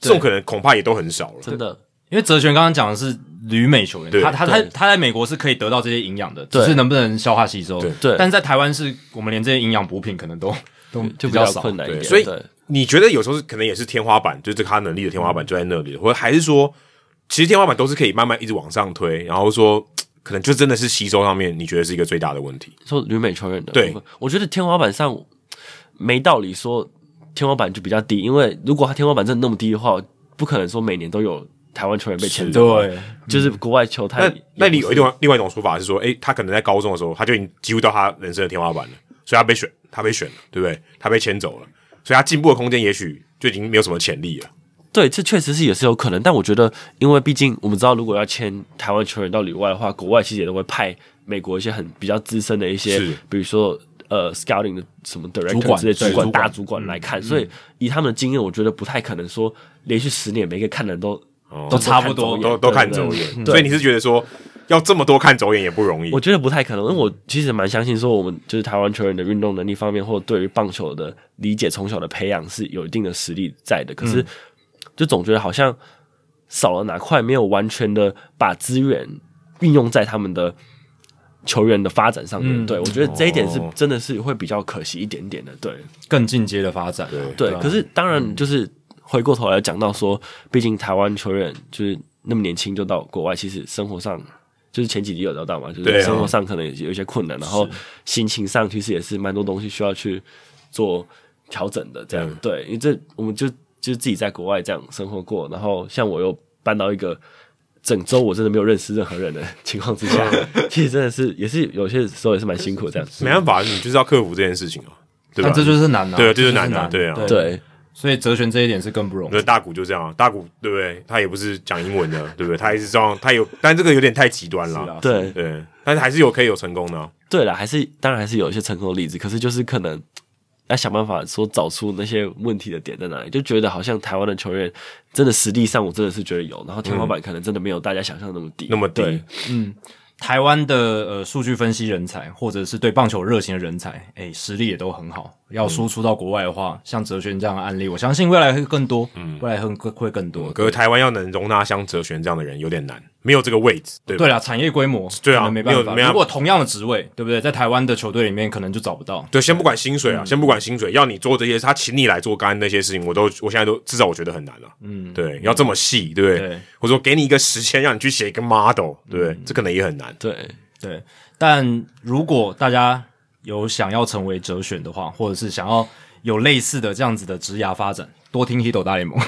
这种可能恐怕也都很少了。
真的，
因为哲玄刚刚讲的是旅美球员，
对
他他他
对
他在美国是可以得到这些营养的，只
对
是能不能消化吸收。
对
对
但是在台湾是我们连这些营养补品可能都都
就
比
比较
少。
困难一
对，
点。
所以
对
你觉得有时候是可能也是天花板，就是这个他能力的天花板就在那里，或者还是说，其实天花板都是可以慢慢一直往上推，然后说嘖可能就真的是吸收上面，你觉得是一个最大的问题？
说旅美球员的
对
部分，我觉得天花板上没道理说天花板就比较低，因为如果他天花板真的那么低的话，不可能说每年都有台湾球员被签走，
对，
就是国外球他也
那
不是。
那你有一种另外一种说法是说，诶、他可能在高中的时候他就已经几乎到他人生的天花板了，所以他被选，他被选了，对不对？他被签走了，所以他进步的空间也许就已经没有什么潜力了。
对，这确实是也是有可能，但我觉得，因为毕竟我们知道，如果要签台湾球员到里外的话，国外其实也都会派美国一些很比较资深的一些
是，
比如说呃 scouting 的什么
主
director
管
之类
对
主管
主管
大主管来看，所以以他们的经验，我觉得不太可能说连续十年每个看的人都
都差不
看走
多
眼
都都
对
看
对
走
对
眼，
对
所以你是觉得说要这么多看走眼也不容易嗯
我。觉得不太可能，因为我其实蛮相信说，我们就是台湾球员的运动能力方面，或者对于棒球的理解，从小的培养是有一定的实力在的。
嗯
可是，就总觉得好像少了哪块，没有完全的把资源运用在他们的球员的发展上面。
嗯
对我觉得这一点是
哦
真的是会比较可惜一点点的。对，
更进阶的发展。
对，
啊
可是当
嗯
然就是回过头来讲到说，毕竟台湾球员就是那么年轻就到国外，其实生活上就是前几集有聊到嘛，就
对
是
啊
生活上可能有一些困难，然后心情上其实也是蛮多东西需要去做调整的。这样、
嗯
对，因为这我们就就是自己在国外这样生活过，然后像我又搬到一个。整周我真的没有认识任何人的情况之 下，其实真的是也是有些时候也是蛮辛苦这样。
没办法，你就是要克服这件事情啊，对吧？
但这就是难啊，
对
这
这就
就是是
难啊对啊
对，
所以哲玄这一点是更不容
那
易。
大谷就这样啊，大谷对不对？他也不是讲英文的，对不对？他还是这样，他有，但这个有点太极端
是
了
啊。
对，
对，但是还是有可以有成功的啊、
对了，还是当然还是有一些成功的例子，可是就是可能要想办法说找出那些问题的点在哪里，就觉得好像台湾的球员真的实力上我真的是觉得有，然后天花板可能真的没有大家想象的那么低，
嗯那么低
对
台湾的呃数据分析人才，或者是对棒球热情的人才，哎、实力也都很好。要
嗯
输出到国外的话，像哲玄这样的案例，我相信未来会更多，
嗯
未来会会更多。
可是台湾要能容纳像哲玄这样的人有点难，没有这个位置，对吧？
对啦，产业规模
对啊
可能没办
没有
法。
没有
如果同样的职位，对不对？在台湾的球队里面，可能就找不到。
对，先不管薪水啊，
嗯
先不管薪水，要你做这些，他请你来做刚才那些事情，我都我现在都至少我觉得很难了、嗯，对，要这么细，对不对？
对嗯
我说给你一个时间，让你去写一个 model，对不对？这可能也很难。
对
对，但如果大家有想要成为哲选的话，或者是想要有类似的这样子的职涯发展，多听《h i t o 大联 盟》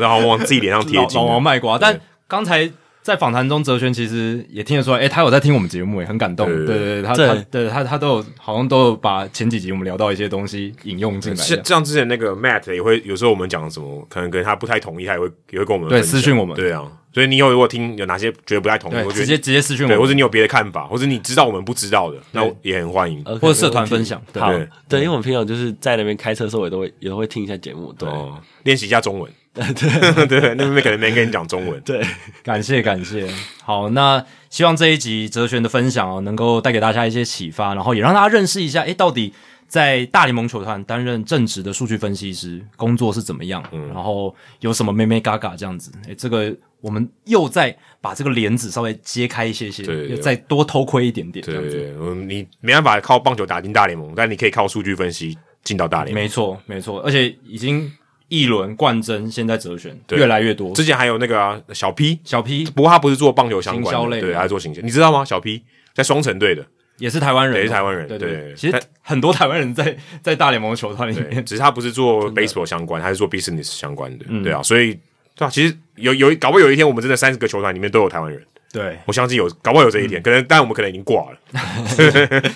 然后往自己脸上贴
老
金
老
啊，
王卖瓜。但刚才在访谈中，哲轩其实也听得出来，诶、哎他有在听我们节目，也很感动。
对
对
对
对对，他
对
他对他他都有好像都有把前几集我们聊到一些东西引用进来
像
的。
像之前那个 Matt 也会有时候我们讲什么，可能跟他不太同意，他也会也会跟我们
对
分享
私讯我们
对啊。所以你有如果听有哪些觉得不太同意，
对
或，
直
觉
接
得
直接私讯
对，
我
或者
们，
你有别的看法，或者你知道我们不知道的，那我也很欢迎。
，OK，
或者社团
没问题
分享对
好
对，
对，因为我们平常就是在那边开车的时候，也都会也都会听一下节目，对，
哦，练习一下中 文，对 对，那边可能没跟你讲中文，对
感谢感谢。好，那希望这一集哲轩的分享哦，能够带给大家一些启发，然后也让大家认识一下，诶、到底在大联盟球团担任正职的数据分析师工作是怎么样，
嗯
然后有什么妹妹嘎嘎这样子。诶、这个我们又再把这个帘子稍微揭开一些些，
对
又再多偷窥一点点这样
对
子。
对，嗯你没办法靠棒球打进大联盟，但你可以靠数据分析进到大联盟。
没错，没错，而且已经一轮冠争，现在哲轩
对
越来越多。
之前还有那个啊小 P，
小 P
不过他不是做棒球相关
行销
的，
类的
对，他是做行销，你知道吗？小 P 在双城队的，
也是台湾人哦，
也是台湾人
对
对
其实
但
很多台湾人在在大联盟球团里面
对，只是他不是做 baseball 相关，他是做 business 相关的，对啊，所以对啊，其实有有搞不好有一天我们真的三十个球团里面都有台湾人，
对，
我相信有，搞不好有这一天，可能但我们可能已经挂了。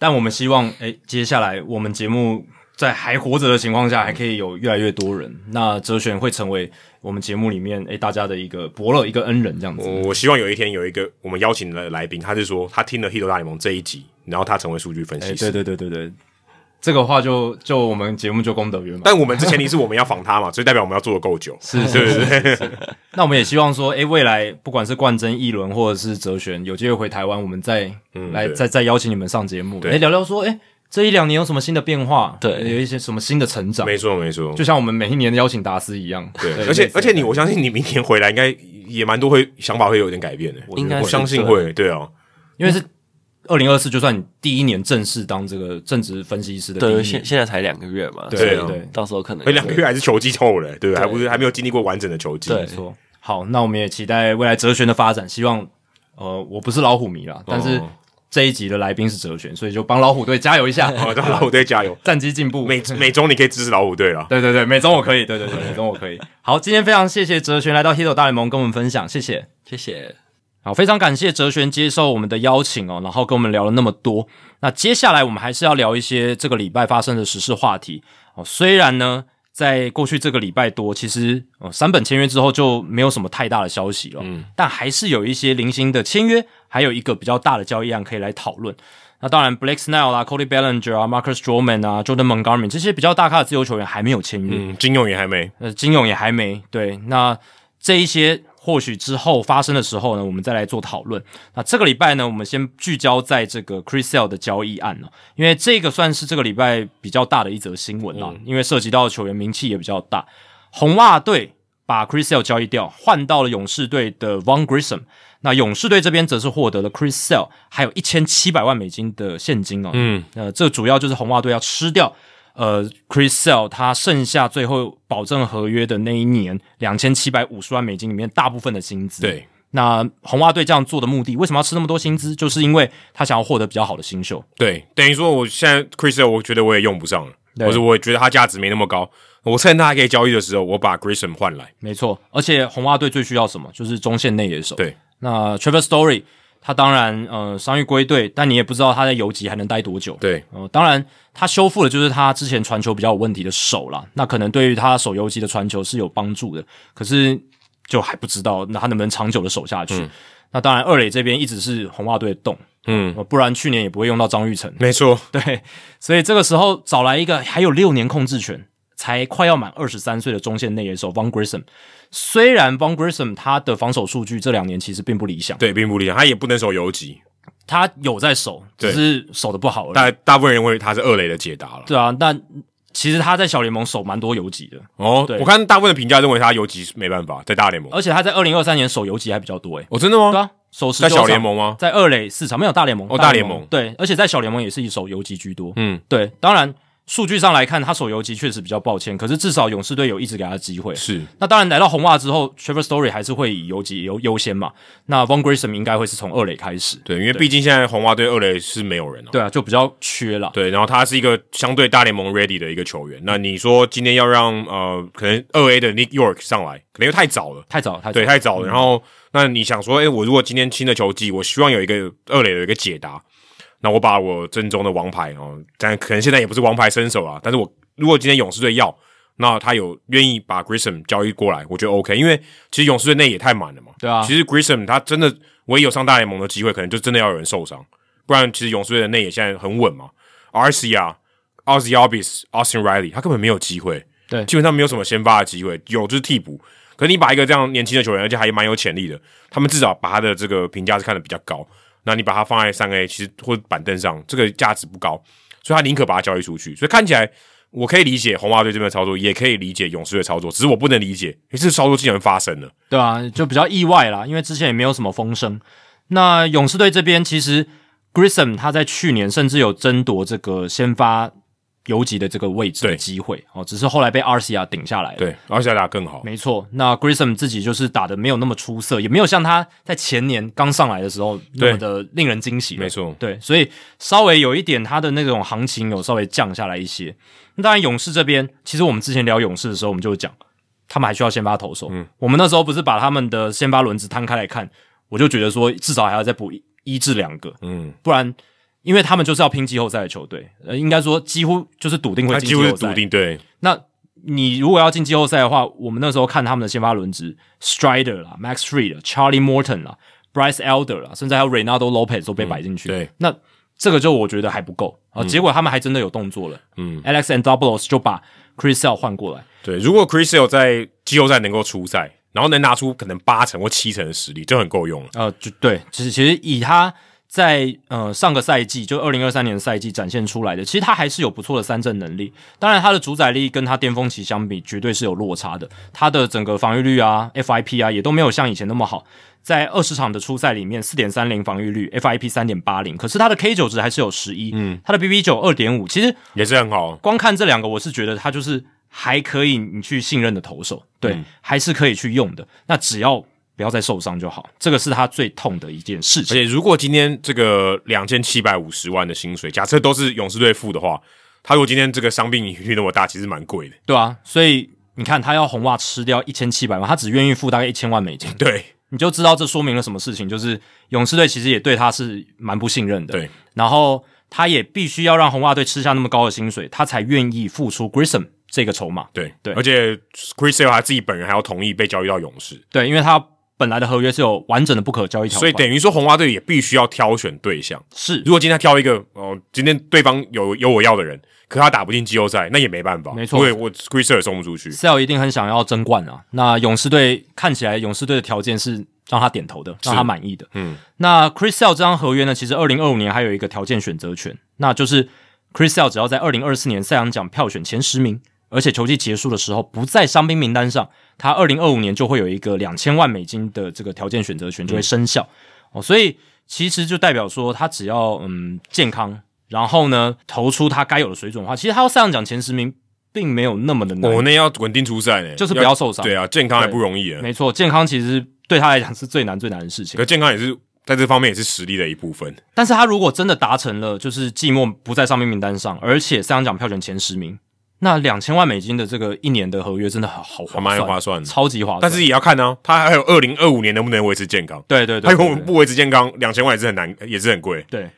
但我们希望，诶，接下来我们节目在还活着的情况下，还可以有越来越多人。那哲璇会成为我们节目里面，诶，大家的一个伯乐，一个恩人这样子。
我我希望有一天有一个我们邀请的来宾，他是说他听了《h i t 大联盟》这一集，然后他成为数据分
诶，
析
哎对
师。
对对对对，这个话就就我们节目就功德圆满。
但我们之前提是我们要访他嘛， 所以代表我们要做的够久。
是是是是是。 那我们也希望说，诶，未来不管是冠真、一轮或者是哲璇，有机会回台湾，我们再、来
嗯对
再再邀请你们上节目，
对
来聊聊说，诶，这一两年有什么新的变化？
对
有一些什么新的成长？
没错没错，
啊就像我们每一年邀请达斯一样，
对，而且而且你，我相信你明年回来应该也蛮多会想法会有点改变的，
应该
我
是
相信
对
会，对啊，
因为是二零二四，就算你第一年正式当这个正职分析师的第一
对，
年，
现现在才两个月嘛，
对
对啊
对对，
到时候可能
而两个月还是球季后了，对，
对
还不是还没有经历过完整的球季，
对
没错。好，那我们也期待未来哲璇的发展，希望呃，我不是老虎迷啦，但是这一集的来宾是哲璇，所以就帮老虎队加油一下，哦
好，让老虎队加油，
战绩进步。
哦每每周你可以支持老虎队了，
对对对，每中我可以，对对对，每中我可以。好，今天非常谢谢哲璇来到《h i t 大联盟》跟我们分享，谢谢。
谢谢。
好，非常感谢哲璇接受我们的邀请哦，然后跟我们聊了那么多。那接下来我们还是要聊一些这个礼拜发生的时事话题哦。虽然呢，在过去这个礼拜多，其实哦三本签约之后就没有什么太大的消息了，嗯，但还是有一些零星的签约，还有一个比较大的交易案可以来讨论。那当然，Blake Snell 啦、Cody Bellinger 啊、Marcus Stroman 啊、Jordan Montgomery 这些比较大咖的自由球员还没有签约，
嗯，金用也还没，
呃，金勇也还没对。那这一些或许之后发生的时候呢，我们再来做讨论。那这个礼拜呢，我们先聚焦在这个 Chris Sale 的交易案呢、因为这个算是这个礼拜比较大的一则新闻啦、因为涉及到球员名气也比较大。红袜队把 Chris Sale 交易掉，换到了勇士队的 Von Grissom。那勇士队这边则是获得了 Chris Sale，还有一千七百万美金的现金哦。
嗯，
呃，这主要就是红袜队要吃掉呃 Chris Sale 他剩下最后保证合约的那一年两千七百五十万美金里面大部分的薪资。，
对，
那红袜队这样做的目的，为什么要吃那么多薪资？就是因为他想要获得比较好的新秀。
对，等于说我现在 Chris Sale 我觉得我也用不上了，
对
或者我也觉得他价值没那么高，我趁他还可以交易的时候，我把 Grayson 换来，
没错，而且红袜队最需要什么？就是中线内野手。
对，
那 Trevor Story 他当然呃伤愈归队，但你也不知道他在游击还能待多久。
对，
呃，当然，他修复的就是他之前传球比较有问题的手啦，那可能对于他手游级的传球是有帮助的，可是就还不知道那他能不能长久的守下去。那当然，二垒这边一直是红袜队的洞，
嗯，
呃不然去年也不会用到张玉成。
没错，
对，所以这个时候找来一个还有六年控制权，才快要满二十三岁的中线内野手 Von Grissom。虽然 Von Grissom 他的防守数据这两年其实并不理想，
对，并不理想，他也不能守游击，
他有在守，只
对
是守的不好而已。
大大部分人认为他是二垒的解答了。
对啊，那其实他在小联盟守蛮多游击的，
哦
对，呃
我看大部分的评价认为他游击没办法，在大联盟。
而且他在二零二三年守游击还比较多诶、
哦，真的吗？
对啊，守十
在小联，盟吗？
在二垒四场没有大联盟
哦大
对，而且在小联盟也是以守游击居多。
嗯，
对，当然数据上来看，他守游击确实比较抱歉，可是至少勇士队有一直给他机会。
是，
那当然，来到红袜之后，Trevor Story 还是会以游击优优先嘛。那 Von Grissom 应该会是从二垒开始，
对，因为毕竟现在红袜队二垒是没有人了、
对啊，就比较缺了。
对，然后他是一个相对大联盟 ready 的一个球员。那你说今天要让呃，可能二 A 的 Nick York 上来，可能又太早了，
太早了，太嗯早
对，
了，
太早了。然后，那你想说，哎、我如果今天新的球季，我希望有一个二垒有一个解答，那我把我正宗的王牌哦，但可能现在也不是王牌身手啊，但是我如果今天勇士队要，那他有愿意把 Grissom 交易过来，我觉得 OK，因为其实勇士队内也太满了嘛。
对啊
其实 Grissom 他真的唯一有上大联盟的机会，可能就真的要有人受伤，不然其实勇士队的内野现在很稳嘛。RC 啊，Ozzy Albis、Austin Riley，他根本没有机会，
对
基本上没有什么先发的机会，有就是替补。可是你把一个这样年轻的球员，而且还蛮有潜力的，他们至少把他的这个评价是看得比较高。那你把他放在三 A，其实或者板凳上，这个价值不高，所以他宁可把他交易出去。所以看起来我可以理解红袜队这边的操作，也可以理解勇士队的操作，只是我不能理解，诶这操作竟然发生了。
对啊，就比较意外啦，因为之前也没有什么风声。那勇士队这边其实 Grissom 他在去年甚至有争夺这个先发游击的这个位置的
对
机会哦，只是后来被 RCR 顶下来了。
对，而且他打得更好。
没错，那 Grissom 自己就是打的没有那么出色，也没有像他在前年刚上来的时候那么的令人惊喜了。
没错
对，所以稍微有一点他的那种行情有稍微降下来一些。那当然，勇士这边其实我们之前聊勇士的时候，我们就讲他们还需要先发投手。嗯，我们那时候不是把他们的先发轮子摊开来看，我就觉得说至少还要再补一一至两个，
嗯，
不然因为他们就是要拼季后赛的球队，呃，应该说几乎就是笃定会
他
进季
几乎
后
是
赛。
笃定对，
那你如果要进季后赛的话，我们那时候看他们的先发轮值，Strider 啦、Max Fried 啦、Charlie Morton 啦、Bryce Elder 啦，甚至还有 Reynaldo Lopez 都被摆进去。
嗯对，
那这个就我觉得还不够啊。结果他们还真的有动作了。
嗯
，Alex and Doubles 就把 Chris Sale 换过来。
对，如果 Chris Sale 在季后赛能够出赛，然后能拿出可能八成或七成的实力，就很够用了。
呃，就对，其实其实以他在呃上个赛季，就二零二三年的赛季展现出来的，其实他还是有不错的三振能力。当然，他的主宰力跟他巅峰期相比，绝对是有落差的。他的整个防御率啊、FIP 啊，也都没有像以前那么好。在二十场的初赛里面，四点三零防御率，FIP 三点八零，可是他的 K 九值还是有十一，嗯，他的 BB 九二点五，其实
也是很好，
光看这两个，我是觉得他就是还可以你去信任的投手，对，还是可以去用的。那只要不要再受伤就好，这个是他最痛的一件事
而
情。
且如果今天这个两千七百五十万的薪水，假设都是勇士队付的话，他如果今天这个伤病率那么大，其实蛮贵的。
对啊，所以你看他要红袜吃掉一千七百万，他只愿意付大概一千万美金，
对，
你就知道这说明了什么事情，就是勇士队其实也对他是蛮不信任的。
对，
然后他也必须要让红袜队吃下那么高的薪水，他才愿意付出 Grissom 这个筹码。
对，
对
而且 Chris Sale 他自己本人还要同意被交易到勇士，
对，因为他本来的合约是有完整的不可交易条款，
所以等于说红袜队也必须要挑选对象。
是
如果今天他挑一个，哦、今天对方有有我要的人，可他打不进季后赛，那也没办法，
没错
因为我 Chris Sale 也送不出去，
Sale 一定很想要争冠啊。那勇士队看起来，勇士队的条件是让他点头的，让他满意的。
嗯，
那 Chris Sale 这张合约呢，其实二零二五年还有一个条件选择权，那就是 Chris Sale 只要在二零二四年赛扬奖票选前十名，而且球季结束的时候不在伤兵名单上，他二零二五年就会有一个两千万美金的这个条件选择权就会生效。哦，所以其实就代表说，他只要嗯健康，然后呢投出他该有的水准的话，其实他要赛扬奖前十名并没有那么的难。
我、那要稳定出赛呢，
就是不要受伤
对啊，健康还不容易啊，
没错，健康其实对他来讲是最难最难的事情
可。健康也是在这方面也是实力的一部分。
但是他如果真的达成了，就是季末不在上面名单上，而且三张奖票选前十名，那两千万美金的这个一年的合约真的好好划
还
算，
蛮划算的
超级划算。
但是也要看呢、他还有二零二五年能不能维持健康。
对对
他
对
如
对对
果哎不维持健康，两千万也是很难，也是很贵。
对。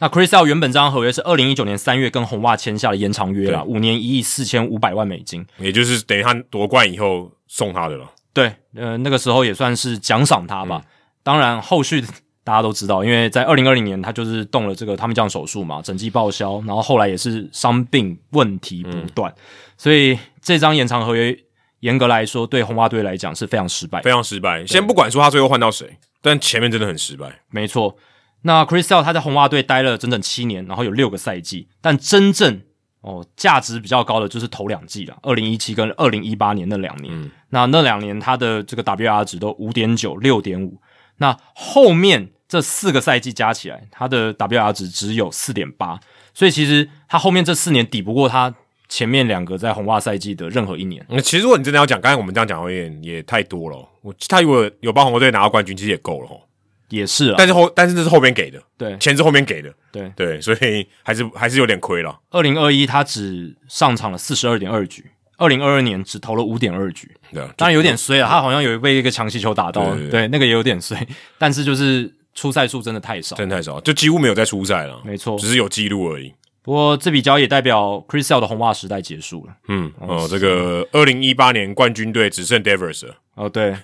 那 Chris Sale 原本这张合约是二零一九年三月跟红袜签下的延长约啦，五年一亿四千五百万美金。
也就是等于他夺冠以后送他的了。
对，呃，那个时候也算是奖赏他吧。当然，后续大家都知道，因为在二零二零年他就是动了这个他们这样手术嘛，整季报销，然后后来也是伤病问题不断，所以这张延长合约严格来说对红袜队来讲是非常失败的
非。常失败。先不管说他最后换到谁，但前面真的很失败。
没错。那 Chris Sale 他在红袜队待了整整七年，然后有六个赛季，但真正哦价值比较高的就是头两季了，二零一七跟二零一八年那两年。那那两年他的这个 WR 值都五点九、六点五，那后面这四个赛季加起来，他的 WR 值只有四点八，所以其实他后面这四年抵不过他前面两个在红袜赛季的任何一年。
嗯，其实如果你真的要讲，刚才我们这样讲有点也太多了哦。我他如果有帮红队拿到冠军，其实也够了哦。
也是啊，
但是后，但是这是后边给的，
对
钱是后边给的，
对，
对，所以还是还是有点亏了。
二零二一他只上场了四十二点二局，二零二二年只投了五点二局，
对啊，
当然有点衰了，他好像有被一个强袭球打到，
对
对
对对
那个也有点衰，但是就是出赛数真的太少，
真的太少，就几乎没有在出赛了，
没错
只。是有记录而已。
不过这笔交易也代表 Chris Sale 的红袜时代结束了。
嗯，哦，这个二零一八年冠军队只剩 Devers 了，
哦，对，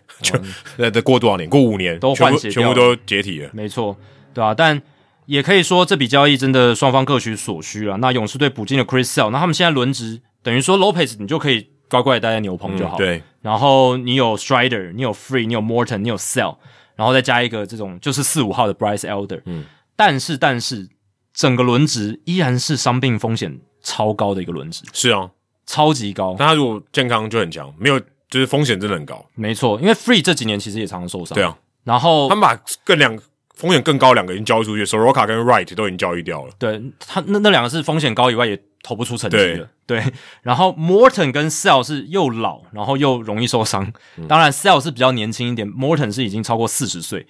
那得过多少年？过五年，
都
全部
换血
全
掉
部
了
都解体了。
没错，对啊，但也可以说这笔交易真的双方各取所需了。那勇士队补进了 Chris Sale，那他们现在轮值等于说 Lopez 你就可以乖乖地待在牛棚嗯就好了。
嗯对，
然后你有 Strider，你有 Free，你有 Morton，你有 Sell，然后再加一个这种就是四五号的 Bryce Elder。嗯，但是但是整个轮值依然是伤病风险超高的一个轮值，
是啊，
超级高。
但他如果健康就很强，没有就是风险真的很高。
没错，因为 Free 这几年其实也常常受伤。
对，啊，
然后
他们把更两风险更高两个已经交易出去，Soroka 跟 Wright 都已经交易掉了。
对他那那两个是风险高以外也投不出成绩
对
的，对。然后 Morton 跟 Sell 是又老，然后又容易受伤。当然 Sell 是比较年轻一点，Morton 是已经超过四十岁，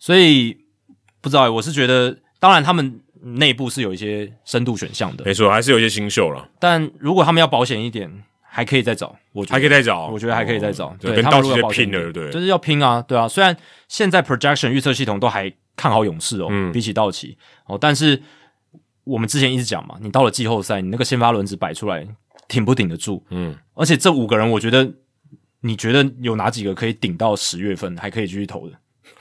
所以不知道欸、我是觉得，当然他们内部是有一些深度选项的，
没错，还是有一些新秀了。
但如果他们要保险一点，还可以再找，我觉得
还可以再找，
我觉得还可以再找，
哦
对，
跟
他
道
们如
奇
果
队
有保
拼
险
了，
点
对，
就是要拼啊，对啊。虽然现在 projection 预测系统都还看好勇士哦，
嗯
比起道奇哦，但是我们之前一直讲嘛，你到了季后赛，你那个先发轮子摆出来挺不顶得住？
嗯，
而且这五个人，我觉得你觉得有哪几个可以顶到十月份还可以继续投的？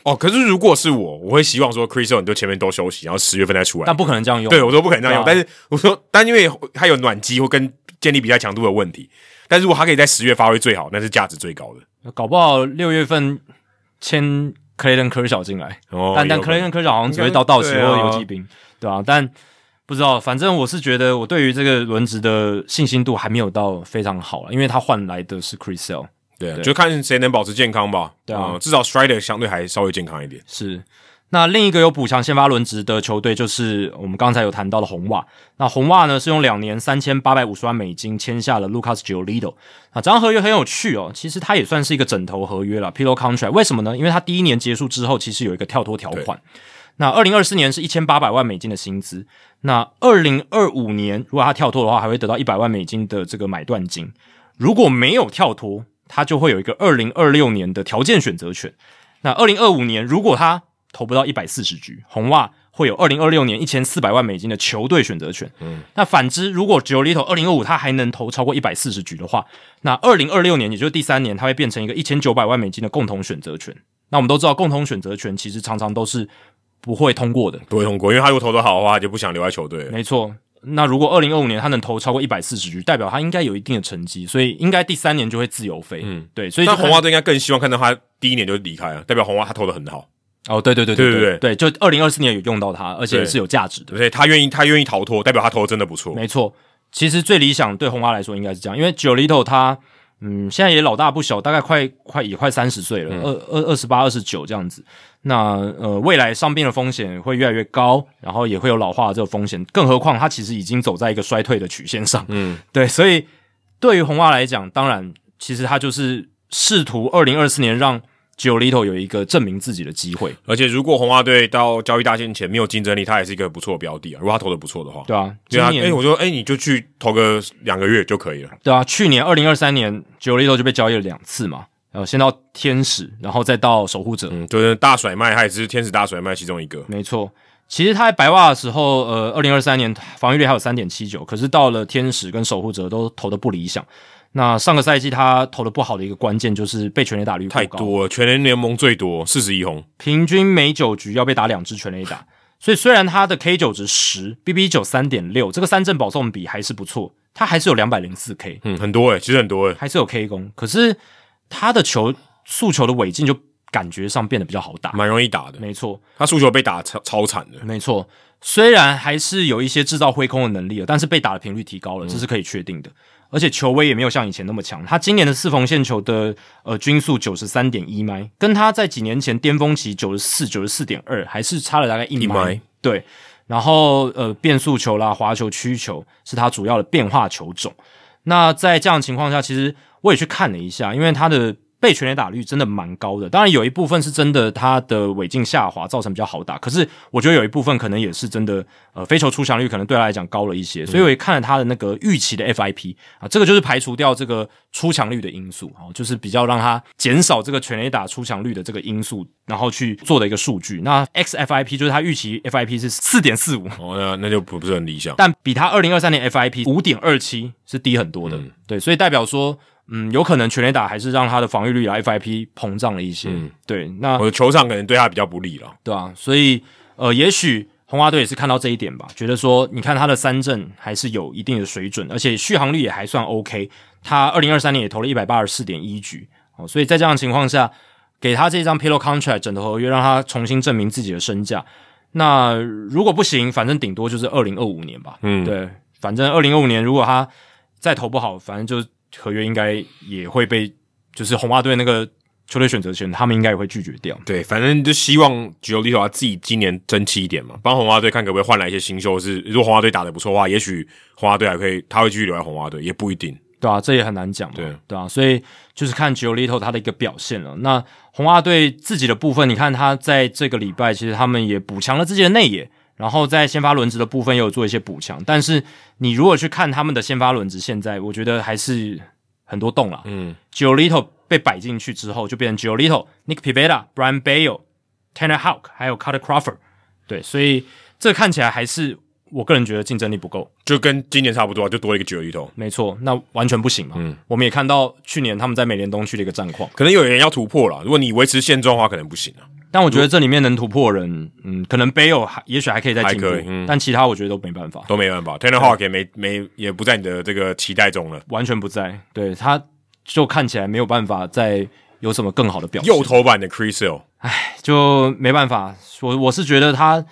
哦，可是如果是我，我会希望说 Chris o n 你就前面都休息，然后十月份再出来
但。不可能这样用，
对我说不可能这样用，
对啊
但是我说，但因为他有暖机或跟建立比赛强度的问题，但如果他可以在十月发挥最好，那是价值最高的。
搞不好六月份签 Clayton Kershaw 进来，
哦
但但啊
有
Clayton Kershaw 好像只会
应该
到道奇或
对啊
游击兵，对吧、但不知道，反正我是觉得我对于这个轮值的信心度还没有到非常好了，因为他换来的是 Chris Sale，
对，啊
对
就看谁能保持健康吧。
对啊
嗯至少 Strider 相对还稍微健康一点。
是。那另一个有补强先发轮值的球队就是我们刚才有谈到的红袜。那红袜呢是用两年三千八百五十万美金签下了 Lucas Giolito。啊，这张合约很有趣哦，其实它也算是一个枕头合约了 （pillow contract）。为什么呢？因为它第一年结束之后，其实有一个跳脱条款。那二零二四年是一千八百万美金的薪资，那二零二五年如果他跳脱的话，还会得到一百万美金的这个买断金。如果没有跳脱，他就会有一个二零二六年的条件选择权。那二零二五年如果他投不到一百四十局，红袜会有二零二六年一千四百万美金的球队选择权。嗯，那反之，如果 j o l i t o 二零二五他还能投超过一百四十局的话，那二零二六年也就是第三年，它会变成一个一千九百万美金的共同选择权。那我们都知道，共同选择权其实常常都是不会通过的，
不会通过，因为他如果投的好的话，他就不想留在球队了。
没错。那如果二零二五年他能投超过一百四十局，代表他应该有一定的成绩，所以应该第三年就会自由飞。嗯
嗯，
对，所以
那
就看
红袜队应该更希望看到他第一年就离开了，代表红袜他投的很好，
哦，对对对对
对
对
对
对，就二零二四年有用到他，而且
对
是有价值的。
对不对？他愿意，他愿意逃脱，代表他投的真的不错。
没错，其实最理想对红蛙来说应该是这样，因为 Jolito 他嗯现在也老大不小，大概快快也快三十岁了，二二二十八、二十九这样子。那呃，未来伤病的风险会越来越高，然后也会有老化的这个风险。更何况他其实已经走在一个衰退的曲线上，
嗯，
对，所以对于红袜来讲，当然其实他就是试图二零二四年让 Jolito 有一个证明自己的机会。
而且如果红袜队到交易大限前没有竞争力，他也是一个不错的标的啊。如果他投的不错的话，
对啊，
对
今
啊，
年、
哎，我说，哎，你就去投个两个月就可以了。
对啊，去年二零二三年 j o l i t o 就被交易了两次嘛，呃，先到天使，然后再到守护者，
嗯，就是大甩卖，他也是天使大甩卖其中一个。
没错。其实他在白袜的时候，呃，二零二三年防御率还有三点七九，可是到了天使跟守护者都投的不理想。那上个赛季他投的不好的一个关键就是被全垒打率过
太
高
多了，全联联盟最多四十一红，
平均每九局要被打两支全垒打，所以虽然他的 K 九值十，BB 九三点六，这个三振保送比还是不错，他还是有两百零四 K，
嗯，很多诶、其实很多诶、
还是有 K 攻，可是他的球速球的尾劲就感觉上变得比较好打。
蛮容易打的。
没错，
他输球被打超超惨的，
没错。虽然还是有一些制造挥空的能力了，但是被打的频率提高了，这是可以确定的。而且球威也没有像以前那么强。他今年的四缝线球的呃均速九十三点一迈，跟他在几年前巅峰期九十四、九十四点二还是差了大概一
一
迈
迈。
对，然后呃变速球啦、滑球、曲球是他主要的变化球种。那在这样的情况下，其实我也去看了一下，因为他的被全垒打率真的蛮高的。当然有一部分是真的他的尾劲下滑造成比较好打，可是我觉得有一部分可能也是真的，呃，飞球出墙率可能对他来讲高了一些。所以我也看了他的那个预期的 FIP 啊，这个就是排除掉这个出墙率的因素啊，就是比较让他减少这个全垒打出墙率的这个因素，然后去做的一个数据。那 XFIP 就是他预期 FIP 是四点四五，
哦，那那就不不是很理想。
但比他二零二三年 FIP 五点二七是低很多的，对，所以代表说，嗯，有可能全垒打还是让他的防御率啊 FIP 膨胀了一些，对，那
我的球场可能对他比较不利了。
对啊，所以呃，也许红花队也是看到这一点吧，觉得说，你看他的三振还是有一定的水准，而且续航力也还算 OK，他二零二三年也投了一百八十四点一局，哦，所以在这样的情况下，给他这张 pillow contract 枕头合约，让他重新证明自己的身价。那如果不行，反正顶多就是二零二五年吧。
嗯
对，反正二零二五年如果他再投不好，反正就合约应该也会被，就是红袜队那个球队选择权，他们应该也会拒绝掉。
对，反正就希望吉欧利头他自己今年争气一点嘛，帮红花队看可不可以换来一些新秀是。如果红花队打得不错的话，也许红花队还可以，他会继续留在红花队，也不一定。
对啊，这也很难讲嘛，
对
啊，所以就是看 Giolito 他的一个表现了。那红袜队自己的部分，你看他在这个礼拜，其实他们也补强了自己的内野，然后在先发轮值的部分也有做一些补强。但是你如果去看他们的先发轮值，现在我觉得还是很多洞了。嗯，Giolito 被摆进去之后，就变成 Giolito、Nick Pivetta、Brian Bale、Tanner Houck 还有 Carter Crawford。对，所以这看起来还是我个人觉得竞争力不够。
就跟今年差不多啊，就多一个九一头，
没错，那完全不行嘛。
嗯
我们也看到去年他们在美联东区的一个战况，
可能有人要突破了。如果你维持现状的话，可能不行啊。
但我觉得这里面能突破的人，嗯，可能 Bale 还也许还可以再进步
还可以，嗯
但其他我觉得都没办法，
都没办法。Tanner Hawk 也没没也不在你的这个期待中了，
完全不在。对，他就看起来没有办法再有什么更好的表现，
右头版的 Chris Hill，
就没办法。我我是觉得他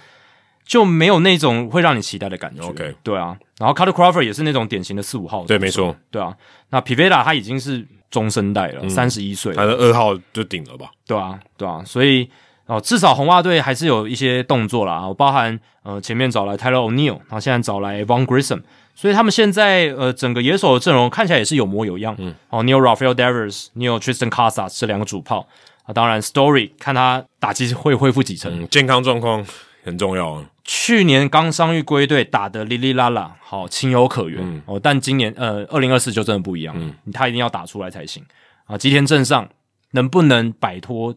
就没有那种会让你期待的感觉。
OK
对啊，然后 Carter Crawford 也是那种典型的四五号，
对，没错，
对啊。那 Pivetta 他已经是中生代
嗯
了，三十一岁了，
他的二号就顶了吧？
对啊，对啊，所以哦，至少红袜队还是有一些动作啦，哦包含呃前面找来 Tyler O'Neill，然后现在找来 Von Grissom，所以他们现在呃整个野手的阵容看起来也是有模有样。嗯，哦，你有 Rafael Devers，你有 Tristan Casas 这两个主炮啊，当然 Story 看他打击会恢复几成。
嗯，健康状况很重要啊。
去年刚伤愈归队，打得哩哩啦啦，好情有可原、
嗯
哦。但今年呃，二零二四就真的不一样，他一定要打出来才行啊！吉田镇上能不能摆脱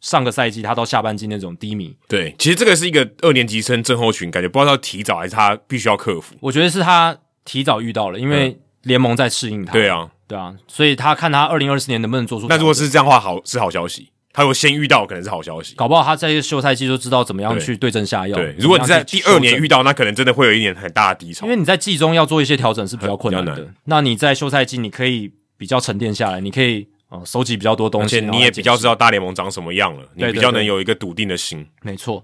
上个赛季他到下半季那种低迷？
对，其实这个是一个二年级生症候群，感觉不知道他提早还是他必须要克服。
我觉得是他提早遇到了，因为联盟在适应他，
嗯对啊，
对啊，所以他看他二零二四年能不能做出调整。
那如果是这样的话，好是好消息。他有先遇到，可能是好消息。
搞不好他在休赛季就知道怎么样
对
去对症下药。
对，如果你在第二年
遇。
遇到，那可能真的会有一年很大的低潮
因。为你在季中要做一些调整是比较困难
比较
的。那你在休赛季，你可以比较沉淀下来，你可以呃收集比较多东
而
西，
且
然后
你
来
也
解
比较
释
知道大联盟长什么样了，你
对
比
对
较
对
能有一个笃定的心。
没错。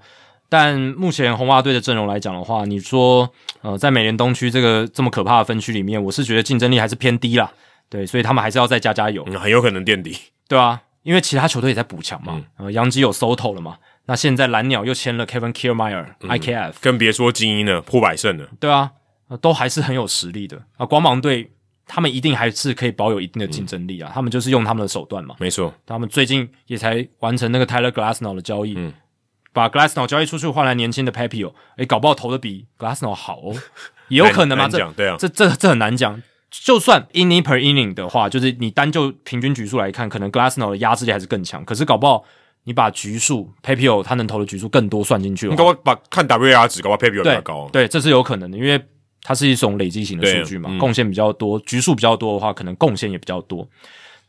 但目前红袜队的阵容来讲的话，你说呃在美联东区这个这么可怕的分区里面，我是觉得竞争力还是偏低啦。对，所以他们还是要再加加油，
嗯，很有可能垫底。
对啊，因为其他球队也在补强嘛。
嗯
呃，杨基有 Soto 了嘛，那现在蓝鸟又签了 Kevin Kiermaier、IKF，
嗯更别说精英了，破百胜了。
对啊，呃都还是很有实力的啊。光芒队他们一定还是可以保有一定的竞争力
嗯
啊，他们就是用他们的手段嘛。
没错，
他们最近也才完成那个 Tyler Glasnow 的交易，
嗯
把 Glasnow 交易出去换来年轻的 Papio，诶，搞不好投的比 Glasnow 好哦， 也 有可能嘛？
难难
这
讲对啊，
这这这很难讲。就算 inning per inning 的话，就是你单就平均局数来看，可能 Glasnow 的压制力还是更强。可是搞不好你把局数 Papio 他能投的局数更多算进去的
你
话，
搞不好把看 WAR 值，搞不好 p a p 比
对
较高。啊
对，这是有可能的，因为它是一种累积型的
对
数据嘛，
嗯
贡献比较多，局数比较多的话，可能贡献也比较多。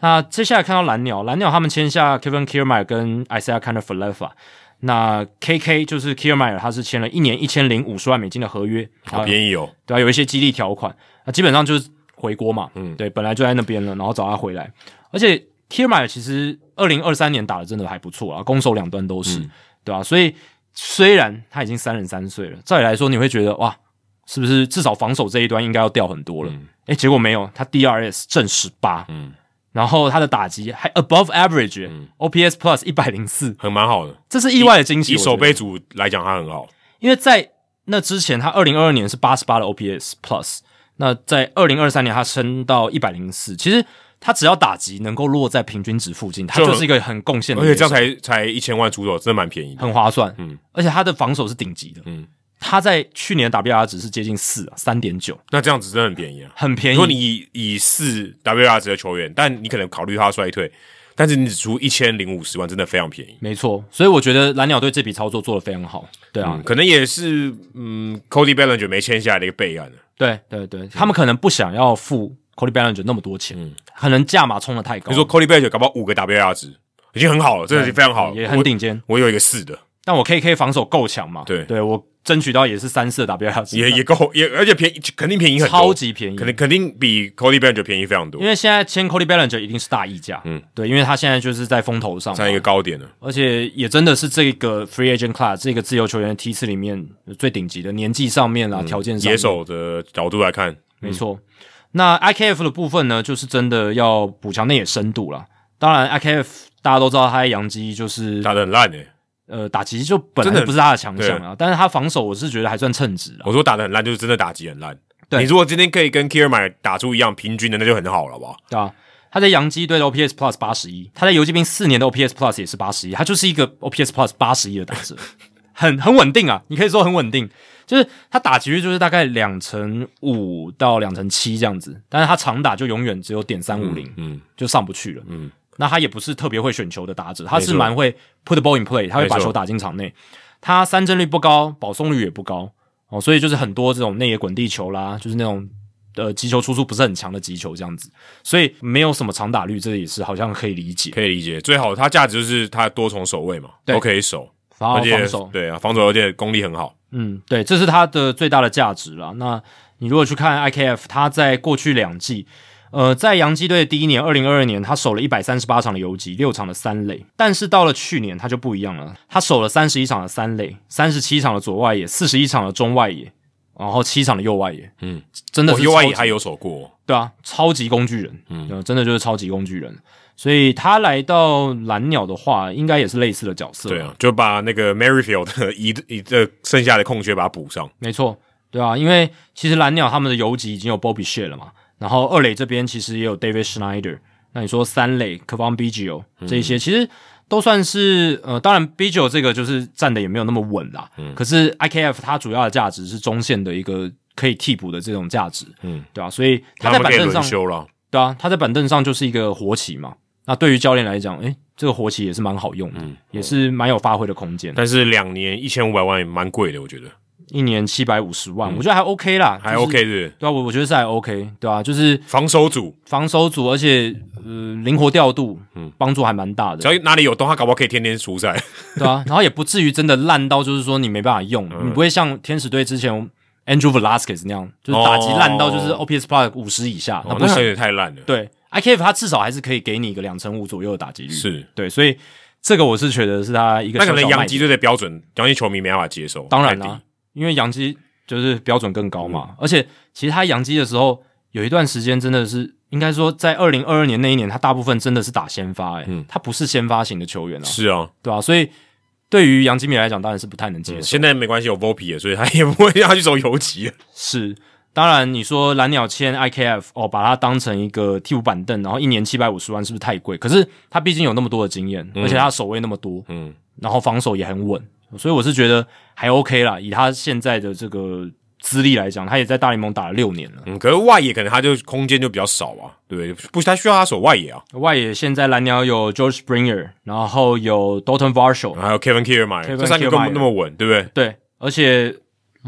那接下来看到蓝鸟，蓝鸟他们签下 Kevin Kiermaier 跟 Isaiah k a n d e r f l e f a 那 KK 就是 Kiermaier，他是签了一年一千零五十万美金的合约，
好
宜，
便宜哦。
对啊，有一些激励条款，那基本上就是回国嘛，嗯，对，本来就在那边了，然后找他回来，而且 Kiermaier 其实二零二三年打的真的还不错啊，攻守两端都是，对吧、所以虽然他已经三十三岁了，照理来说你会觉得哇，是不是至少防守这一端应该要掉很多了？诶，结果没有，他 DRS 正十八，嗯，然后他的打击还 above average，、OPS plus 一百零四，
很蛮好的，
这是意外的惊喜。
以
我觉得
守备组来讲，他很好。
因为在那之前，他二零二二年是八十八的 OPS Plus，那在二零二三年他升到一百零四。其实他只要打击能够落在平均值附近，他
就
就是一个很贡献的
而
野手，
且这样才才一千万出头，真的蛮便宜的。
很划算。
嗯
嗯，而且他的防守是顶级的。
嗯
嗯，他在去年的 WR 值是接近四啊，三点九，
那这样子真的很便宜啊。
很便宜。
如果你以以四 WAR 值的球员，但你可能考虑他衰退，但是你只出一千零五十万，真的非常便宜。
没错，所以我觉得蓝鸟队这笔操作做得非常好。对啊，
嗯，可能也是嗯，Cody Bellinger 没签下来的一个备案了。
对对对，他们可能不想要付 Cody Bellinger 那么多钱，可能价码冲得太高。
比嗯如说 Cody Bellinger 搞不好五个 WAR 值已经很好了，真的是非常好了，
也很
我
顶尖，
我有一个四的，
但我 KK 防守够强嘛？
对
对我争取到也是三四的 WR 值，
也也够，也而且便宜，肯定便宜很多，
超级便宜
肯。定肯定比 Cody Bellinger 便宜非常多
因，为现在签 Cody Bellinger 一定是大溢价，嗯，对，因为他现在就是在风头上嘛，
算一个高点了。
而且也真的是这个 free agent class 这个自由球员的梯次里面最顶级的，年纪上面啦，条件上面
嗯野手的角度来看，
没错。那 IKF 的部分呢，就是真的要补强内野深度啦。当然，IKF 大家都知道他在洋基就是
打的很烂诶、欸
呃打击就本
真
来
的
不是他的强项啊，但是他防守我是觉得还算称职啦。
我说打的很烂，就是真的打击很烂。
对
你如果今天可以跟 Kiermaier 打出一样平均的，那就很好了，好不好？
对啊，他在洋基队的 OPS Plus 八十一，他在游击兵四年的 OPS Plus 也是八十一，他就是一个 OPS Plus 八十一的打者， 很很稳定啊，你可以说很稳定，就是他打击率就是大概两成五到两成七这样子，但是他长打就永远只有点三五零，
嗯，
就上不去了。
嗯，
那他也不是特别会选球的打者，他
没
是
错
蛮会 put the ball in play，他会把
没错
球打进场内。他三振率不高，保送率也不高哦，所以就是很多这种内野滚地球啦，就是那种呃击球出速不是很强的击球这样子，所以没有什么长打率，这也是好像可以理解。
可以理解。最好它价值就是它多重守卫嘛，
对
都可以守，
然后
而且
防守，
对啊，防守而且功力很好。
嗯，对，这是他的最大的价值啦。那你如果去看 IKF，他在过去两季，呃，在洋基队的第一年，二零二二年，他守了一百三十八场的游击，六场的三垒。但是到了去年，他就不一样了，他守了三十一场的三垒，三十七场的左外野，四十一场的中外野，然后七场的右外野。
嗯，
真的
我
是
右外
超
野
级
还有守过，
对啊，超级工具人，嗯、真的就是超级工具人。所以他来到蓝鸟的话，应该也是类似的角色。
对啊，就把那个 Merrifield 的 一一这剩下的空缺把它补上。
没错，对啊，因为其实蓝鸟他们的游击已经有 Bobby Shea 了嘛，然后二垒这边其实也有 David Schneider，那你说三垒 k e v o n b i g i o
嗯
这一些、其实都算是呃，当然 b i g i o 这个就是站的也没有那么稳啦，
嗯
可是 IKF 它主要的价值是中线的一个可以替补的这种价值，
嗯
嗯，对啊，所以他在
们
板
可以
凳上
轮休了，
对啊，他在板凳上就是一个活棋嘛。那对于教练来讲，诶，这个活棋也是蛮好用的，
嗯
也是蛮有发挥的空间。
但是两年一千五百万也蛮贵的，我觉得
一年七百五十万，我觉得还 OK 啦，
嗯还
就是
OK 的。
对啊，我我觉得是还 OK，对啊，就是
防守组
防守组，而且呃灵活调度，嗯，帮助还蛮大
只
的，
要哪里有洞，他搞不好可以天天出赛。
对啊，然后也不至于真的烂到就是说你没办法用，
嗯
你不会像天使队之前 Andrew Velasquez 那样，就是打击烂到就是
哦
OPS Plus 五十以下，
哦
不
那
行。
有点太烂了。
对，IKF 他至少还是可以给你一个两成五左右的打击率，
是，
对，所以这个我是觉得是他一个
那可
小
能
小
洋
卖
基
点
队的标准，洋基球迷没办法接受。
当然
太
啦、
低
因为杨基就是标准更高
嗯
嘛，而且其实他杨基的时候有一段时间真的是，应该说在二零二二年那一年，他大部分真的是打先发、欸，
嗯
他不是先发型的球员啊，
是啊，
对吧、所以对于杨基米来讲，当然是不太能接受。
现在没关系，有 Vopi 了，所以他也不会让他去走游击了。
是，当然你说蓝鸟签 IKF 哦，把它当成一个替补板凳，然后一年七百五十万是不是太贵？可是他毕竟有那么多的经验，而且他守卫那么多，
嗯，
然后防守也很稳，所以我是觉得还 OK 啦。以他现在的这个资历来讲，他也在大联盟打了六年了。
嗯，可是外野可能他就空间就比较少啊，对不对？不，他需要他守外野啊，
外野现在蓝鸟有 George Springer，然后有 Dalton Varsho，、
还有 Kevin Kiermaier，
Kevin
这三个
Kiermaier
根本那么稳，对不对？
对，而且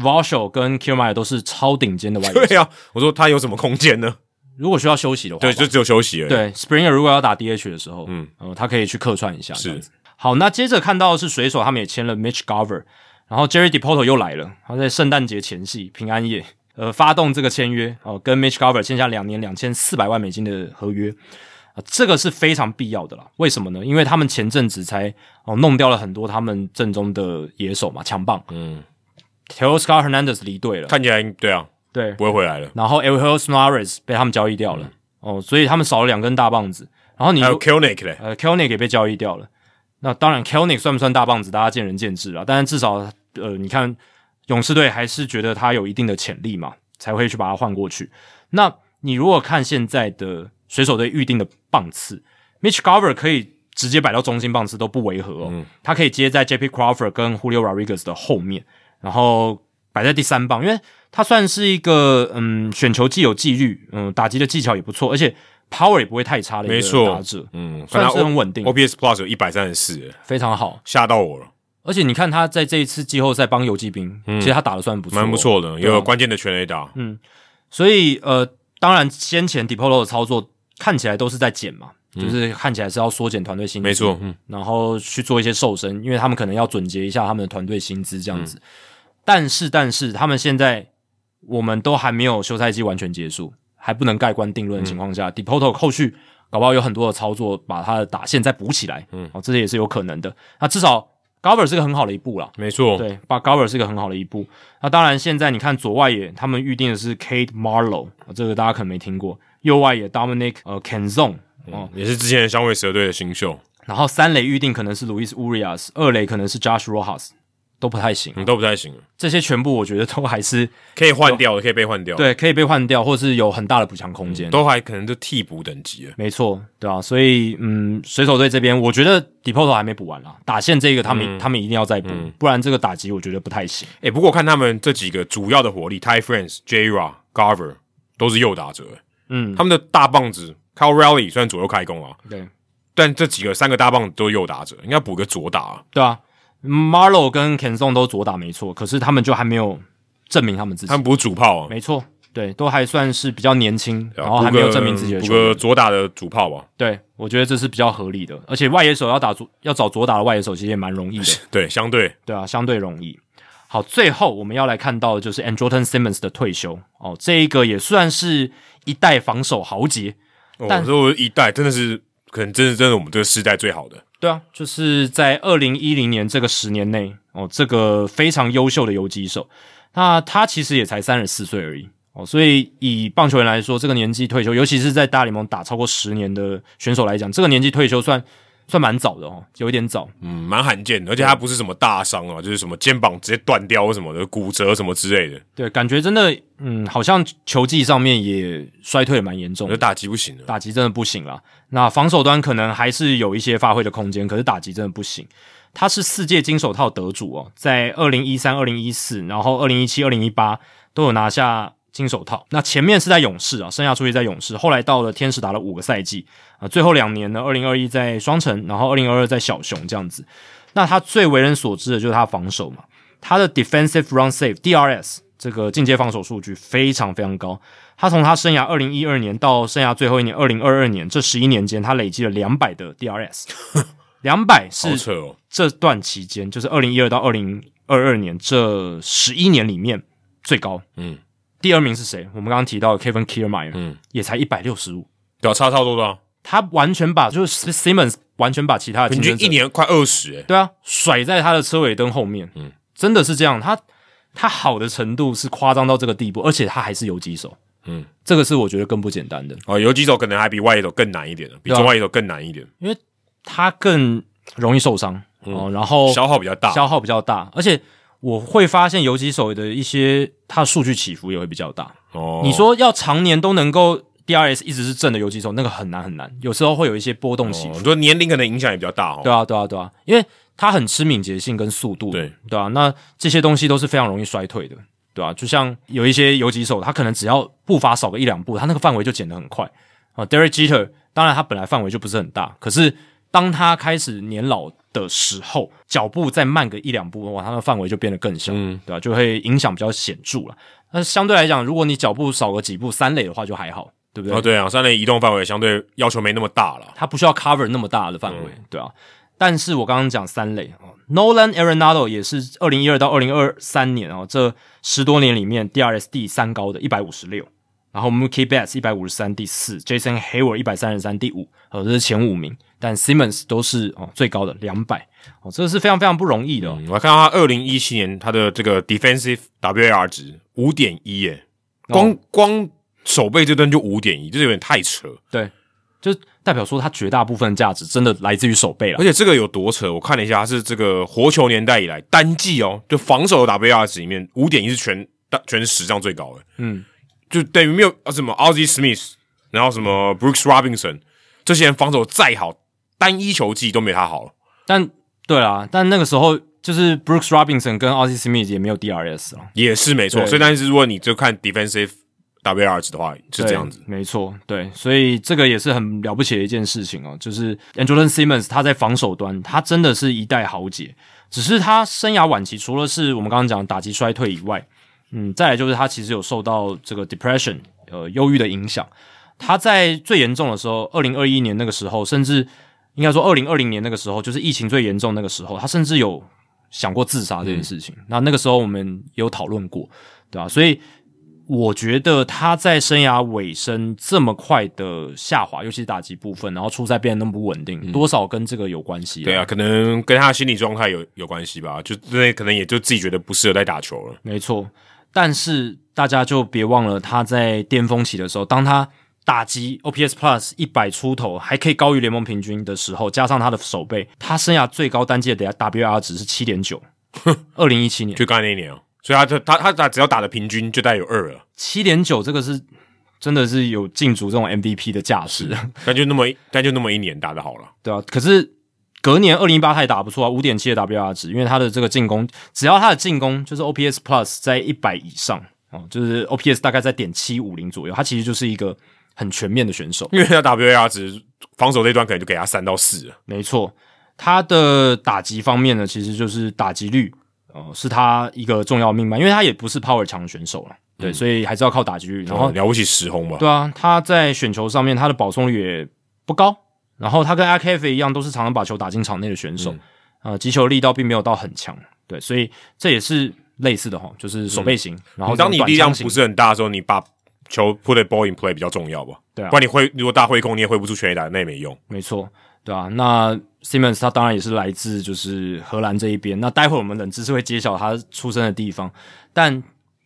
Varsho 跟 Kiermaier 都是超顶尖的外野。
对啊，我说他有什么空 间呢？
如果需要休息的话吧，
对，就只有休息而已。，
对 Springer 如果要打 DH 的时候，
嗯
嗯，呃，他可以去客串一下。这样
是
子好，那接着看到的是水手，他们也签了 Mitch Garver，然后 Jerry Depoto 又来了，他在圣诞节前夕平安夜，呃，发动这个签约，哦、跟 Mitch Garver 签下两年两千四百万美金的合约。啊这个是非常必要的啦，为什么呢？因为他们前阵子才哦弄掉了很多他们阵中的野手嘛，强棒
嗯，
t e o s c a r Hernandez 离队了，
看起来对啊，
对，
不会回来了。
然后 El h e l s n a r e s 被他们交易掉了，哦，所以他们少了两根大棒子。然后你
嗯还
如
有 Kelnick 嘞，
呃 k e l n i c 也被交易掉了。那当然 k e l n i c 算不算大棒子，大家见仁见智啦。但是至少呃，你看勇士队还是觉得他有一定的潜力嘛，才会去把他换过去。那你如果看现在的水手队预定的棒次，Mitch Garver 可以直接摆到中心棒次都不违和哦，
嗯
他可以接在 JP Crawford 跟 Julio Rodriguez 的后面，然后摆在第三棒，因为他算是一个嗯选球既有纪律，嗯打击的技巧也不错，而且 power 也不会太差的
没
一
错
个打者，
嗯，看
算
他
是很稳定
O-，OPS Plus 有一百三十四，
非常好。
吓到我了，
而且你看他在这一次季后赛帮游击兵，其实他打的算不错，
嗯蛮不。错的，也
对
有
啊
关键的全垒打。
所以呃，当然先前 Depolo 的操作看起来都是在减嘛，就是看起来是要缩减团队薪资，
嗯没错，嗯，
然后去做一些瘦身，因为他们可能要总结一下他们的团队薪资
嗯
这样子。但是，但是他们现在我们都还没有休赛季完全结束，还不能盖棺定论的情
嗯
况下、d e p o t o 后续搞不好有很多的操作把他的打线再补起来，嗯，哦，这些也是有可能的。那至少 Gover 是个很好的一步啦，
没错，
对，把 Gover 是个很好的一步。那当然，现在你看左外野，他们预定的是 Kate Marlow，、哦这个大家可能没听过；右外野 Dominic 呃 Canzon，哦，
嗯也是之前的香味蛇队的新秀。
然后三垒预定可能是 Luis Urias，二垒可能是 Josh Rojas，都不太行。
嗯，都不太行，
这些全部我觉得都还是
可以换掉的，可以被换掉，，
对可以被换掉，或是有很大的补强空间。
都还可能就替补等级了。
没错，对啊，所以嗯，水手队这边我觉得 d e p o t 还没补完啦，打线这个他们、他们一定要再补，不然这个打击我觉得不太行。
哎、不过我看他们这几个主要的火力，Ty France、Jra、Garver 都是右打者，欸
嗯，
他们的大棒子 Cal Rally 虽然左右开弓啊，
对
但这几个三个大棒子都是右打者，应该补个左打、啊。
对啊，Marlow 跟 k e n z o n 都左打没错，可是他们就还没有证明他们自己
他。们不是主炮、啊，
没错，对，都还算是比较年轻，
对啊
然后还没有证明自己的
补
球
个
员。
左打的主炮吧。
对，我觉得这是比较合理的，而且外野手要打左要找左打的外野手其实也蛮容易的，
对，相对
对啊，相对容易。好，最后我们要来看到的就是 Andrelton Simmons 的退休哦，这一个也算是一代防守豪杰，但
哦，所以我一代真的是可能真的真的我们这个世代最好的。
对啊，就是在二零一零年这个十年内哦，这个非常优秀的游击手。那他其实也才三十四岁而已哦，所以以棒球员来说，这个年纪退休，尤其是在大联盟打超过十年的选手来讲，这个年纪退休算算蛮早的哦，有一点早。
嗯，蛮罕见的，而且他不是什么大伤啊，就是什么肩膀直接断掉什么的，骨折什么之类的，
对，感觉真的，嗯，好像球技上面也衰退得蛮严重
我觉得
的，
打击不行了。
打击真的不行啦。那防守端可能还是有一些发挥的空间，可是打击真的不行。他是世界金手套得主哦，在二零一三、二零一四，然后二零一七、二零一八都有拿下金手套。那前面是在勇士啊，生涯初期在勇士，后来到了天使打了五个赛季啊、最后两年呢，二零二一在双城，然后二零二二在小熊这样子。那他最为人所知的就是他防守嘛，他的 defensive run save DRS 这个进阶防守数据非常非常高。他从他生涯二零一二年到生涯最后一年二零二二年这十一年间，他累积了两百的 DRS，两 百
好
是
扯哦，
这段期间，就是二零一二到二零二二年这十一年里面最高。
嗯，
第二名是谁？我们刚刚提到的 Kevin Kiermaier，
嗯，
也才一百六十五，
对啊，差超多的、啊，
他完全把就是 Simmons 完全把其他的
平
竞争者
均一年快二十、欸，
对啊，甩在他的车尾灯后面，嗯，真的是这样。他他好的程度是夸张到这个地步，而且他还是游击手，
嗯，
这个是我觉得更不简单的，
哦，游击手可能还比外野手更难一点，比
对啊
中外野手更难一点，
因为他更容易受伤、哦，然后
嗯消耗比较大。
消耗比较大，而且我会发现游击手的一些他数据起伏也会比较大。
哦，
你说要常年都能够 DRS 一直是正的游击手，那个很难很难，有时候会有一些波动起
哦，
伏。
你说年龄可能影响也比较大哦。
对啊，对啊，对啊，因为他很吃敏捷性跟速度，
对
对啊，那这些东西都是非常容易衰退的，对啊，就像有一些游击手，他可能只要步伐少个一两步，他那个范围就减得很快啊。Derek Jeter，当然他本来范围就不是很大，可是当他开始年老的时候，脚步再慢个一两步，哇，他的范围就变得更小，
嗯
对吧、啊就会影响比较显著了。那相对来讲，如果你脚步少个几步，三垒的话就还好，对不对？
哦，对啊，三垒移动范围相对要求没那么大了。
他不需要 cover 那么大的范围，对啊。但是我刚刚讲三类哦，Nolan Arenado 也是二零一二到二零二三年哦，这十多年里面 DRS 第三高的，一百五十六。然后 Mookie Betts 一百五十三第四，Jason Hayward 一百三十三第五，哦，这是前五名。但 Simmons 都是哦最高的两百，哦，这个是非常非常不容易的、哦。
嗯，我还看到他二零一七年他的这个 defensive WAR 值五点一，耶，光、
哦
光手背这段就五点一，这有点太扯。
对，就代表说他绝大部分的价值真的来自于手背了
而。且这个有多扯，我看了一下，它是这个活球年代以来单季哦，就防守的 WAR 值里面五点一是全大全史上最高的，
嗯，
就等于没有啊什么 Ozzy Smith，然后什么 Brooks Robinson 这些人防守再好，单一球技都没他好了。
但对啦，但那个时候就是 Brooks Robinson 跟 Ozzy Smith 也没有 DRS 了。
也是没错。
对
所以，但是如果你就看 defensive WR 值的话，是这样子。
对，没错，对，所以这个也是很了不起的一件事情哦。就是 Andrelton Simmons 他在防守端，他真的是一代豪杰，只是他生涯晚期除了是我们刚刚讲的打击衰退以外，嗯，再来就是他其实有受到这个 depression 呃忧郁的影响。他在最严重的时候，二零二一年那个时候，甚至应该说二零二零年那个时候，就是疫情最严重那个时候，他甚至有想过自杀这
嗯
件事情。那那个时候我们有讨论过，对吧、所以我觉得他在生涯尾声这么快的下滑，尤其是打击部分，然后出赛变得那么不稳定，多少跟这个有关系。
嗯对啊，，可能跟他的心理状态有有关系吧，就那可能也就自己觉得不适合再打球了。
没错。但是大家就别忘了，他在巅峰期的时候，当他打击 OPS Plus 一百出头，还可以高于联盟平均的时候，加上他的手背，他生涯最高单季的 WR 值是七点九，二零一七年
就刚才那一年哦，所以他他他他只要打的平均就带有二了，
七点九，这个是真的是有进足这种 MVP 的价值，
但就那么一但就那么一年打的好了，
对啊，可是隔年二零一八他也打得不错啊，五点七的 WR 值，因为他的这个进攻，只要他的进攻就是 OPS Plus 在一百以上哦，就是 OPS 大概在点七五零左右，他其实就是一个很全面的选手。
因为他 WAR 值防守这一端可能就给他三到四了，
没错，他的打击方面呢，其实就是打击率，呃，是他一个重要命脉，因为他也不是 power 强的选手了，对，所以还是要靠打击率。然后
哦了不起十轰吧，
对啊，他在选球上面他的保送率也不高，然后他跟 a k f 一样，都是常常把球打进场内的选手，
嗯
呃，击球力道并没有到很强，对，所以这也是类似的哈，就是手背型，然后
当嗯你力量不
是
是很大的时候，你把球 put a ball in play 比较重要吧，
对啊
不然你挥如果大挥空你也挥不出全垒打，那也没用。
没错，对啊，那 Simmons 他当然也是来自就是荷兰这一边，那待会我们冷知识会揭晓他出生的地方，但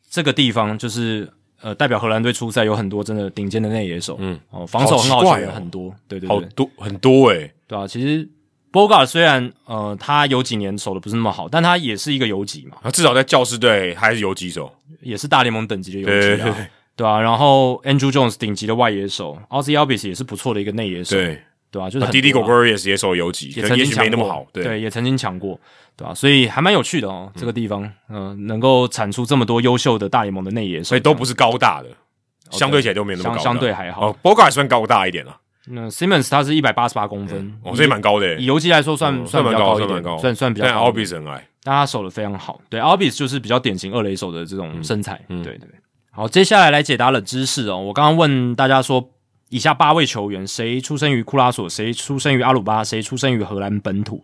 这个地方就是。呃，代表荷兰队出赛有很多真的顶尖的内野手，嗯，哦，防守很好
好奇
的
怪
球员
哦
很多，对对对，
好多很多欸诶、
对啊，其实 Boga 虽然呃他有几年守的不是那么好，但他也是一个游击嘛，
他至少在教师队还是游击手，
也是大联盟等级的游
对
击
对
啊，对啊，然后 Andrew Jones 顶级的外野手，Ozzy Albies 也是不错的一个内野手，
对，
对啊，就是很
弟弟
多
狗
啊
狗也是也手游击，
也曾
可能也
经
许
抢
没那么
过
好，对，
也曾经抢过，对吧、啊所以还蛮有趣的哦，这个地方，嗯、能够产出这么多优秀的大联盟的内野手，
所以都不是高大的，相对起来都没有那么高
相
大，
哦相对还好。
哦 b o g a 算高大一点了，
那 Simmons 他是一百八十八公分，
哦，所以蛮高的、
以
欸，
游击来说算、
嗯
算比
蛮
较
高，
一
算
点，
蛮高，
算算比较
但
高一
a
点
l b i s 很矮，
但他守的非常好。对，Albis 就是比较典型二垒手的这种身材。对对。好，接下来来解答冷知识哦。我刚刚问大家说，以下八位球员谁出生于库拉索，谁出生于阿鲁巴，谁出生于荷兰本土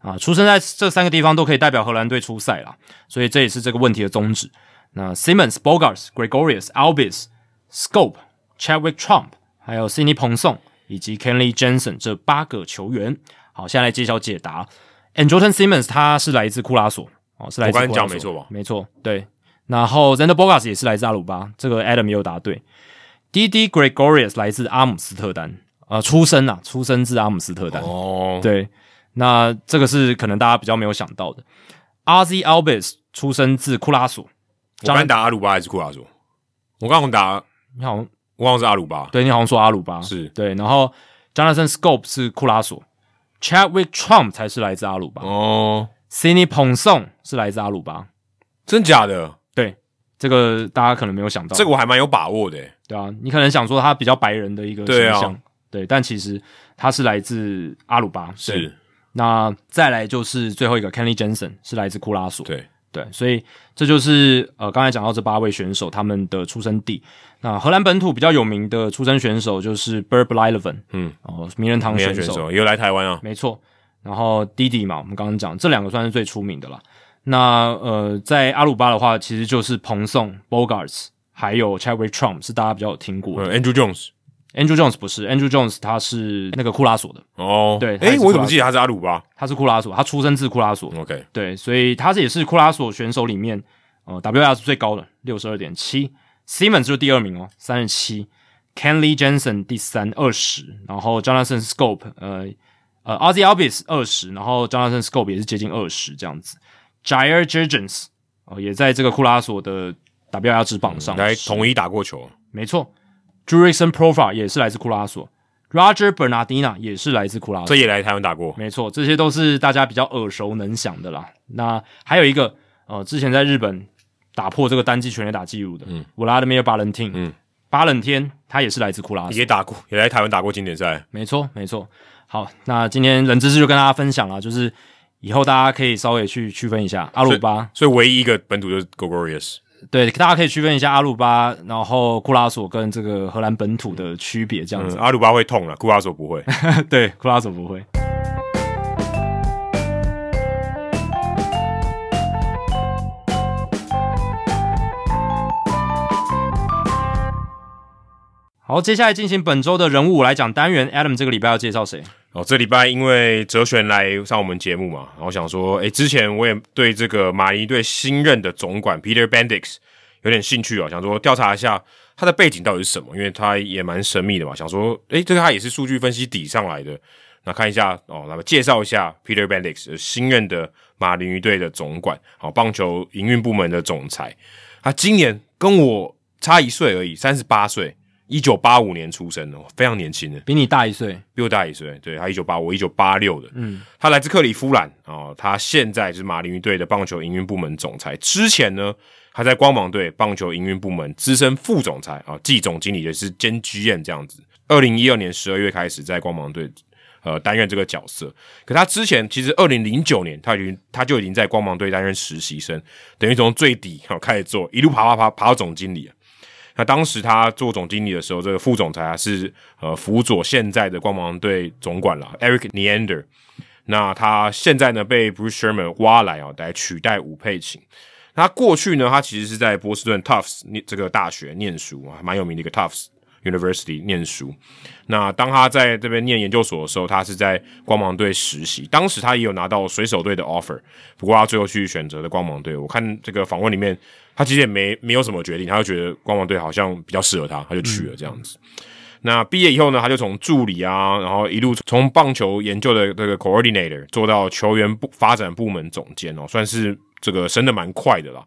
啊？出生在这三个地方都可以代表荷兰队出赛啦，所以这也是这个问题的宗旨。那 Simmons、Bogarts、Gregorius、Albis、Scope、Chadwick Trump，还有 Sidney 彭颂以及 Kenley Jensen 这八个球员。好，现在来揭晓解答。And Jordan Simmons 他是来自库拉索，哦，是来自
我刚才
库拉
讲
索
没错吧
没错，对。然后 Zander Bogarts 也是来自阿鲁巴，这个 Adam 也有答对。D D Gregorius 来自阿姆斯特丹，呃，出生啊，出生自阿姆斯特丹。
哦，
对，那这个是可能大家比较没有想到的。R Z Albis 出生自库拉索，
我刚才打阿鲁巴还是库拉索？我刚刚打，
你好像
我忘了是阿鲁巴，
对你好像说阿鲁巴
是
对，然后 Jonathan Scope 是库拉索，Chadwick Trump 才是来自阿鲁巴、
哦，
s i d n e y Ponsong 是来自阿鲁巴。
真假的？
对，这个大家可能没有想到，
这个我还蛮有把握的、欸，
对啊，你可能想说他比较白人的一个
对
形
啊
象，对，但其实他是来自阿鲁巴。对
是
那再来就是最后一个 Kenny Jensen 是来自库拉索，
对，
对，所以这就是呃刚才讲到这八位选手他们的出生地。那荷兰本土比较有名的出生选手就是 Burb Lileven，
嗯，
哦，名人堂
美
选
人
手，
选手也有来台湾啊，
没错。然后 Didi 嘛，我们刚刚讲这两个算是最出名的啦。那呃，在阿鲁巴的话，其实就是彭颂、Bogarts 还有 Chadwick Trump 是大家比较有听过的。
嗯，Andrew Jones，
Andrew Jones 不是，Andrew Jones 他是那个库拉索的，
哦，
对他也
哎、
是库拉
我怎么记得他是阿鲁巴
他是库拉索，他出生自库拉索，
？OK，
对，所以他也是库拉索选手里面，呃，WR 是最高的，六十二点七，Simmons 就是第二名哦，三十七，Kenley Jensen 第三，二十，然后 Jonathan Scope，呃呃，Ozzy Albies 二十，然后 Jonathan Scope 也是接近二十这样子，Jair Jurgens 哦、也在这个库拉索的 WR 值榜上，
嗯来统一打过球，
没错 j u r i s o n Profile 也是来自库拉索，Roger Bernardina 也是来自库拉索
这。也来台湾打过，
没错，这些都是大家比较耳熟能详的啦。那还有一个，呃，之前在日本打破这个单季全垒打纪录的，嗯，我拉德米尔巴伦汀，嗯
嗯，
巴冷天，他也是来自库拉索，
也打过，也来台湾打过经典赛。
没错，没错。好，那今天冷知识就跟大家分享了，就是以后大家可以稍微去区分一下阿鲁巴，
所以唯一一个本土就是 Gregorius。
对，大家可以区分一下阿鲁巴，然后库拉索跟这个荷兰本土的区别，这样
嗯
子。，
阿鲁巴会痛了，库拉索不会。
对，库拉索不会。好，接下来进行本周的人物来讲单元。Adam 这个礼拜要介绍谁？
哦，这礼拜因为哲璇来上我们节目嘛，然后想说，诶，之前我也对这个马尼队新任的总管 Peter Bendix 有点兴趣哦，想说调查一下他的背景到底是什么，因为他也蛮神秘的嘛，想说，诶，这个他也是数据分析底上来的，然那看一下哦，那么介绍一下 Peter Bendix 呃新任的马林鱼队的总管，好、棒球营运部门的总裁。他今年跟我差一岁而已，三十八岁，一九八五年出生的，哦非常年轻的。
比你大一岁，
比我大一岁，对他一九八，我一九八六的，嗯，他来自克利夫兰哦，他现在是马林鱼队的棒球营运部门总裁。之前呢，他在光芒队棒球营运部门资深副总裁啊，季总经理也是兼 GM 这样子。二零一二年十二月开始在光芒队呃担任这个角色，可他之前其实二零零九年他已经他就已经在光芒队担任实习生，等于从最底哦开始做，一路爬爬爬爬到总经理了。那当时他做总经理的时候，这个副总裁啊是呃辅佐现在的光芒队总管了，Eric Neander。那他现在呢被 Bruce Sherman 挖来啊，来取代吴佩琴。那他过去呢，他其实是在波士顿 Tufts 念这个大学念书啊，蛮有名的一个 Tufts University 念书。那当他在这边念研究所的时候，他是在光芒队实习。当时他也有拿到水手队的 offer，不过他最后去选择了光芒队。我看这个访问里面，他其实也没没有什么决定，他就觉得光芒队好像比较适合他，他就去了这样子。那毕业以后呢，他就从助理啊，然后一路从棒球研究的这个 coordinator 做到球员部发展部门总监哦，算是这个升的蛮快的啦。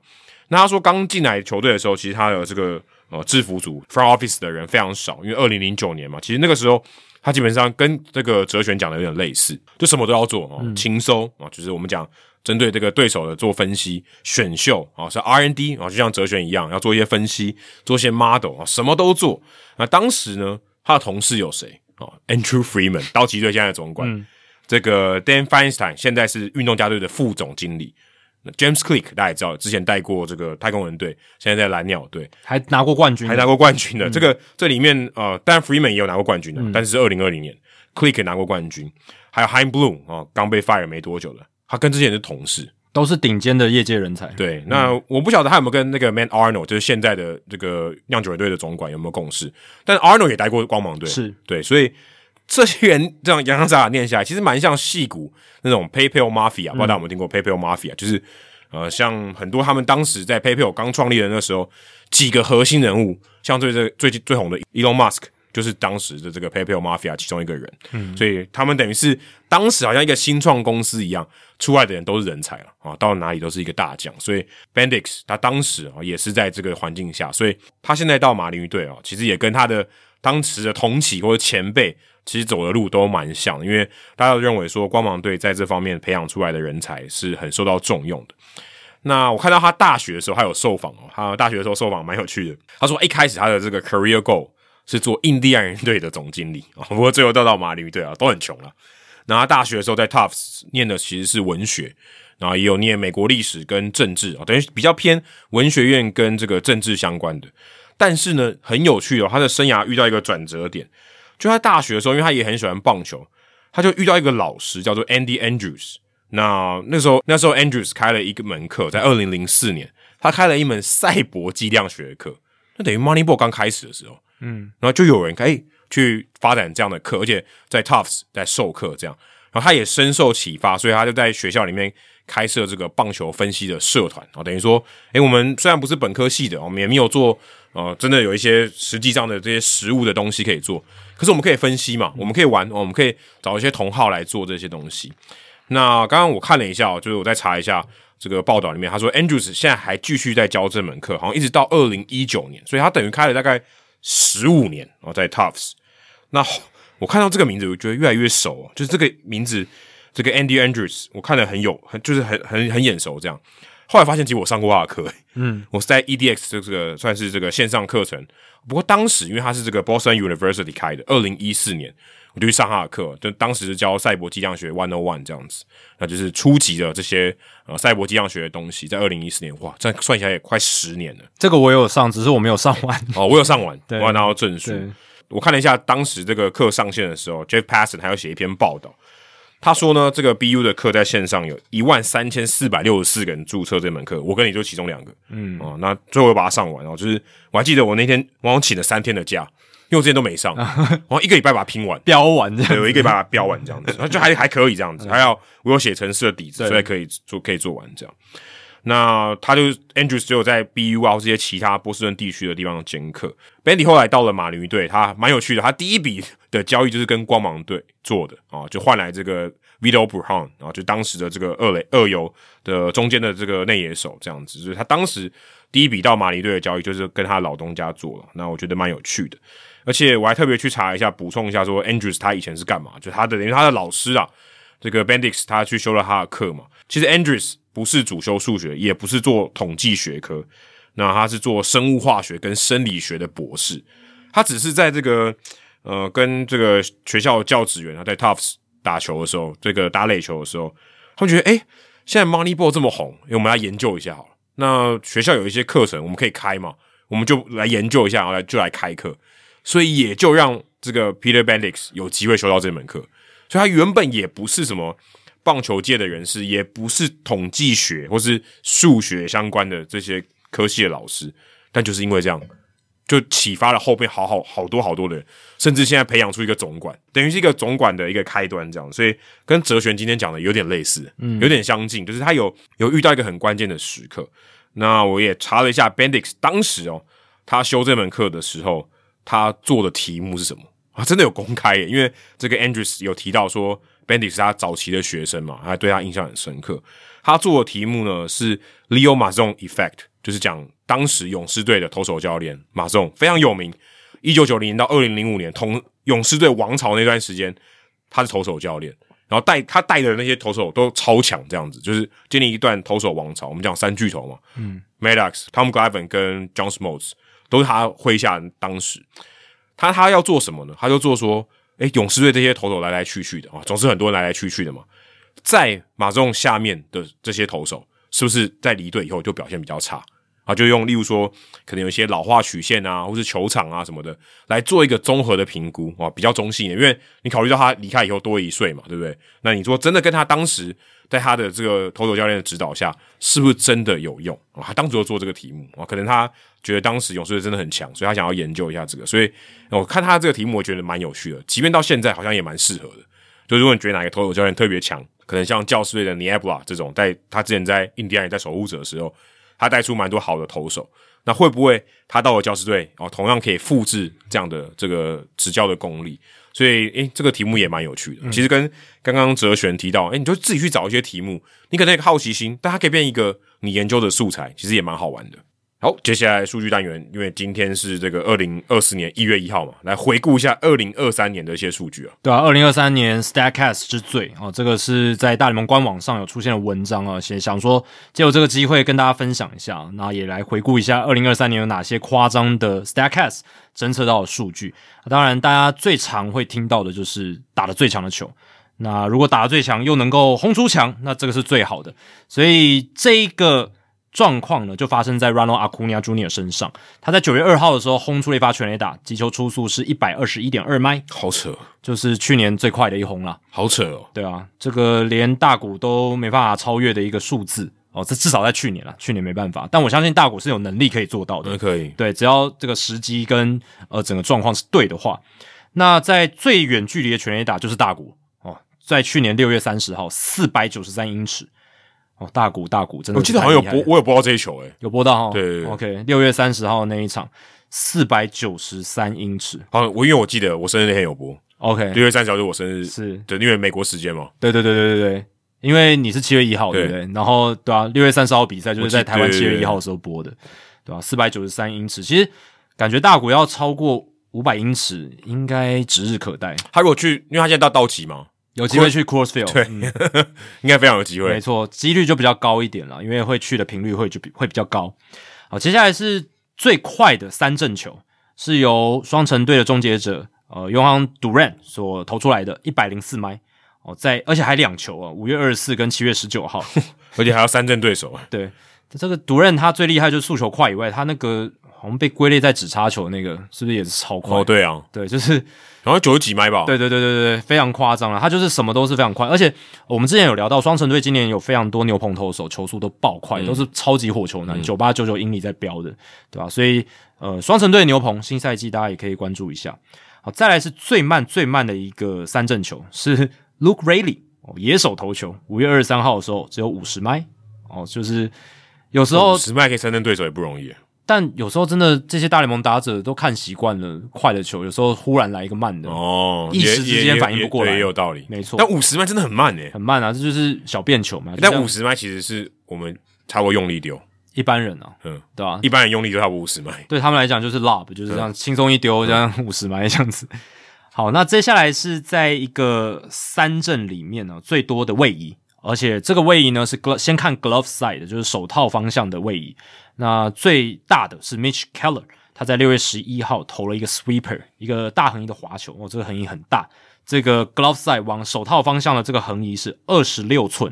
那他说刚进来球队的时候，其实他的这个呃制服组 front office 的人非常少，因为二零零九年嘛，其实那个时候他基本上跟这个哲璇讲的有点类似，就什么都要做哦，勤收啊、哦，就是我们讲针对这个对手的做分析、选秀啊、哦，是 R N D 啊、哦，就像哲璇一样，要做一些分析，做一些 model 啊、什么都做。那当时呢，他的同事有谁啊、哦、？Andrew Freeman，道奇队现在的总管。这个 Dan Feinstein 现在是运动家队的副总经理，那 James Click 大家也知道，之前带过这个太空人队，现在在蓝鸟队，
还拿过冠军，
还拿过冠军的。这个这里面呃，当然 Freeman 也有拿过冠军的，但是是二零二零年，Click 也拿过冠军，还有 Hein Bloom 啊、哦，刚被 fire 没多久了，他跟之前是同事。
都是顶尖的业界人才。
对，那我不晓得他有没有跟那个 Man Arnold，就是现在的这个酿酒人队的总管有没有共识，但 Arnold 也待过光芒队，
是
对，所以。这些人这样洋洋洒洒念下来，其实蛮像戏骨那种 PayPal Mafia，不知道大家有没有听过 PayPal Mafia？就是呃，像很多他们当时在 PayPal 刚创立的那时候，几个核心人物，像最最最最红的 Elon Musk，就是当时的这个 PayPal Mafia 其中一个人。嗯，所以他们等于是当时好像一个新创公司一样，出来的人都是人才了啊，到哪里都是一个大将。所以 Bendix 他当时啊也是在这个环境下，所以他现在到马林鱼队啊，其实也跟他的当时的同期或者前辈。其实走的路都蛮像的，因为大家都认为说光芒队在这方面培养出来的人才是很受到重用的。那我看到他大学的时候，他有受访哦，他大学的时候受访蛮有趣的。他说一开始他的这个 career goal 是做印第安人队的总经理 啊、哦，不过最后调到马林鱼队啊，都很穷了。那他大学的时候在 Tufts 念的其实是文学，然后也有念美国历史跟政治啊、哦，等于比较偏文学院跟这个政治相关的。但是呢，很有趣哦，他的生涯遇到一个转折点。就他大学的时候，因为他也很喜欢棒球，他就遇到一个老师叫做 Andy Andrews。那那时候那时候 Andrews 开了一个门课，在二零零四年，他开了一门赛博计量学的课，那等于 Moneyball 刚开始的时候，嗯，然后就有人哎、去发展这样的课，而且在 Tufts 在授课这样，然后他也深受启发，所以他就在学校里面开设这个棒球分析的社团啊，等于说，诶，我们虽然不是本科系的，我们也没有做呃，真的有一些实际上的这些实物的东西可以做，可是我们可以分析嘛，我们可以玩，哦我们可以找一些同好来做这些东西。那刚刚我看了一下哦，就是我再查一下这个报道里面，他说 Andrews 现在还继续在教这门课，好像一直到二零一九年，所以他等于开了大概十五年哦，在 Tufts。那我看到这个名字，我觉得越来越熟、哦，就是这个名字，这个 Andy Andrews，我看的很有，很就是很很很眼熟这样。后来发现，其实我上过他的课，嗯，我是在 EDX 这个算是这个线上课程，不过当时因为他是这个 Boston University 开的，二零一四年我就去上他的课，就当时是教赛博计量学 One O One 这样子，那就是初级的这些呃赛博计量学的东西，在二零一四年，哇，这样算起来也快十年了。
这个我有上，只是我没有上完。
哦，我有上完，我有拿到证书
对。
我看了一下当时这个课上线的时候，Jeff Passan 还要写一篇报道，他说呢，这个 BU 的课在线上有一万三千四百六十四个人注册这门课，我跟你就其中两个，嗯，哦，那最后又把它上完，哦，就是我还记得我那天我好像请了三天的假，因为我之前都 没上，我一个礼拜把它拼完，
标完这
对，
样，
我一个礼拜把它标完这样子，然后就还还可以这样子，还要我有写程式的底子，所以可以做可以做完这样。那他就 Andrews 只有在 BU 啊或这些其他波士顿地区的地方兼课。Bendy 后来到了马林鱼队，他蛮有趣的，他第一笔的交易就是跟光芒队做的啊，就换来这个 Vito Brown，然后就当时的这个二垒二游的中间的这个内野手这样子，就是他当时第一笔到马林队的交易就是跟他老东家做了，那我觉得蛮有趣的。而且我还特别去查一下，补充一下说，Andrews 他以前是干嘛？就他的等于他的老师啊，这个 Bendix 他去修了他的课嘛。其实 Andrews 不是主修数学，也不是做统计学科，那他是做生物化学跟生理学的博士。他只是在这个呃跟这个学校的教职员啊他在 Tufts 打球的时候，这个打垒球的时候，他们觉得诶，现在 Moneyball 这么红，诶我们来研究一下好了。那学校有一些课程我们可以开嘛，我们就来研究一下，然后来就来开课。所以也就让这个 Peter Bendix 有机会修到这门课。所以他原本也不是什么棒球界的人士，也不是统计学或是数学相关的这些科系的老师，但就是因为这样，就启发了后面好好好多好多的人，甚至现在培养出一个总管，等于是一个总管的一个开端，这样。所以跟哲璇今天讲的有点类似，嗯，有点相近，就是他有有遇到一个很关键的时刻。那我也查了一下 Bendix 当时哦，他修这门课的时候，他做的题目是什么啊？真的有公开耶，因为这个 Andrews 有提到说，Bendix 是他早期的学生嘛，他对他印象很深刻。他做的题目呢是 Leo Mazzon Effect，就是讲当时勇士队的投手教练马仲非常有名，一九九零年到二零零五年同勇士队王朝那段时间，他是投手教练。然后带他带的那些投手都超强，这样子就是建立一段投手王朝。我们讲三巨头嘛，嗯，Maddox、Tom Glavine 跟 John Smoltz 都是他麾下人当时他他要做什么呢？他就做说，诶，勇士队这些投手来来去去的啊，总是很多人来来去去的嘛。在马仲下面的这些投手，是不是在离队以后就表现比较差啊？就用例如说，可能有一些老化曲线啊，或是球场啊什么的，来做一个综合的评估啊，比较中性一点。因为你考虑到他离开以后多一岁嘛，对不对？那你说真的跟他当时在他的这个投手教练的指导下，是不是真的有用啊？他当时就做这个题目啊，可能他觉得当时勇士队真的很强，所以他想要研究一下这个。所以我看他这个题目，我觉得蛮有趣的，即便到现在好像也蛮适合的。就如果你觉得哪个投手教练特别强，可能像教士队的尼埃布拉这种，在他之前在印第安人在守护者的时候，他带出蛮多好的投手。那会不会他到了教士队哦，同样可以复制这样的这个执教的功力？所以，诶，这个题目也蛮有趣的。其实跟刚刚哲璇提到，诶，你就自己去找一些题目，你可能有个好奇心，但它可以变一个你研究的素材，其实也蛮好玩的。好，接下来数据单元，因为今天是这个二零二四年一月一号嘛，来回顾一下二零二三年的一些数据啊。
对啊，二零二三年 Statcast 之最哦，这个是在大联盟官网上有出现的文章啊，写想说借由这个机会跟大家分享一下，那也来回顾一下二零二三年有哪些夸张的 Statcast 侦测到的数据。啊当然，大家最常会听到的就是打得最强的球。那如果打得最强又能够轰出墙，那这个是最好的。所以这一个状况呢，就发生在 Ronald Acuna Jr. 身上。他在九月二号的时候轰出了一发全垒打，击球初速是一百二十一点二迈，
好扯，
就是去年最快的一轰啦。
好扯哦。
对啊，这个连大股都没办法超越的一个数字哦，这至少在去年啦，去年没办法，但我相信大股是有能力可以做到的。
那嗯可以，
对，只要这个时机跟呃整个状况是对的话，那在最远距离的全垒打就是大谷哦，在去年六月三十号四百九十三英尺哦，大谷大谷真的
我
是
记得好
太
像有
厉害
播
了，
我有播到这一球、诶，
有播到哈，
对对对
o k 六月三十号那一场四百九十三英尺
好像我因为我记得我生日那天有播，
，OK，
六月三十号哎就是我生日，
是
对，因为美国时间嘛，
对对对对对对，因为你是七月一号，对不对？然后对啊，六月三十号比赛就是
我记
在台湾
对
七
对对
月一号的时候播的，对吧、四百九十三英尺，其实感觉大谷要超过五百英尺，应该指日可待，
他如果去，因为他现在到道奇嘛，
有机会去 Crossfield，对，
应该非常有机
没
会。
错，几率就比较高一点了，因为会去的频率会就比会比较高。好，接下来是最快的三振球，是由双城队的终结者呃永航 Duran 所投出来的，一百零四迈哦，在而且还两球啊，五月二十四跟七月十九号。
而且还要三阵对手，
对，这个独任他最厉害就是速球快以外，他那个好像被归类在直插球那个，是不是也是超快？
哦，对啊，
对，就是
好像九十几迈吧，
对对对对对，非常夸张了。啊他就是什么都是非常快，而且我们之前有聊到，双城队今年有非常多牛棚投手，球速都爆快，都是超级火球男，九八九九英里在飙的，对吧、所以呃，双城队的牛棚新赛季大家也可以关注一下。好，再来是最慢最慢的一个三振球是 Luke Rayleigh 哦，野手投球，五月二十三号的时候只有五十迈哦，就是有时候，
十迈可以三振对手也不容易。
但有时候真的这些大联盟打者都看习惯了快的球，有时候忽然来一个慢的，
哦，
一时之间
也也也
反应不过来
对也有道理。
没错
但五十迈真的很慢诶、
很慢啊，这就是小便球嘛。
但五
十
十迈其实是我们差不多用力丢，
一般人啊，
嗯，
对吧、
一般人用力丢差不多五十迈。
对他们来讲就是 lob，就是这样轻松一丢，这样五十码这样子。 好，那接下来是在一个三阵里面呢、最多的位移，而且这个位移呢是 glove 先看 glove side，就是手套方向的位移。那最大的是 Mitch Keller，他在六月十一号投了一个 sweeper，一个大横移的滑球，哦，这个横移很大。这个 glove side 往手套方向的这个横移是二十六寸，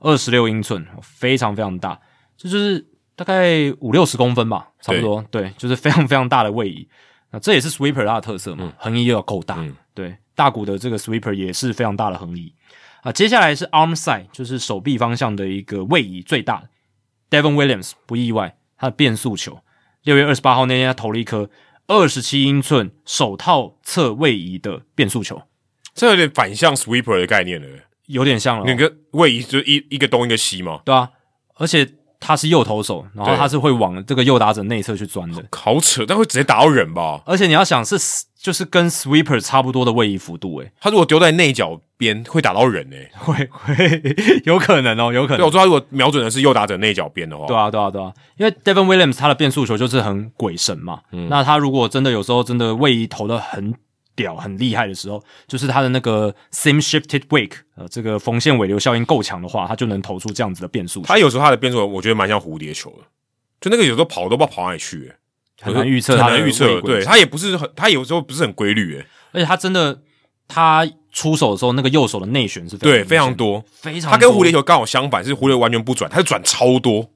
二十六英寸，非常非常大，这就是大概五六十公分吧，差不多，对，就是非常非常大的位移。那这也是 sweeper 它的特色嘛，横移又要够大，
嗯
对，大股的这个 sweeper 也是非常大的横移啊。接下来是 arm side，就是手臂方向的一个位移最大的，Devon Williams 不意外，他的变速球，六月二十八号那天他投了一颗二十七英寸手套侧位移的变速球，
这有点反向 sweeper 的概念了、
有点像了哦、
那个位移就是一一个东一个西嘛，
对啊，而且他是右投手，然后
对
他是会往这个右打者内侧去钻的，
好扯，但会直接打到人吧？
而且你要想是就是跟 sweeper 差不多的位移幅度、诶，
他如果丢在内角边，会打到人诶、
会会有可能哦，有可
对，
能
我。说他如果瞄准的是右打者内角边的话，
对啊，对啊，对啊，因为 Devon Williams 他的变速球就是很鬼神嘛，
嗯
那他如果真的有时候真的位移投的很屌、很厉害的时候，就是他的那个 sim shifted wake，呃，这个缝线尾流效应够强的话，他就能投出这样子的变速球
他。有时候他的变速，我觉得蛮像蝴蝶球的，就那个有时候跑都不知道跑哪里去、欸，
很难预测
很
他的
难预
位
测，
轨
对
迹
他也不是很，他有时候不是很规律、欸，
而且他真的他出手的时候，那个右手的内旋是
对，非
非
常
常明显的，
多。
非常
他跟蝴蝶
球
球刚好相反，是蝴蝶完全不转，他就转超多，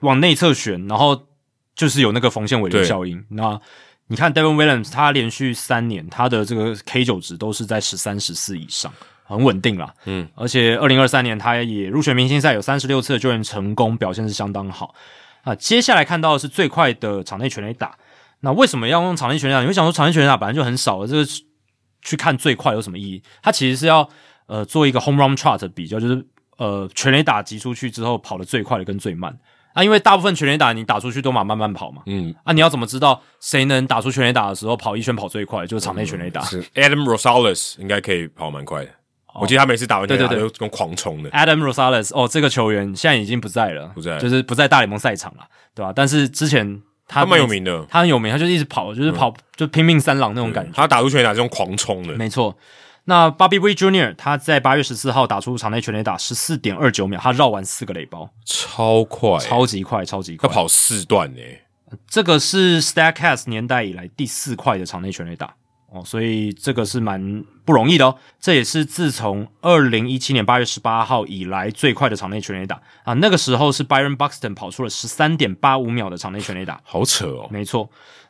往内侧旋，然后就是有那个缝线尾流
对
效应。那你看 Devon Williams，他连续三年他的这个 K 九值都是在十三、十四以上，很稳定啦。
嗯，
而且二零二三年他也入选明星赛，有三十六次的救援成功，表现是相当好。啊，接下来看到的是最快的场内全垒打。那为什么要用场内全垒打？你会想说场内全垒打本来就很少了，这个去看最快有什么意义？它其实是要呃做一个 home run chart 的比较，就是呃全垒打击出去之后跑得最快的跟最慢啊，因为大部分全垒打你打出去都嘛慢慢跑嘛，
嗯，
啊你要怎么知道谁能打出全垒打的时候跑一圈跑最快？就是场内全垒打。
嗯是 Adam Rosales 应该可以跑蛮快的，我记得他每次打完全垒打
对对
都跟狂冲的，
Adam Rosales 哦，这个球员现在已经不在了，
不在了
就是不在大联盟赛场了，对吧、但是之前他
他蛮有名的，嗯
他很有名，他就一直跑，就是跑、就拼命三郎那种感觉。
他打出全垒打是用狂冲的，
没错。那 Bobby Wee Jr. 他在八月十四号打出场内全垒打十四点二九秒，他绕完四个垒包，
超快欸，
超级快，超级
他
快。
跑四段欸诶、
这个是 Statcast 年代以来第四块的场内全垒打哦，所以这个是蛮不容易的哦。这也是自从二零一七年八月十八号以来最快的场内全垒打啊，那个时候是 Byron Buxton 跑出了十三点八五秒的场内全垒打，
好扯哦，
没错。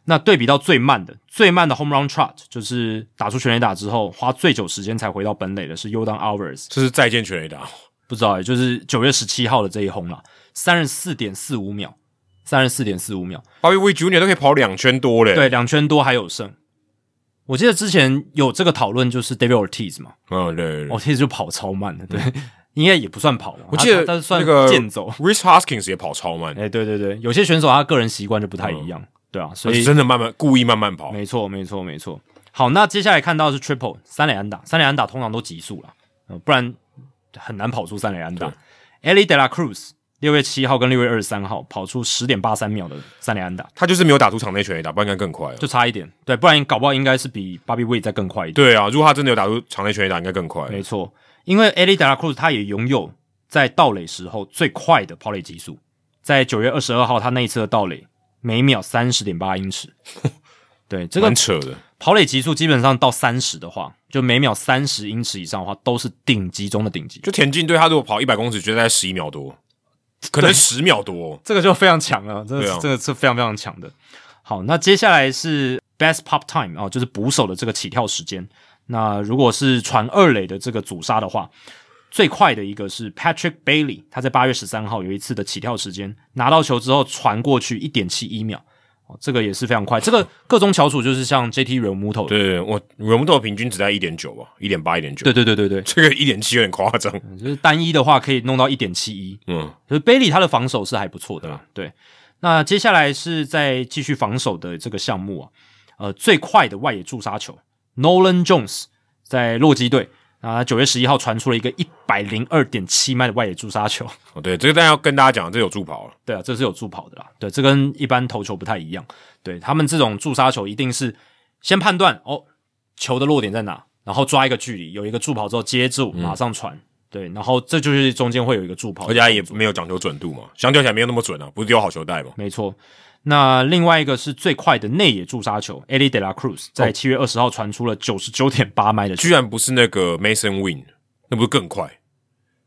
那对比到最慢的，最慢的 home run trot 就是打出全垒打之后花最久时间才回到本垒的是 u d o n Hours，
这是再见全垒打，
不知道欸，就是九月十七号的这一轰啦，三十四点四五秒，三十四点四五秒，
b o b b y Wee Junior 都可以跑两圈多嘞，
对，，两圈多还有剩。我记得之前有这个讨论，就是 David Ortiz 嘛
嗯对对对
，Ortiz 就跑超慢的，对， 应该也不算跑嘛，
我记得
他他算
那个
健 走。
Rich Hoskins 也跑超慢
哎、，对对对，有些选手他个人习惯就不太一样，对啊，所
而
以
且哦真的慢慢故意慢慢跑，
没错，没错，没错。好，那接下来看到的是 triple 三垒安打，三垒安打通常都极速了、呃不然很难跑出三垒安打。Ellie De La Cruz 六月七号跟六月二十三号跑出十点八三秒的三垒安打，
他就是没有打出场内全垒打，不然应该更快哦。
就差一点，对，不然搞不好应该是比 Bobby Wee 再更快一点。
对啊，如果他真的有打出场内全垒打，应该更快。
没错，因为 Ellie De La Cruz 他也拥有在盗垒时候最快的跑垒极速，在九月二十二号他那一次的盗垒每秒三十点八英尺。对，这个
蛮扯的，
跑垒极速基本上到三十的话，就每秒三十英尺以上的话，都是顶级中的顶级，
就田径队，他如果跑一百公尺，绝对在十一秒多，可能十秒多。
这个就非常强了，这
对啊
个这个是非常非常强的。好，那接下来是 best pop time 哦，就是捕手的这个起跳时间。那如果是传二垒的这个阻杀的话，最快的一个是 Patrick Bailey，他在八月十三号有一次的起跳时间，拿到球之后传过去一点七一秒，哦这个也是非常快。这个各中翘楚就是像 JT Realmuto，
对对对，我 r o m u t o 平均只在一点九吧，一点八、一点九，
对对对对对，
这个一点七有点夸张。
就是单一的话可以弄到一点七一，
嗯，
就是 Bailey 他的防守是还不错的啦。对，那接下来是在继续防守的这个项目啊，呃，最快的外野助杀球，Nolan Jones 在洛基队啊，九月十一号传出了一个一百零二点七迈的外野助杀球。
哦，对，这个大家要跟大家讲，这有助跑了。
对啊，这是有助跑的啦。对，这跟一般投球不太一样。对他们这种助杀球，一定是先判断哦球的落点在哪，然后抓一个距离，有一个助跑之后接住，马上传。对，然后这就是中间会有一个助跑，
嗯而且他也没有讲究准度嘛，相较起来没有那么准啊，不是丢好球带嘛。
没错。那另外一个是最快的内野助杀球 e l i De La Cruz 在七月二十号传出了九十九点八迈的
居
球
然不是那个 Mason Win，那不是更快？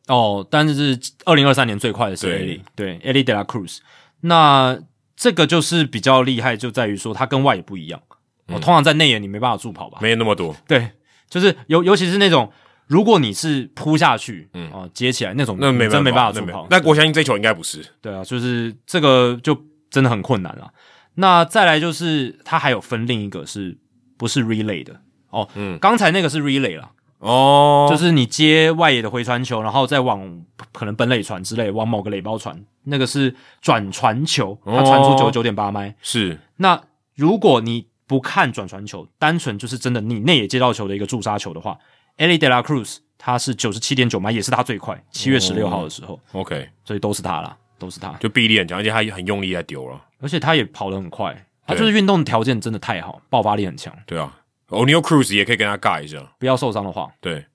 哦，但是二零二三年最快的是 e l i 对 e l i De La Cruz。那这个就是比较厉害，就在于说他跟外野不一样。哦、通常在内野你没办法助跑吧？
没有那么多。
对，就是尤尤其是那种如果你是扑下去，嗯哦、接起来那种，
那没
你真没办
办
法助跑。
那我相信这球应该不是，
对啊，就是这个就真的很困难了。那再来就是它还有分另一个是不是 relay 的哦，嗯，刚才那个是 relay 了，
哦，
就是是你接外野的回传球，然后再往可能本垒传之类，往某个垒包传，那个是转传球，它传出
哦
九十九点八迈。
是
那如果你不看转传球，单纯就是真的你内野接到球的一个助杀球的话 e l i De La Cruz 他是九十七点九迈，也是他最快，七月十六号的时候，
OK，
所以都是他啦，都是他。
就臂力很强，而且他很用力在丢了。
而且他也跑得很快，他
对
就是运动条件真的太好，爆发力很强。
对啊，O'Neal Cruz 也可以跟他尬一下。
不要受伤的话，
对，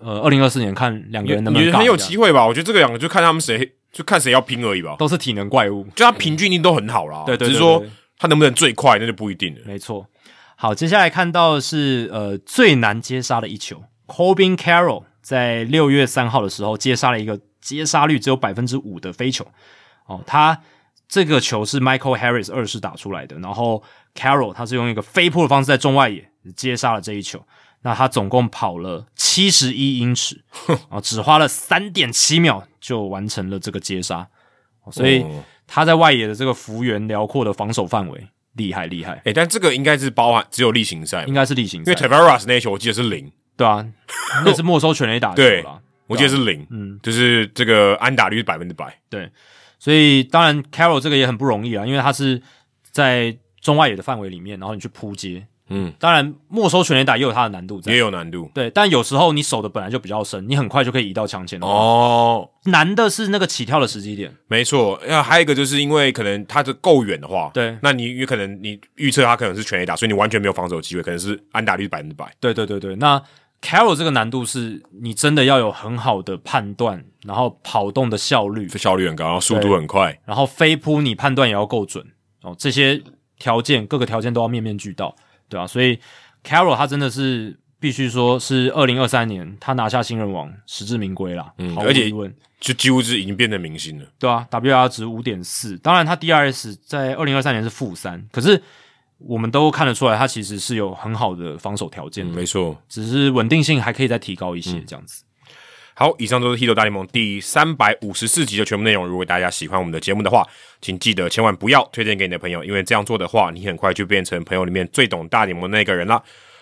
呃，二零二四年看两个人能不
你
能
觉得很有
尬一下
机会吧？我觉得这个两个就看他们谁，就看谁要拼而已吧。
都是体能怪物。
就他平均力都很好啦，
对对对
只是说
对对
他能不能最快那就不一定了。
没错。好，接下来看到的是呃最难接杀的一球，Corbin Carroll 在六月三号的时候接杀了一个接杀率只有百分之五的飞球。哦，他这个球是 Michael Harris 二世打出来的，然后 Carroll 他是用一个飞扑的方式在中外野接杀了这一球。那他总共跑了七十一英尺，啊、只花了三点七秒就完成了这个接杀，哦所以
哦
他在外野的这个幅员辽阔的防守范围，厉害厉害。
哎、但这个应该是包含只有例行赛嘛，
应该是例行
因
赛，
为 Tavares 那一球我记得是零，
对啊，那是没收全垒打球
对
啦，
我记得是零，
嗯，
就是这个安打率是百分之百，
对，所以当然 Carroll 这个也很不容易啊，因为他是在中外野的范围里面，然后你去扑接，
嗯，
当然没收全垒打也有它的难度
也
在，
有难度。
对，但有时候你守的本来就比较深，你很快就可以移到墙前的话，
哦，
难的是那个起跳的时机点，
没错，那还有一个就是因为可能他的够远的话，
对
那你有可能你预测他可能是全 A 打，所以你完全没有防守机会，可能是安打率百分之百。
对对对对，那 Carroll 这个难度是你真的要有很好的判断，然后跑动的效率，
这效率很高，然后速度很快，
然后飞扑你判断也要够准哦，这些条件各个条件都要面面俱到，对啊，所以 Carroll 他真的是必须说是二零二三年他拿下新人王实至名归啦，嗯毫无
而且
疑问，
就几乎是已经变成明星了。
对啊，WR 值五点四，当然他 DRS 在二零二三年是负三，可是我们都看得出来他其实是有很好的防守条件的，
嗯没错。
只是稳定性还可以再提高一
嗯
些这样子。
好，以上都是《h i t 大联盟》第三百五十四集的全部内容。如果大家喜欢我们的节目的话，请记得千万不要推荐给你的朋友，因为这样做的话，你很快就变成朋友里面最懂大联盟的那个人啦。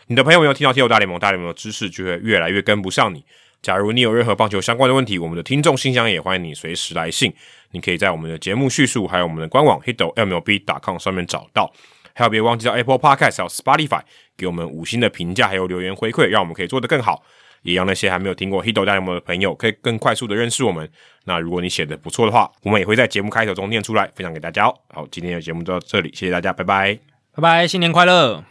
你的朋友没有听到《h i t 大联盟》，大联盟的知识就会越来越跟不上你。假如你有任何棒球相关的问题，我们的听众信箱也欢迎你随时来信，你可以在我们的节目叙述还有我们的官网 hito mlb.com 上面找到。还有别忘记到 Apple Podcast 还有 Spotify 给我们五星的评价，还有留言回馈，让我们可以做得更好。也让那些还没有听过《Hito 大联盟》的朋友可以更快速的认识我们。那如果你写的不错的话，我们也会在节目开头中念出来，分享给大家哦。好，今天的节目就到这里，谢谢大家，拜拜。
拜拜，新年快乐！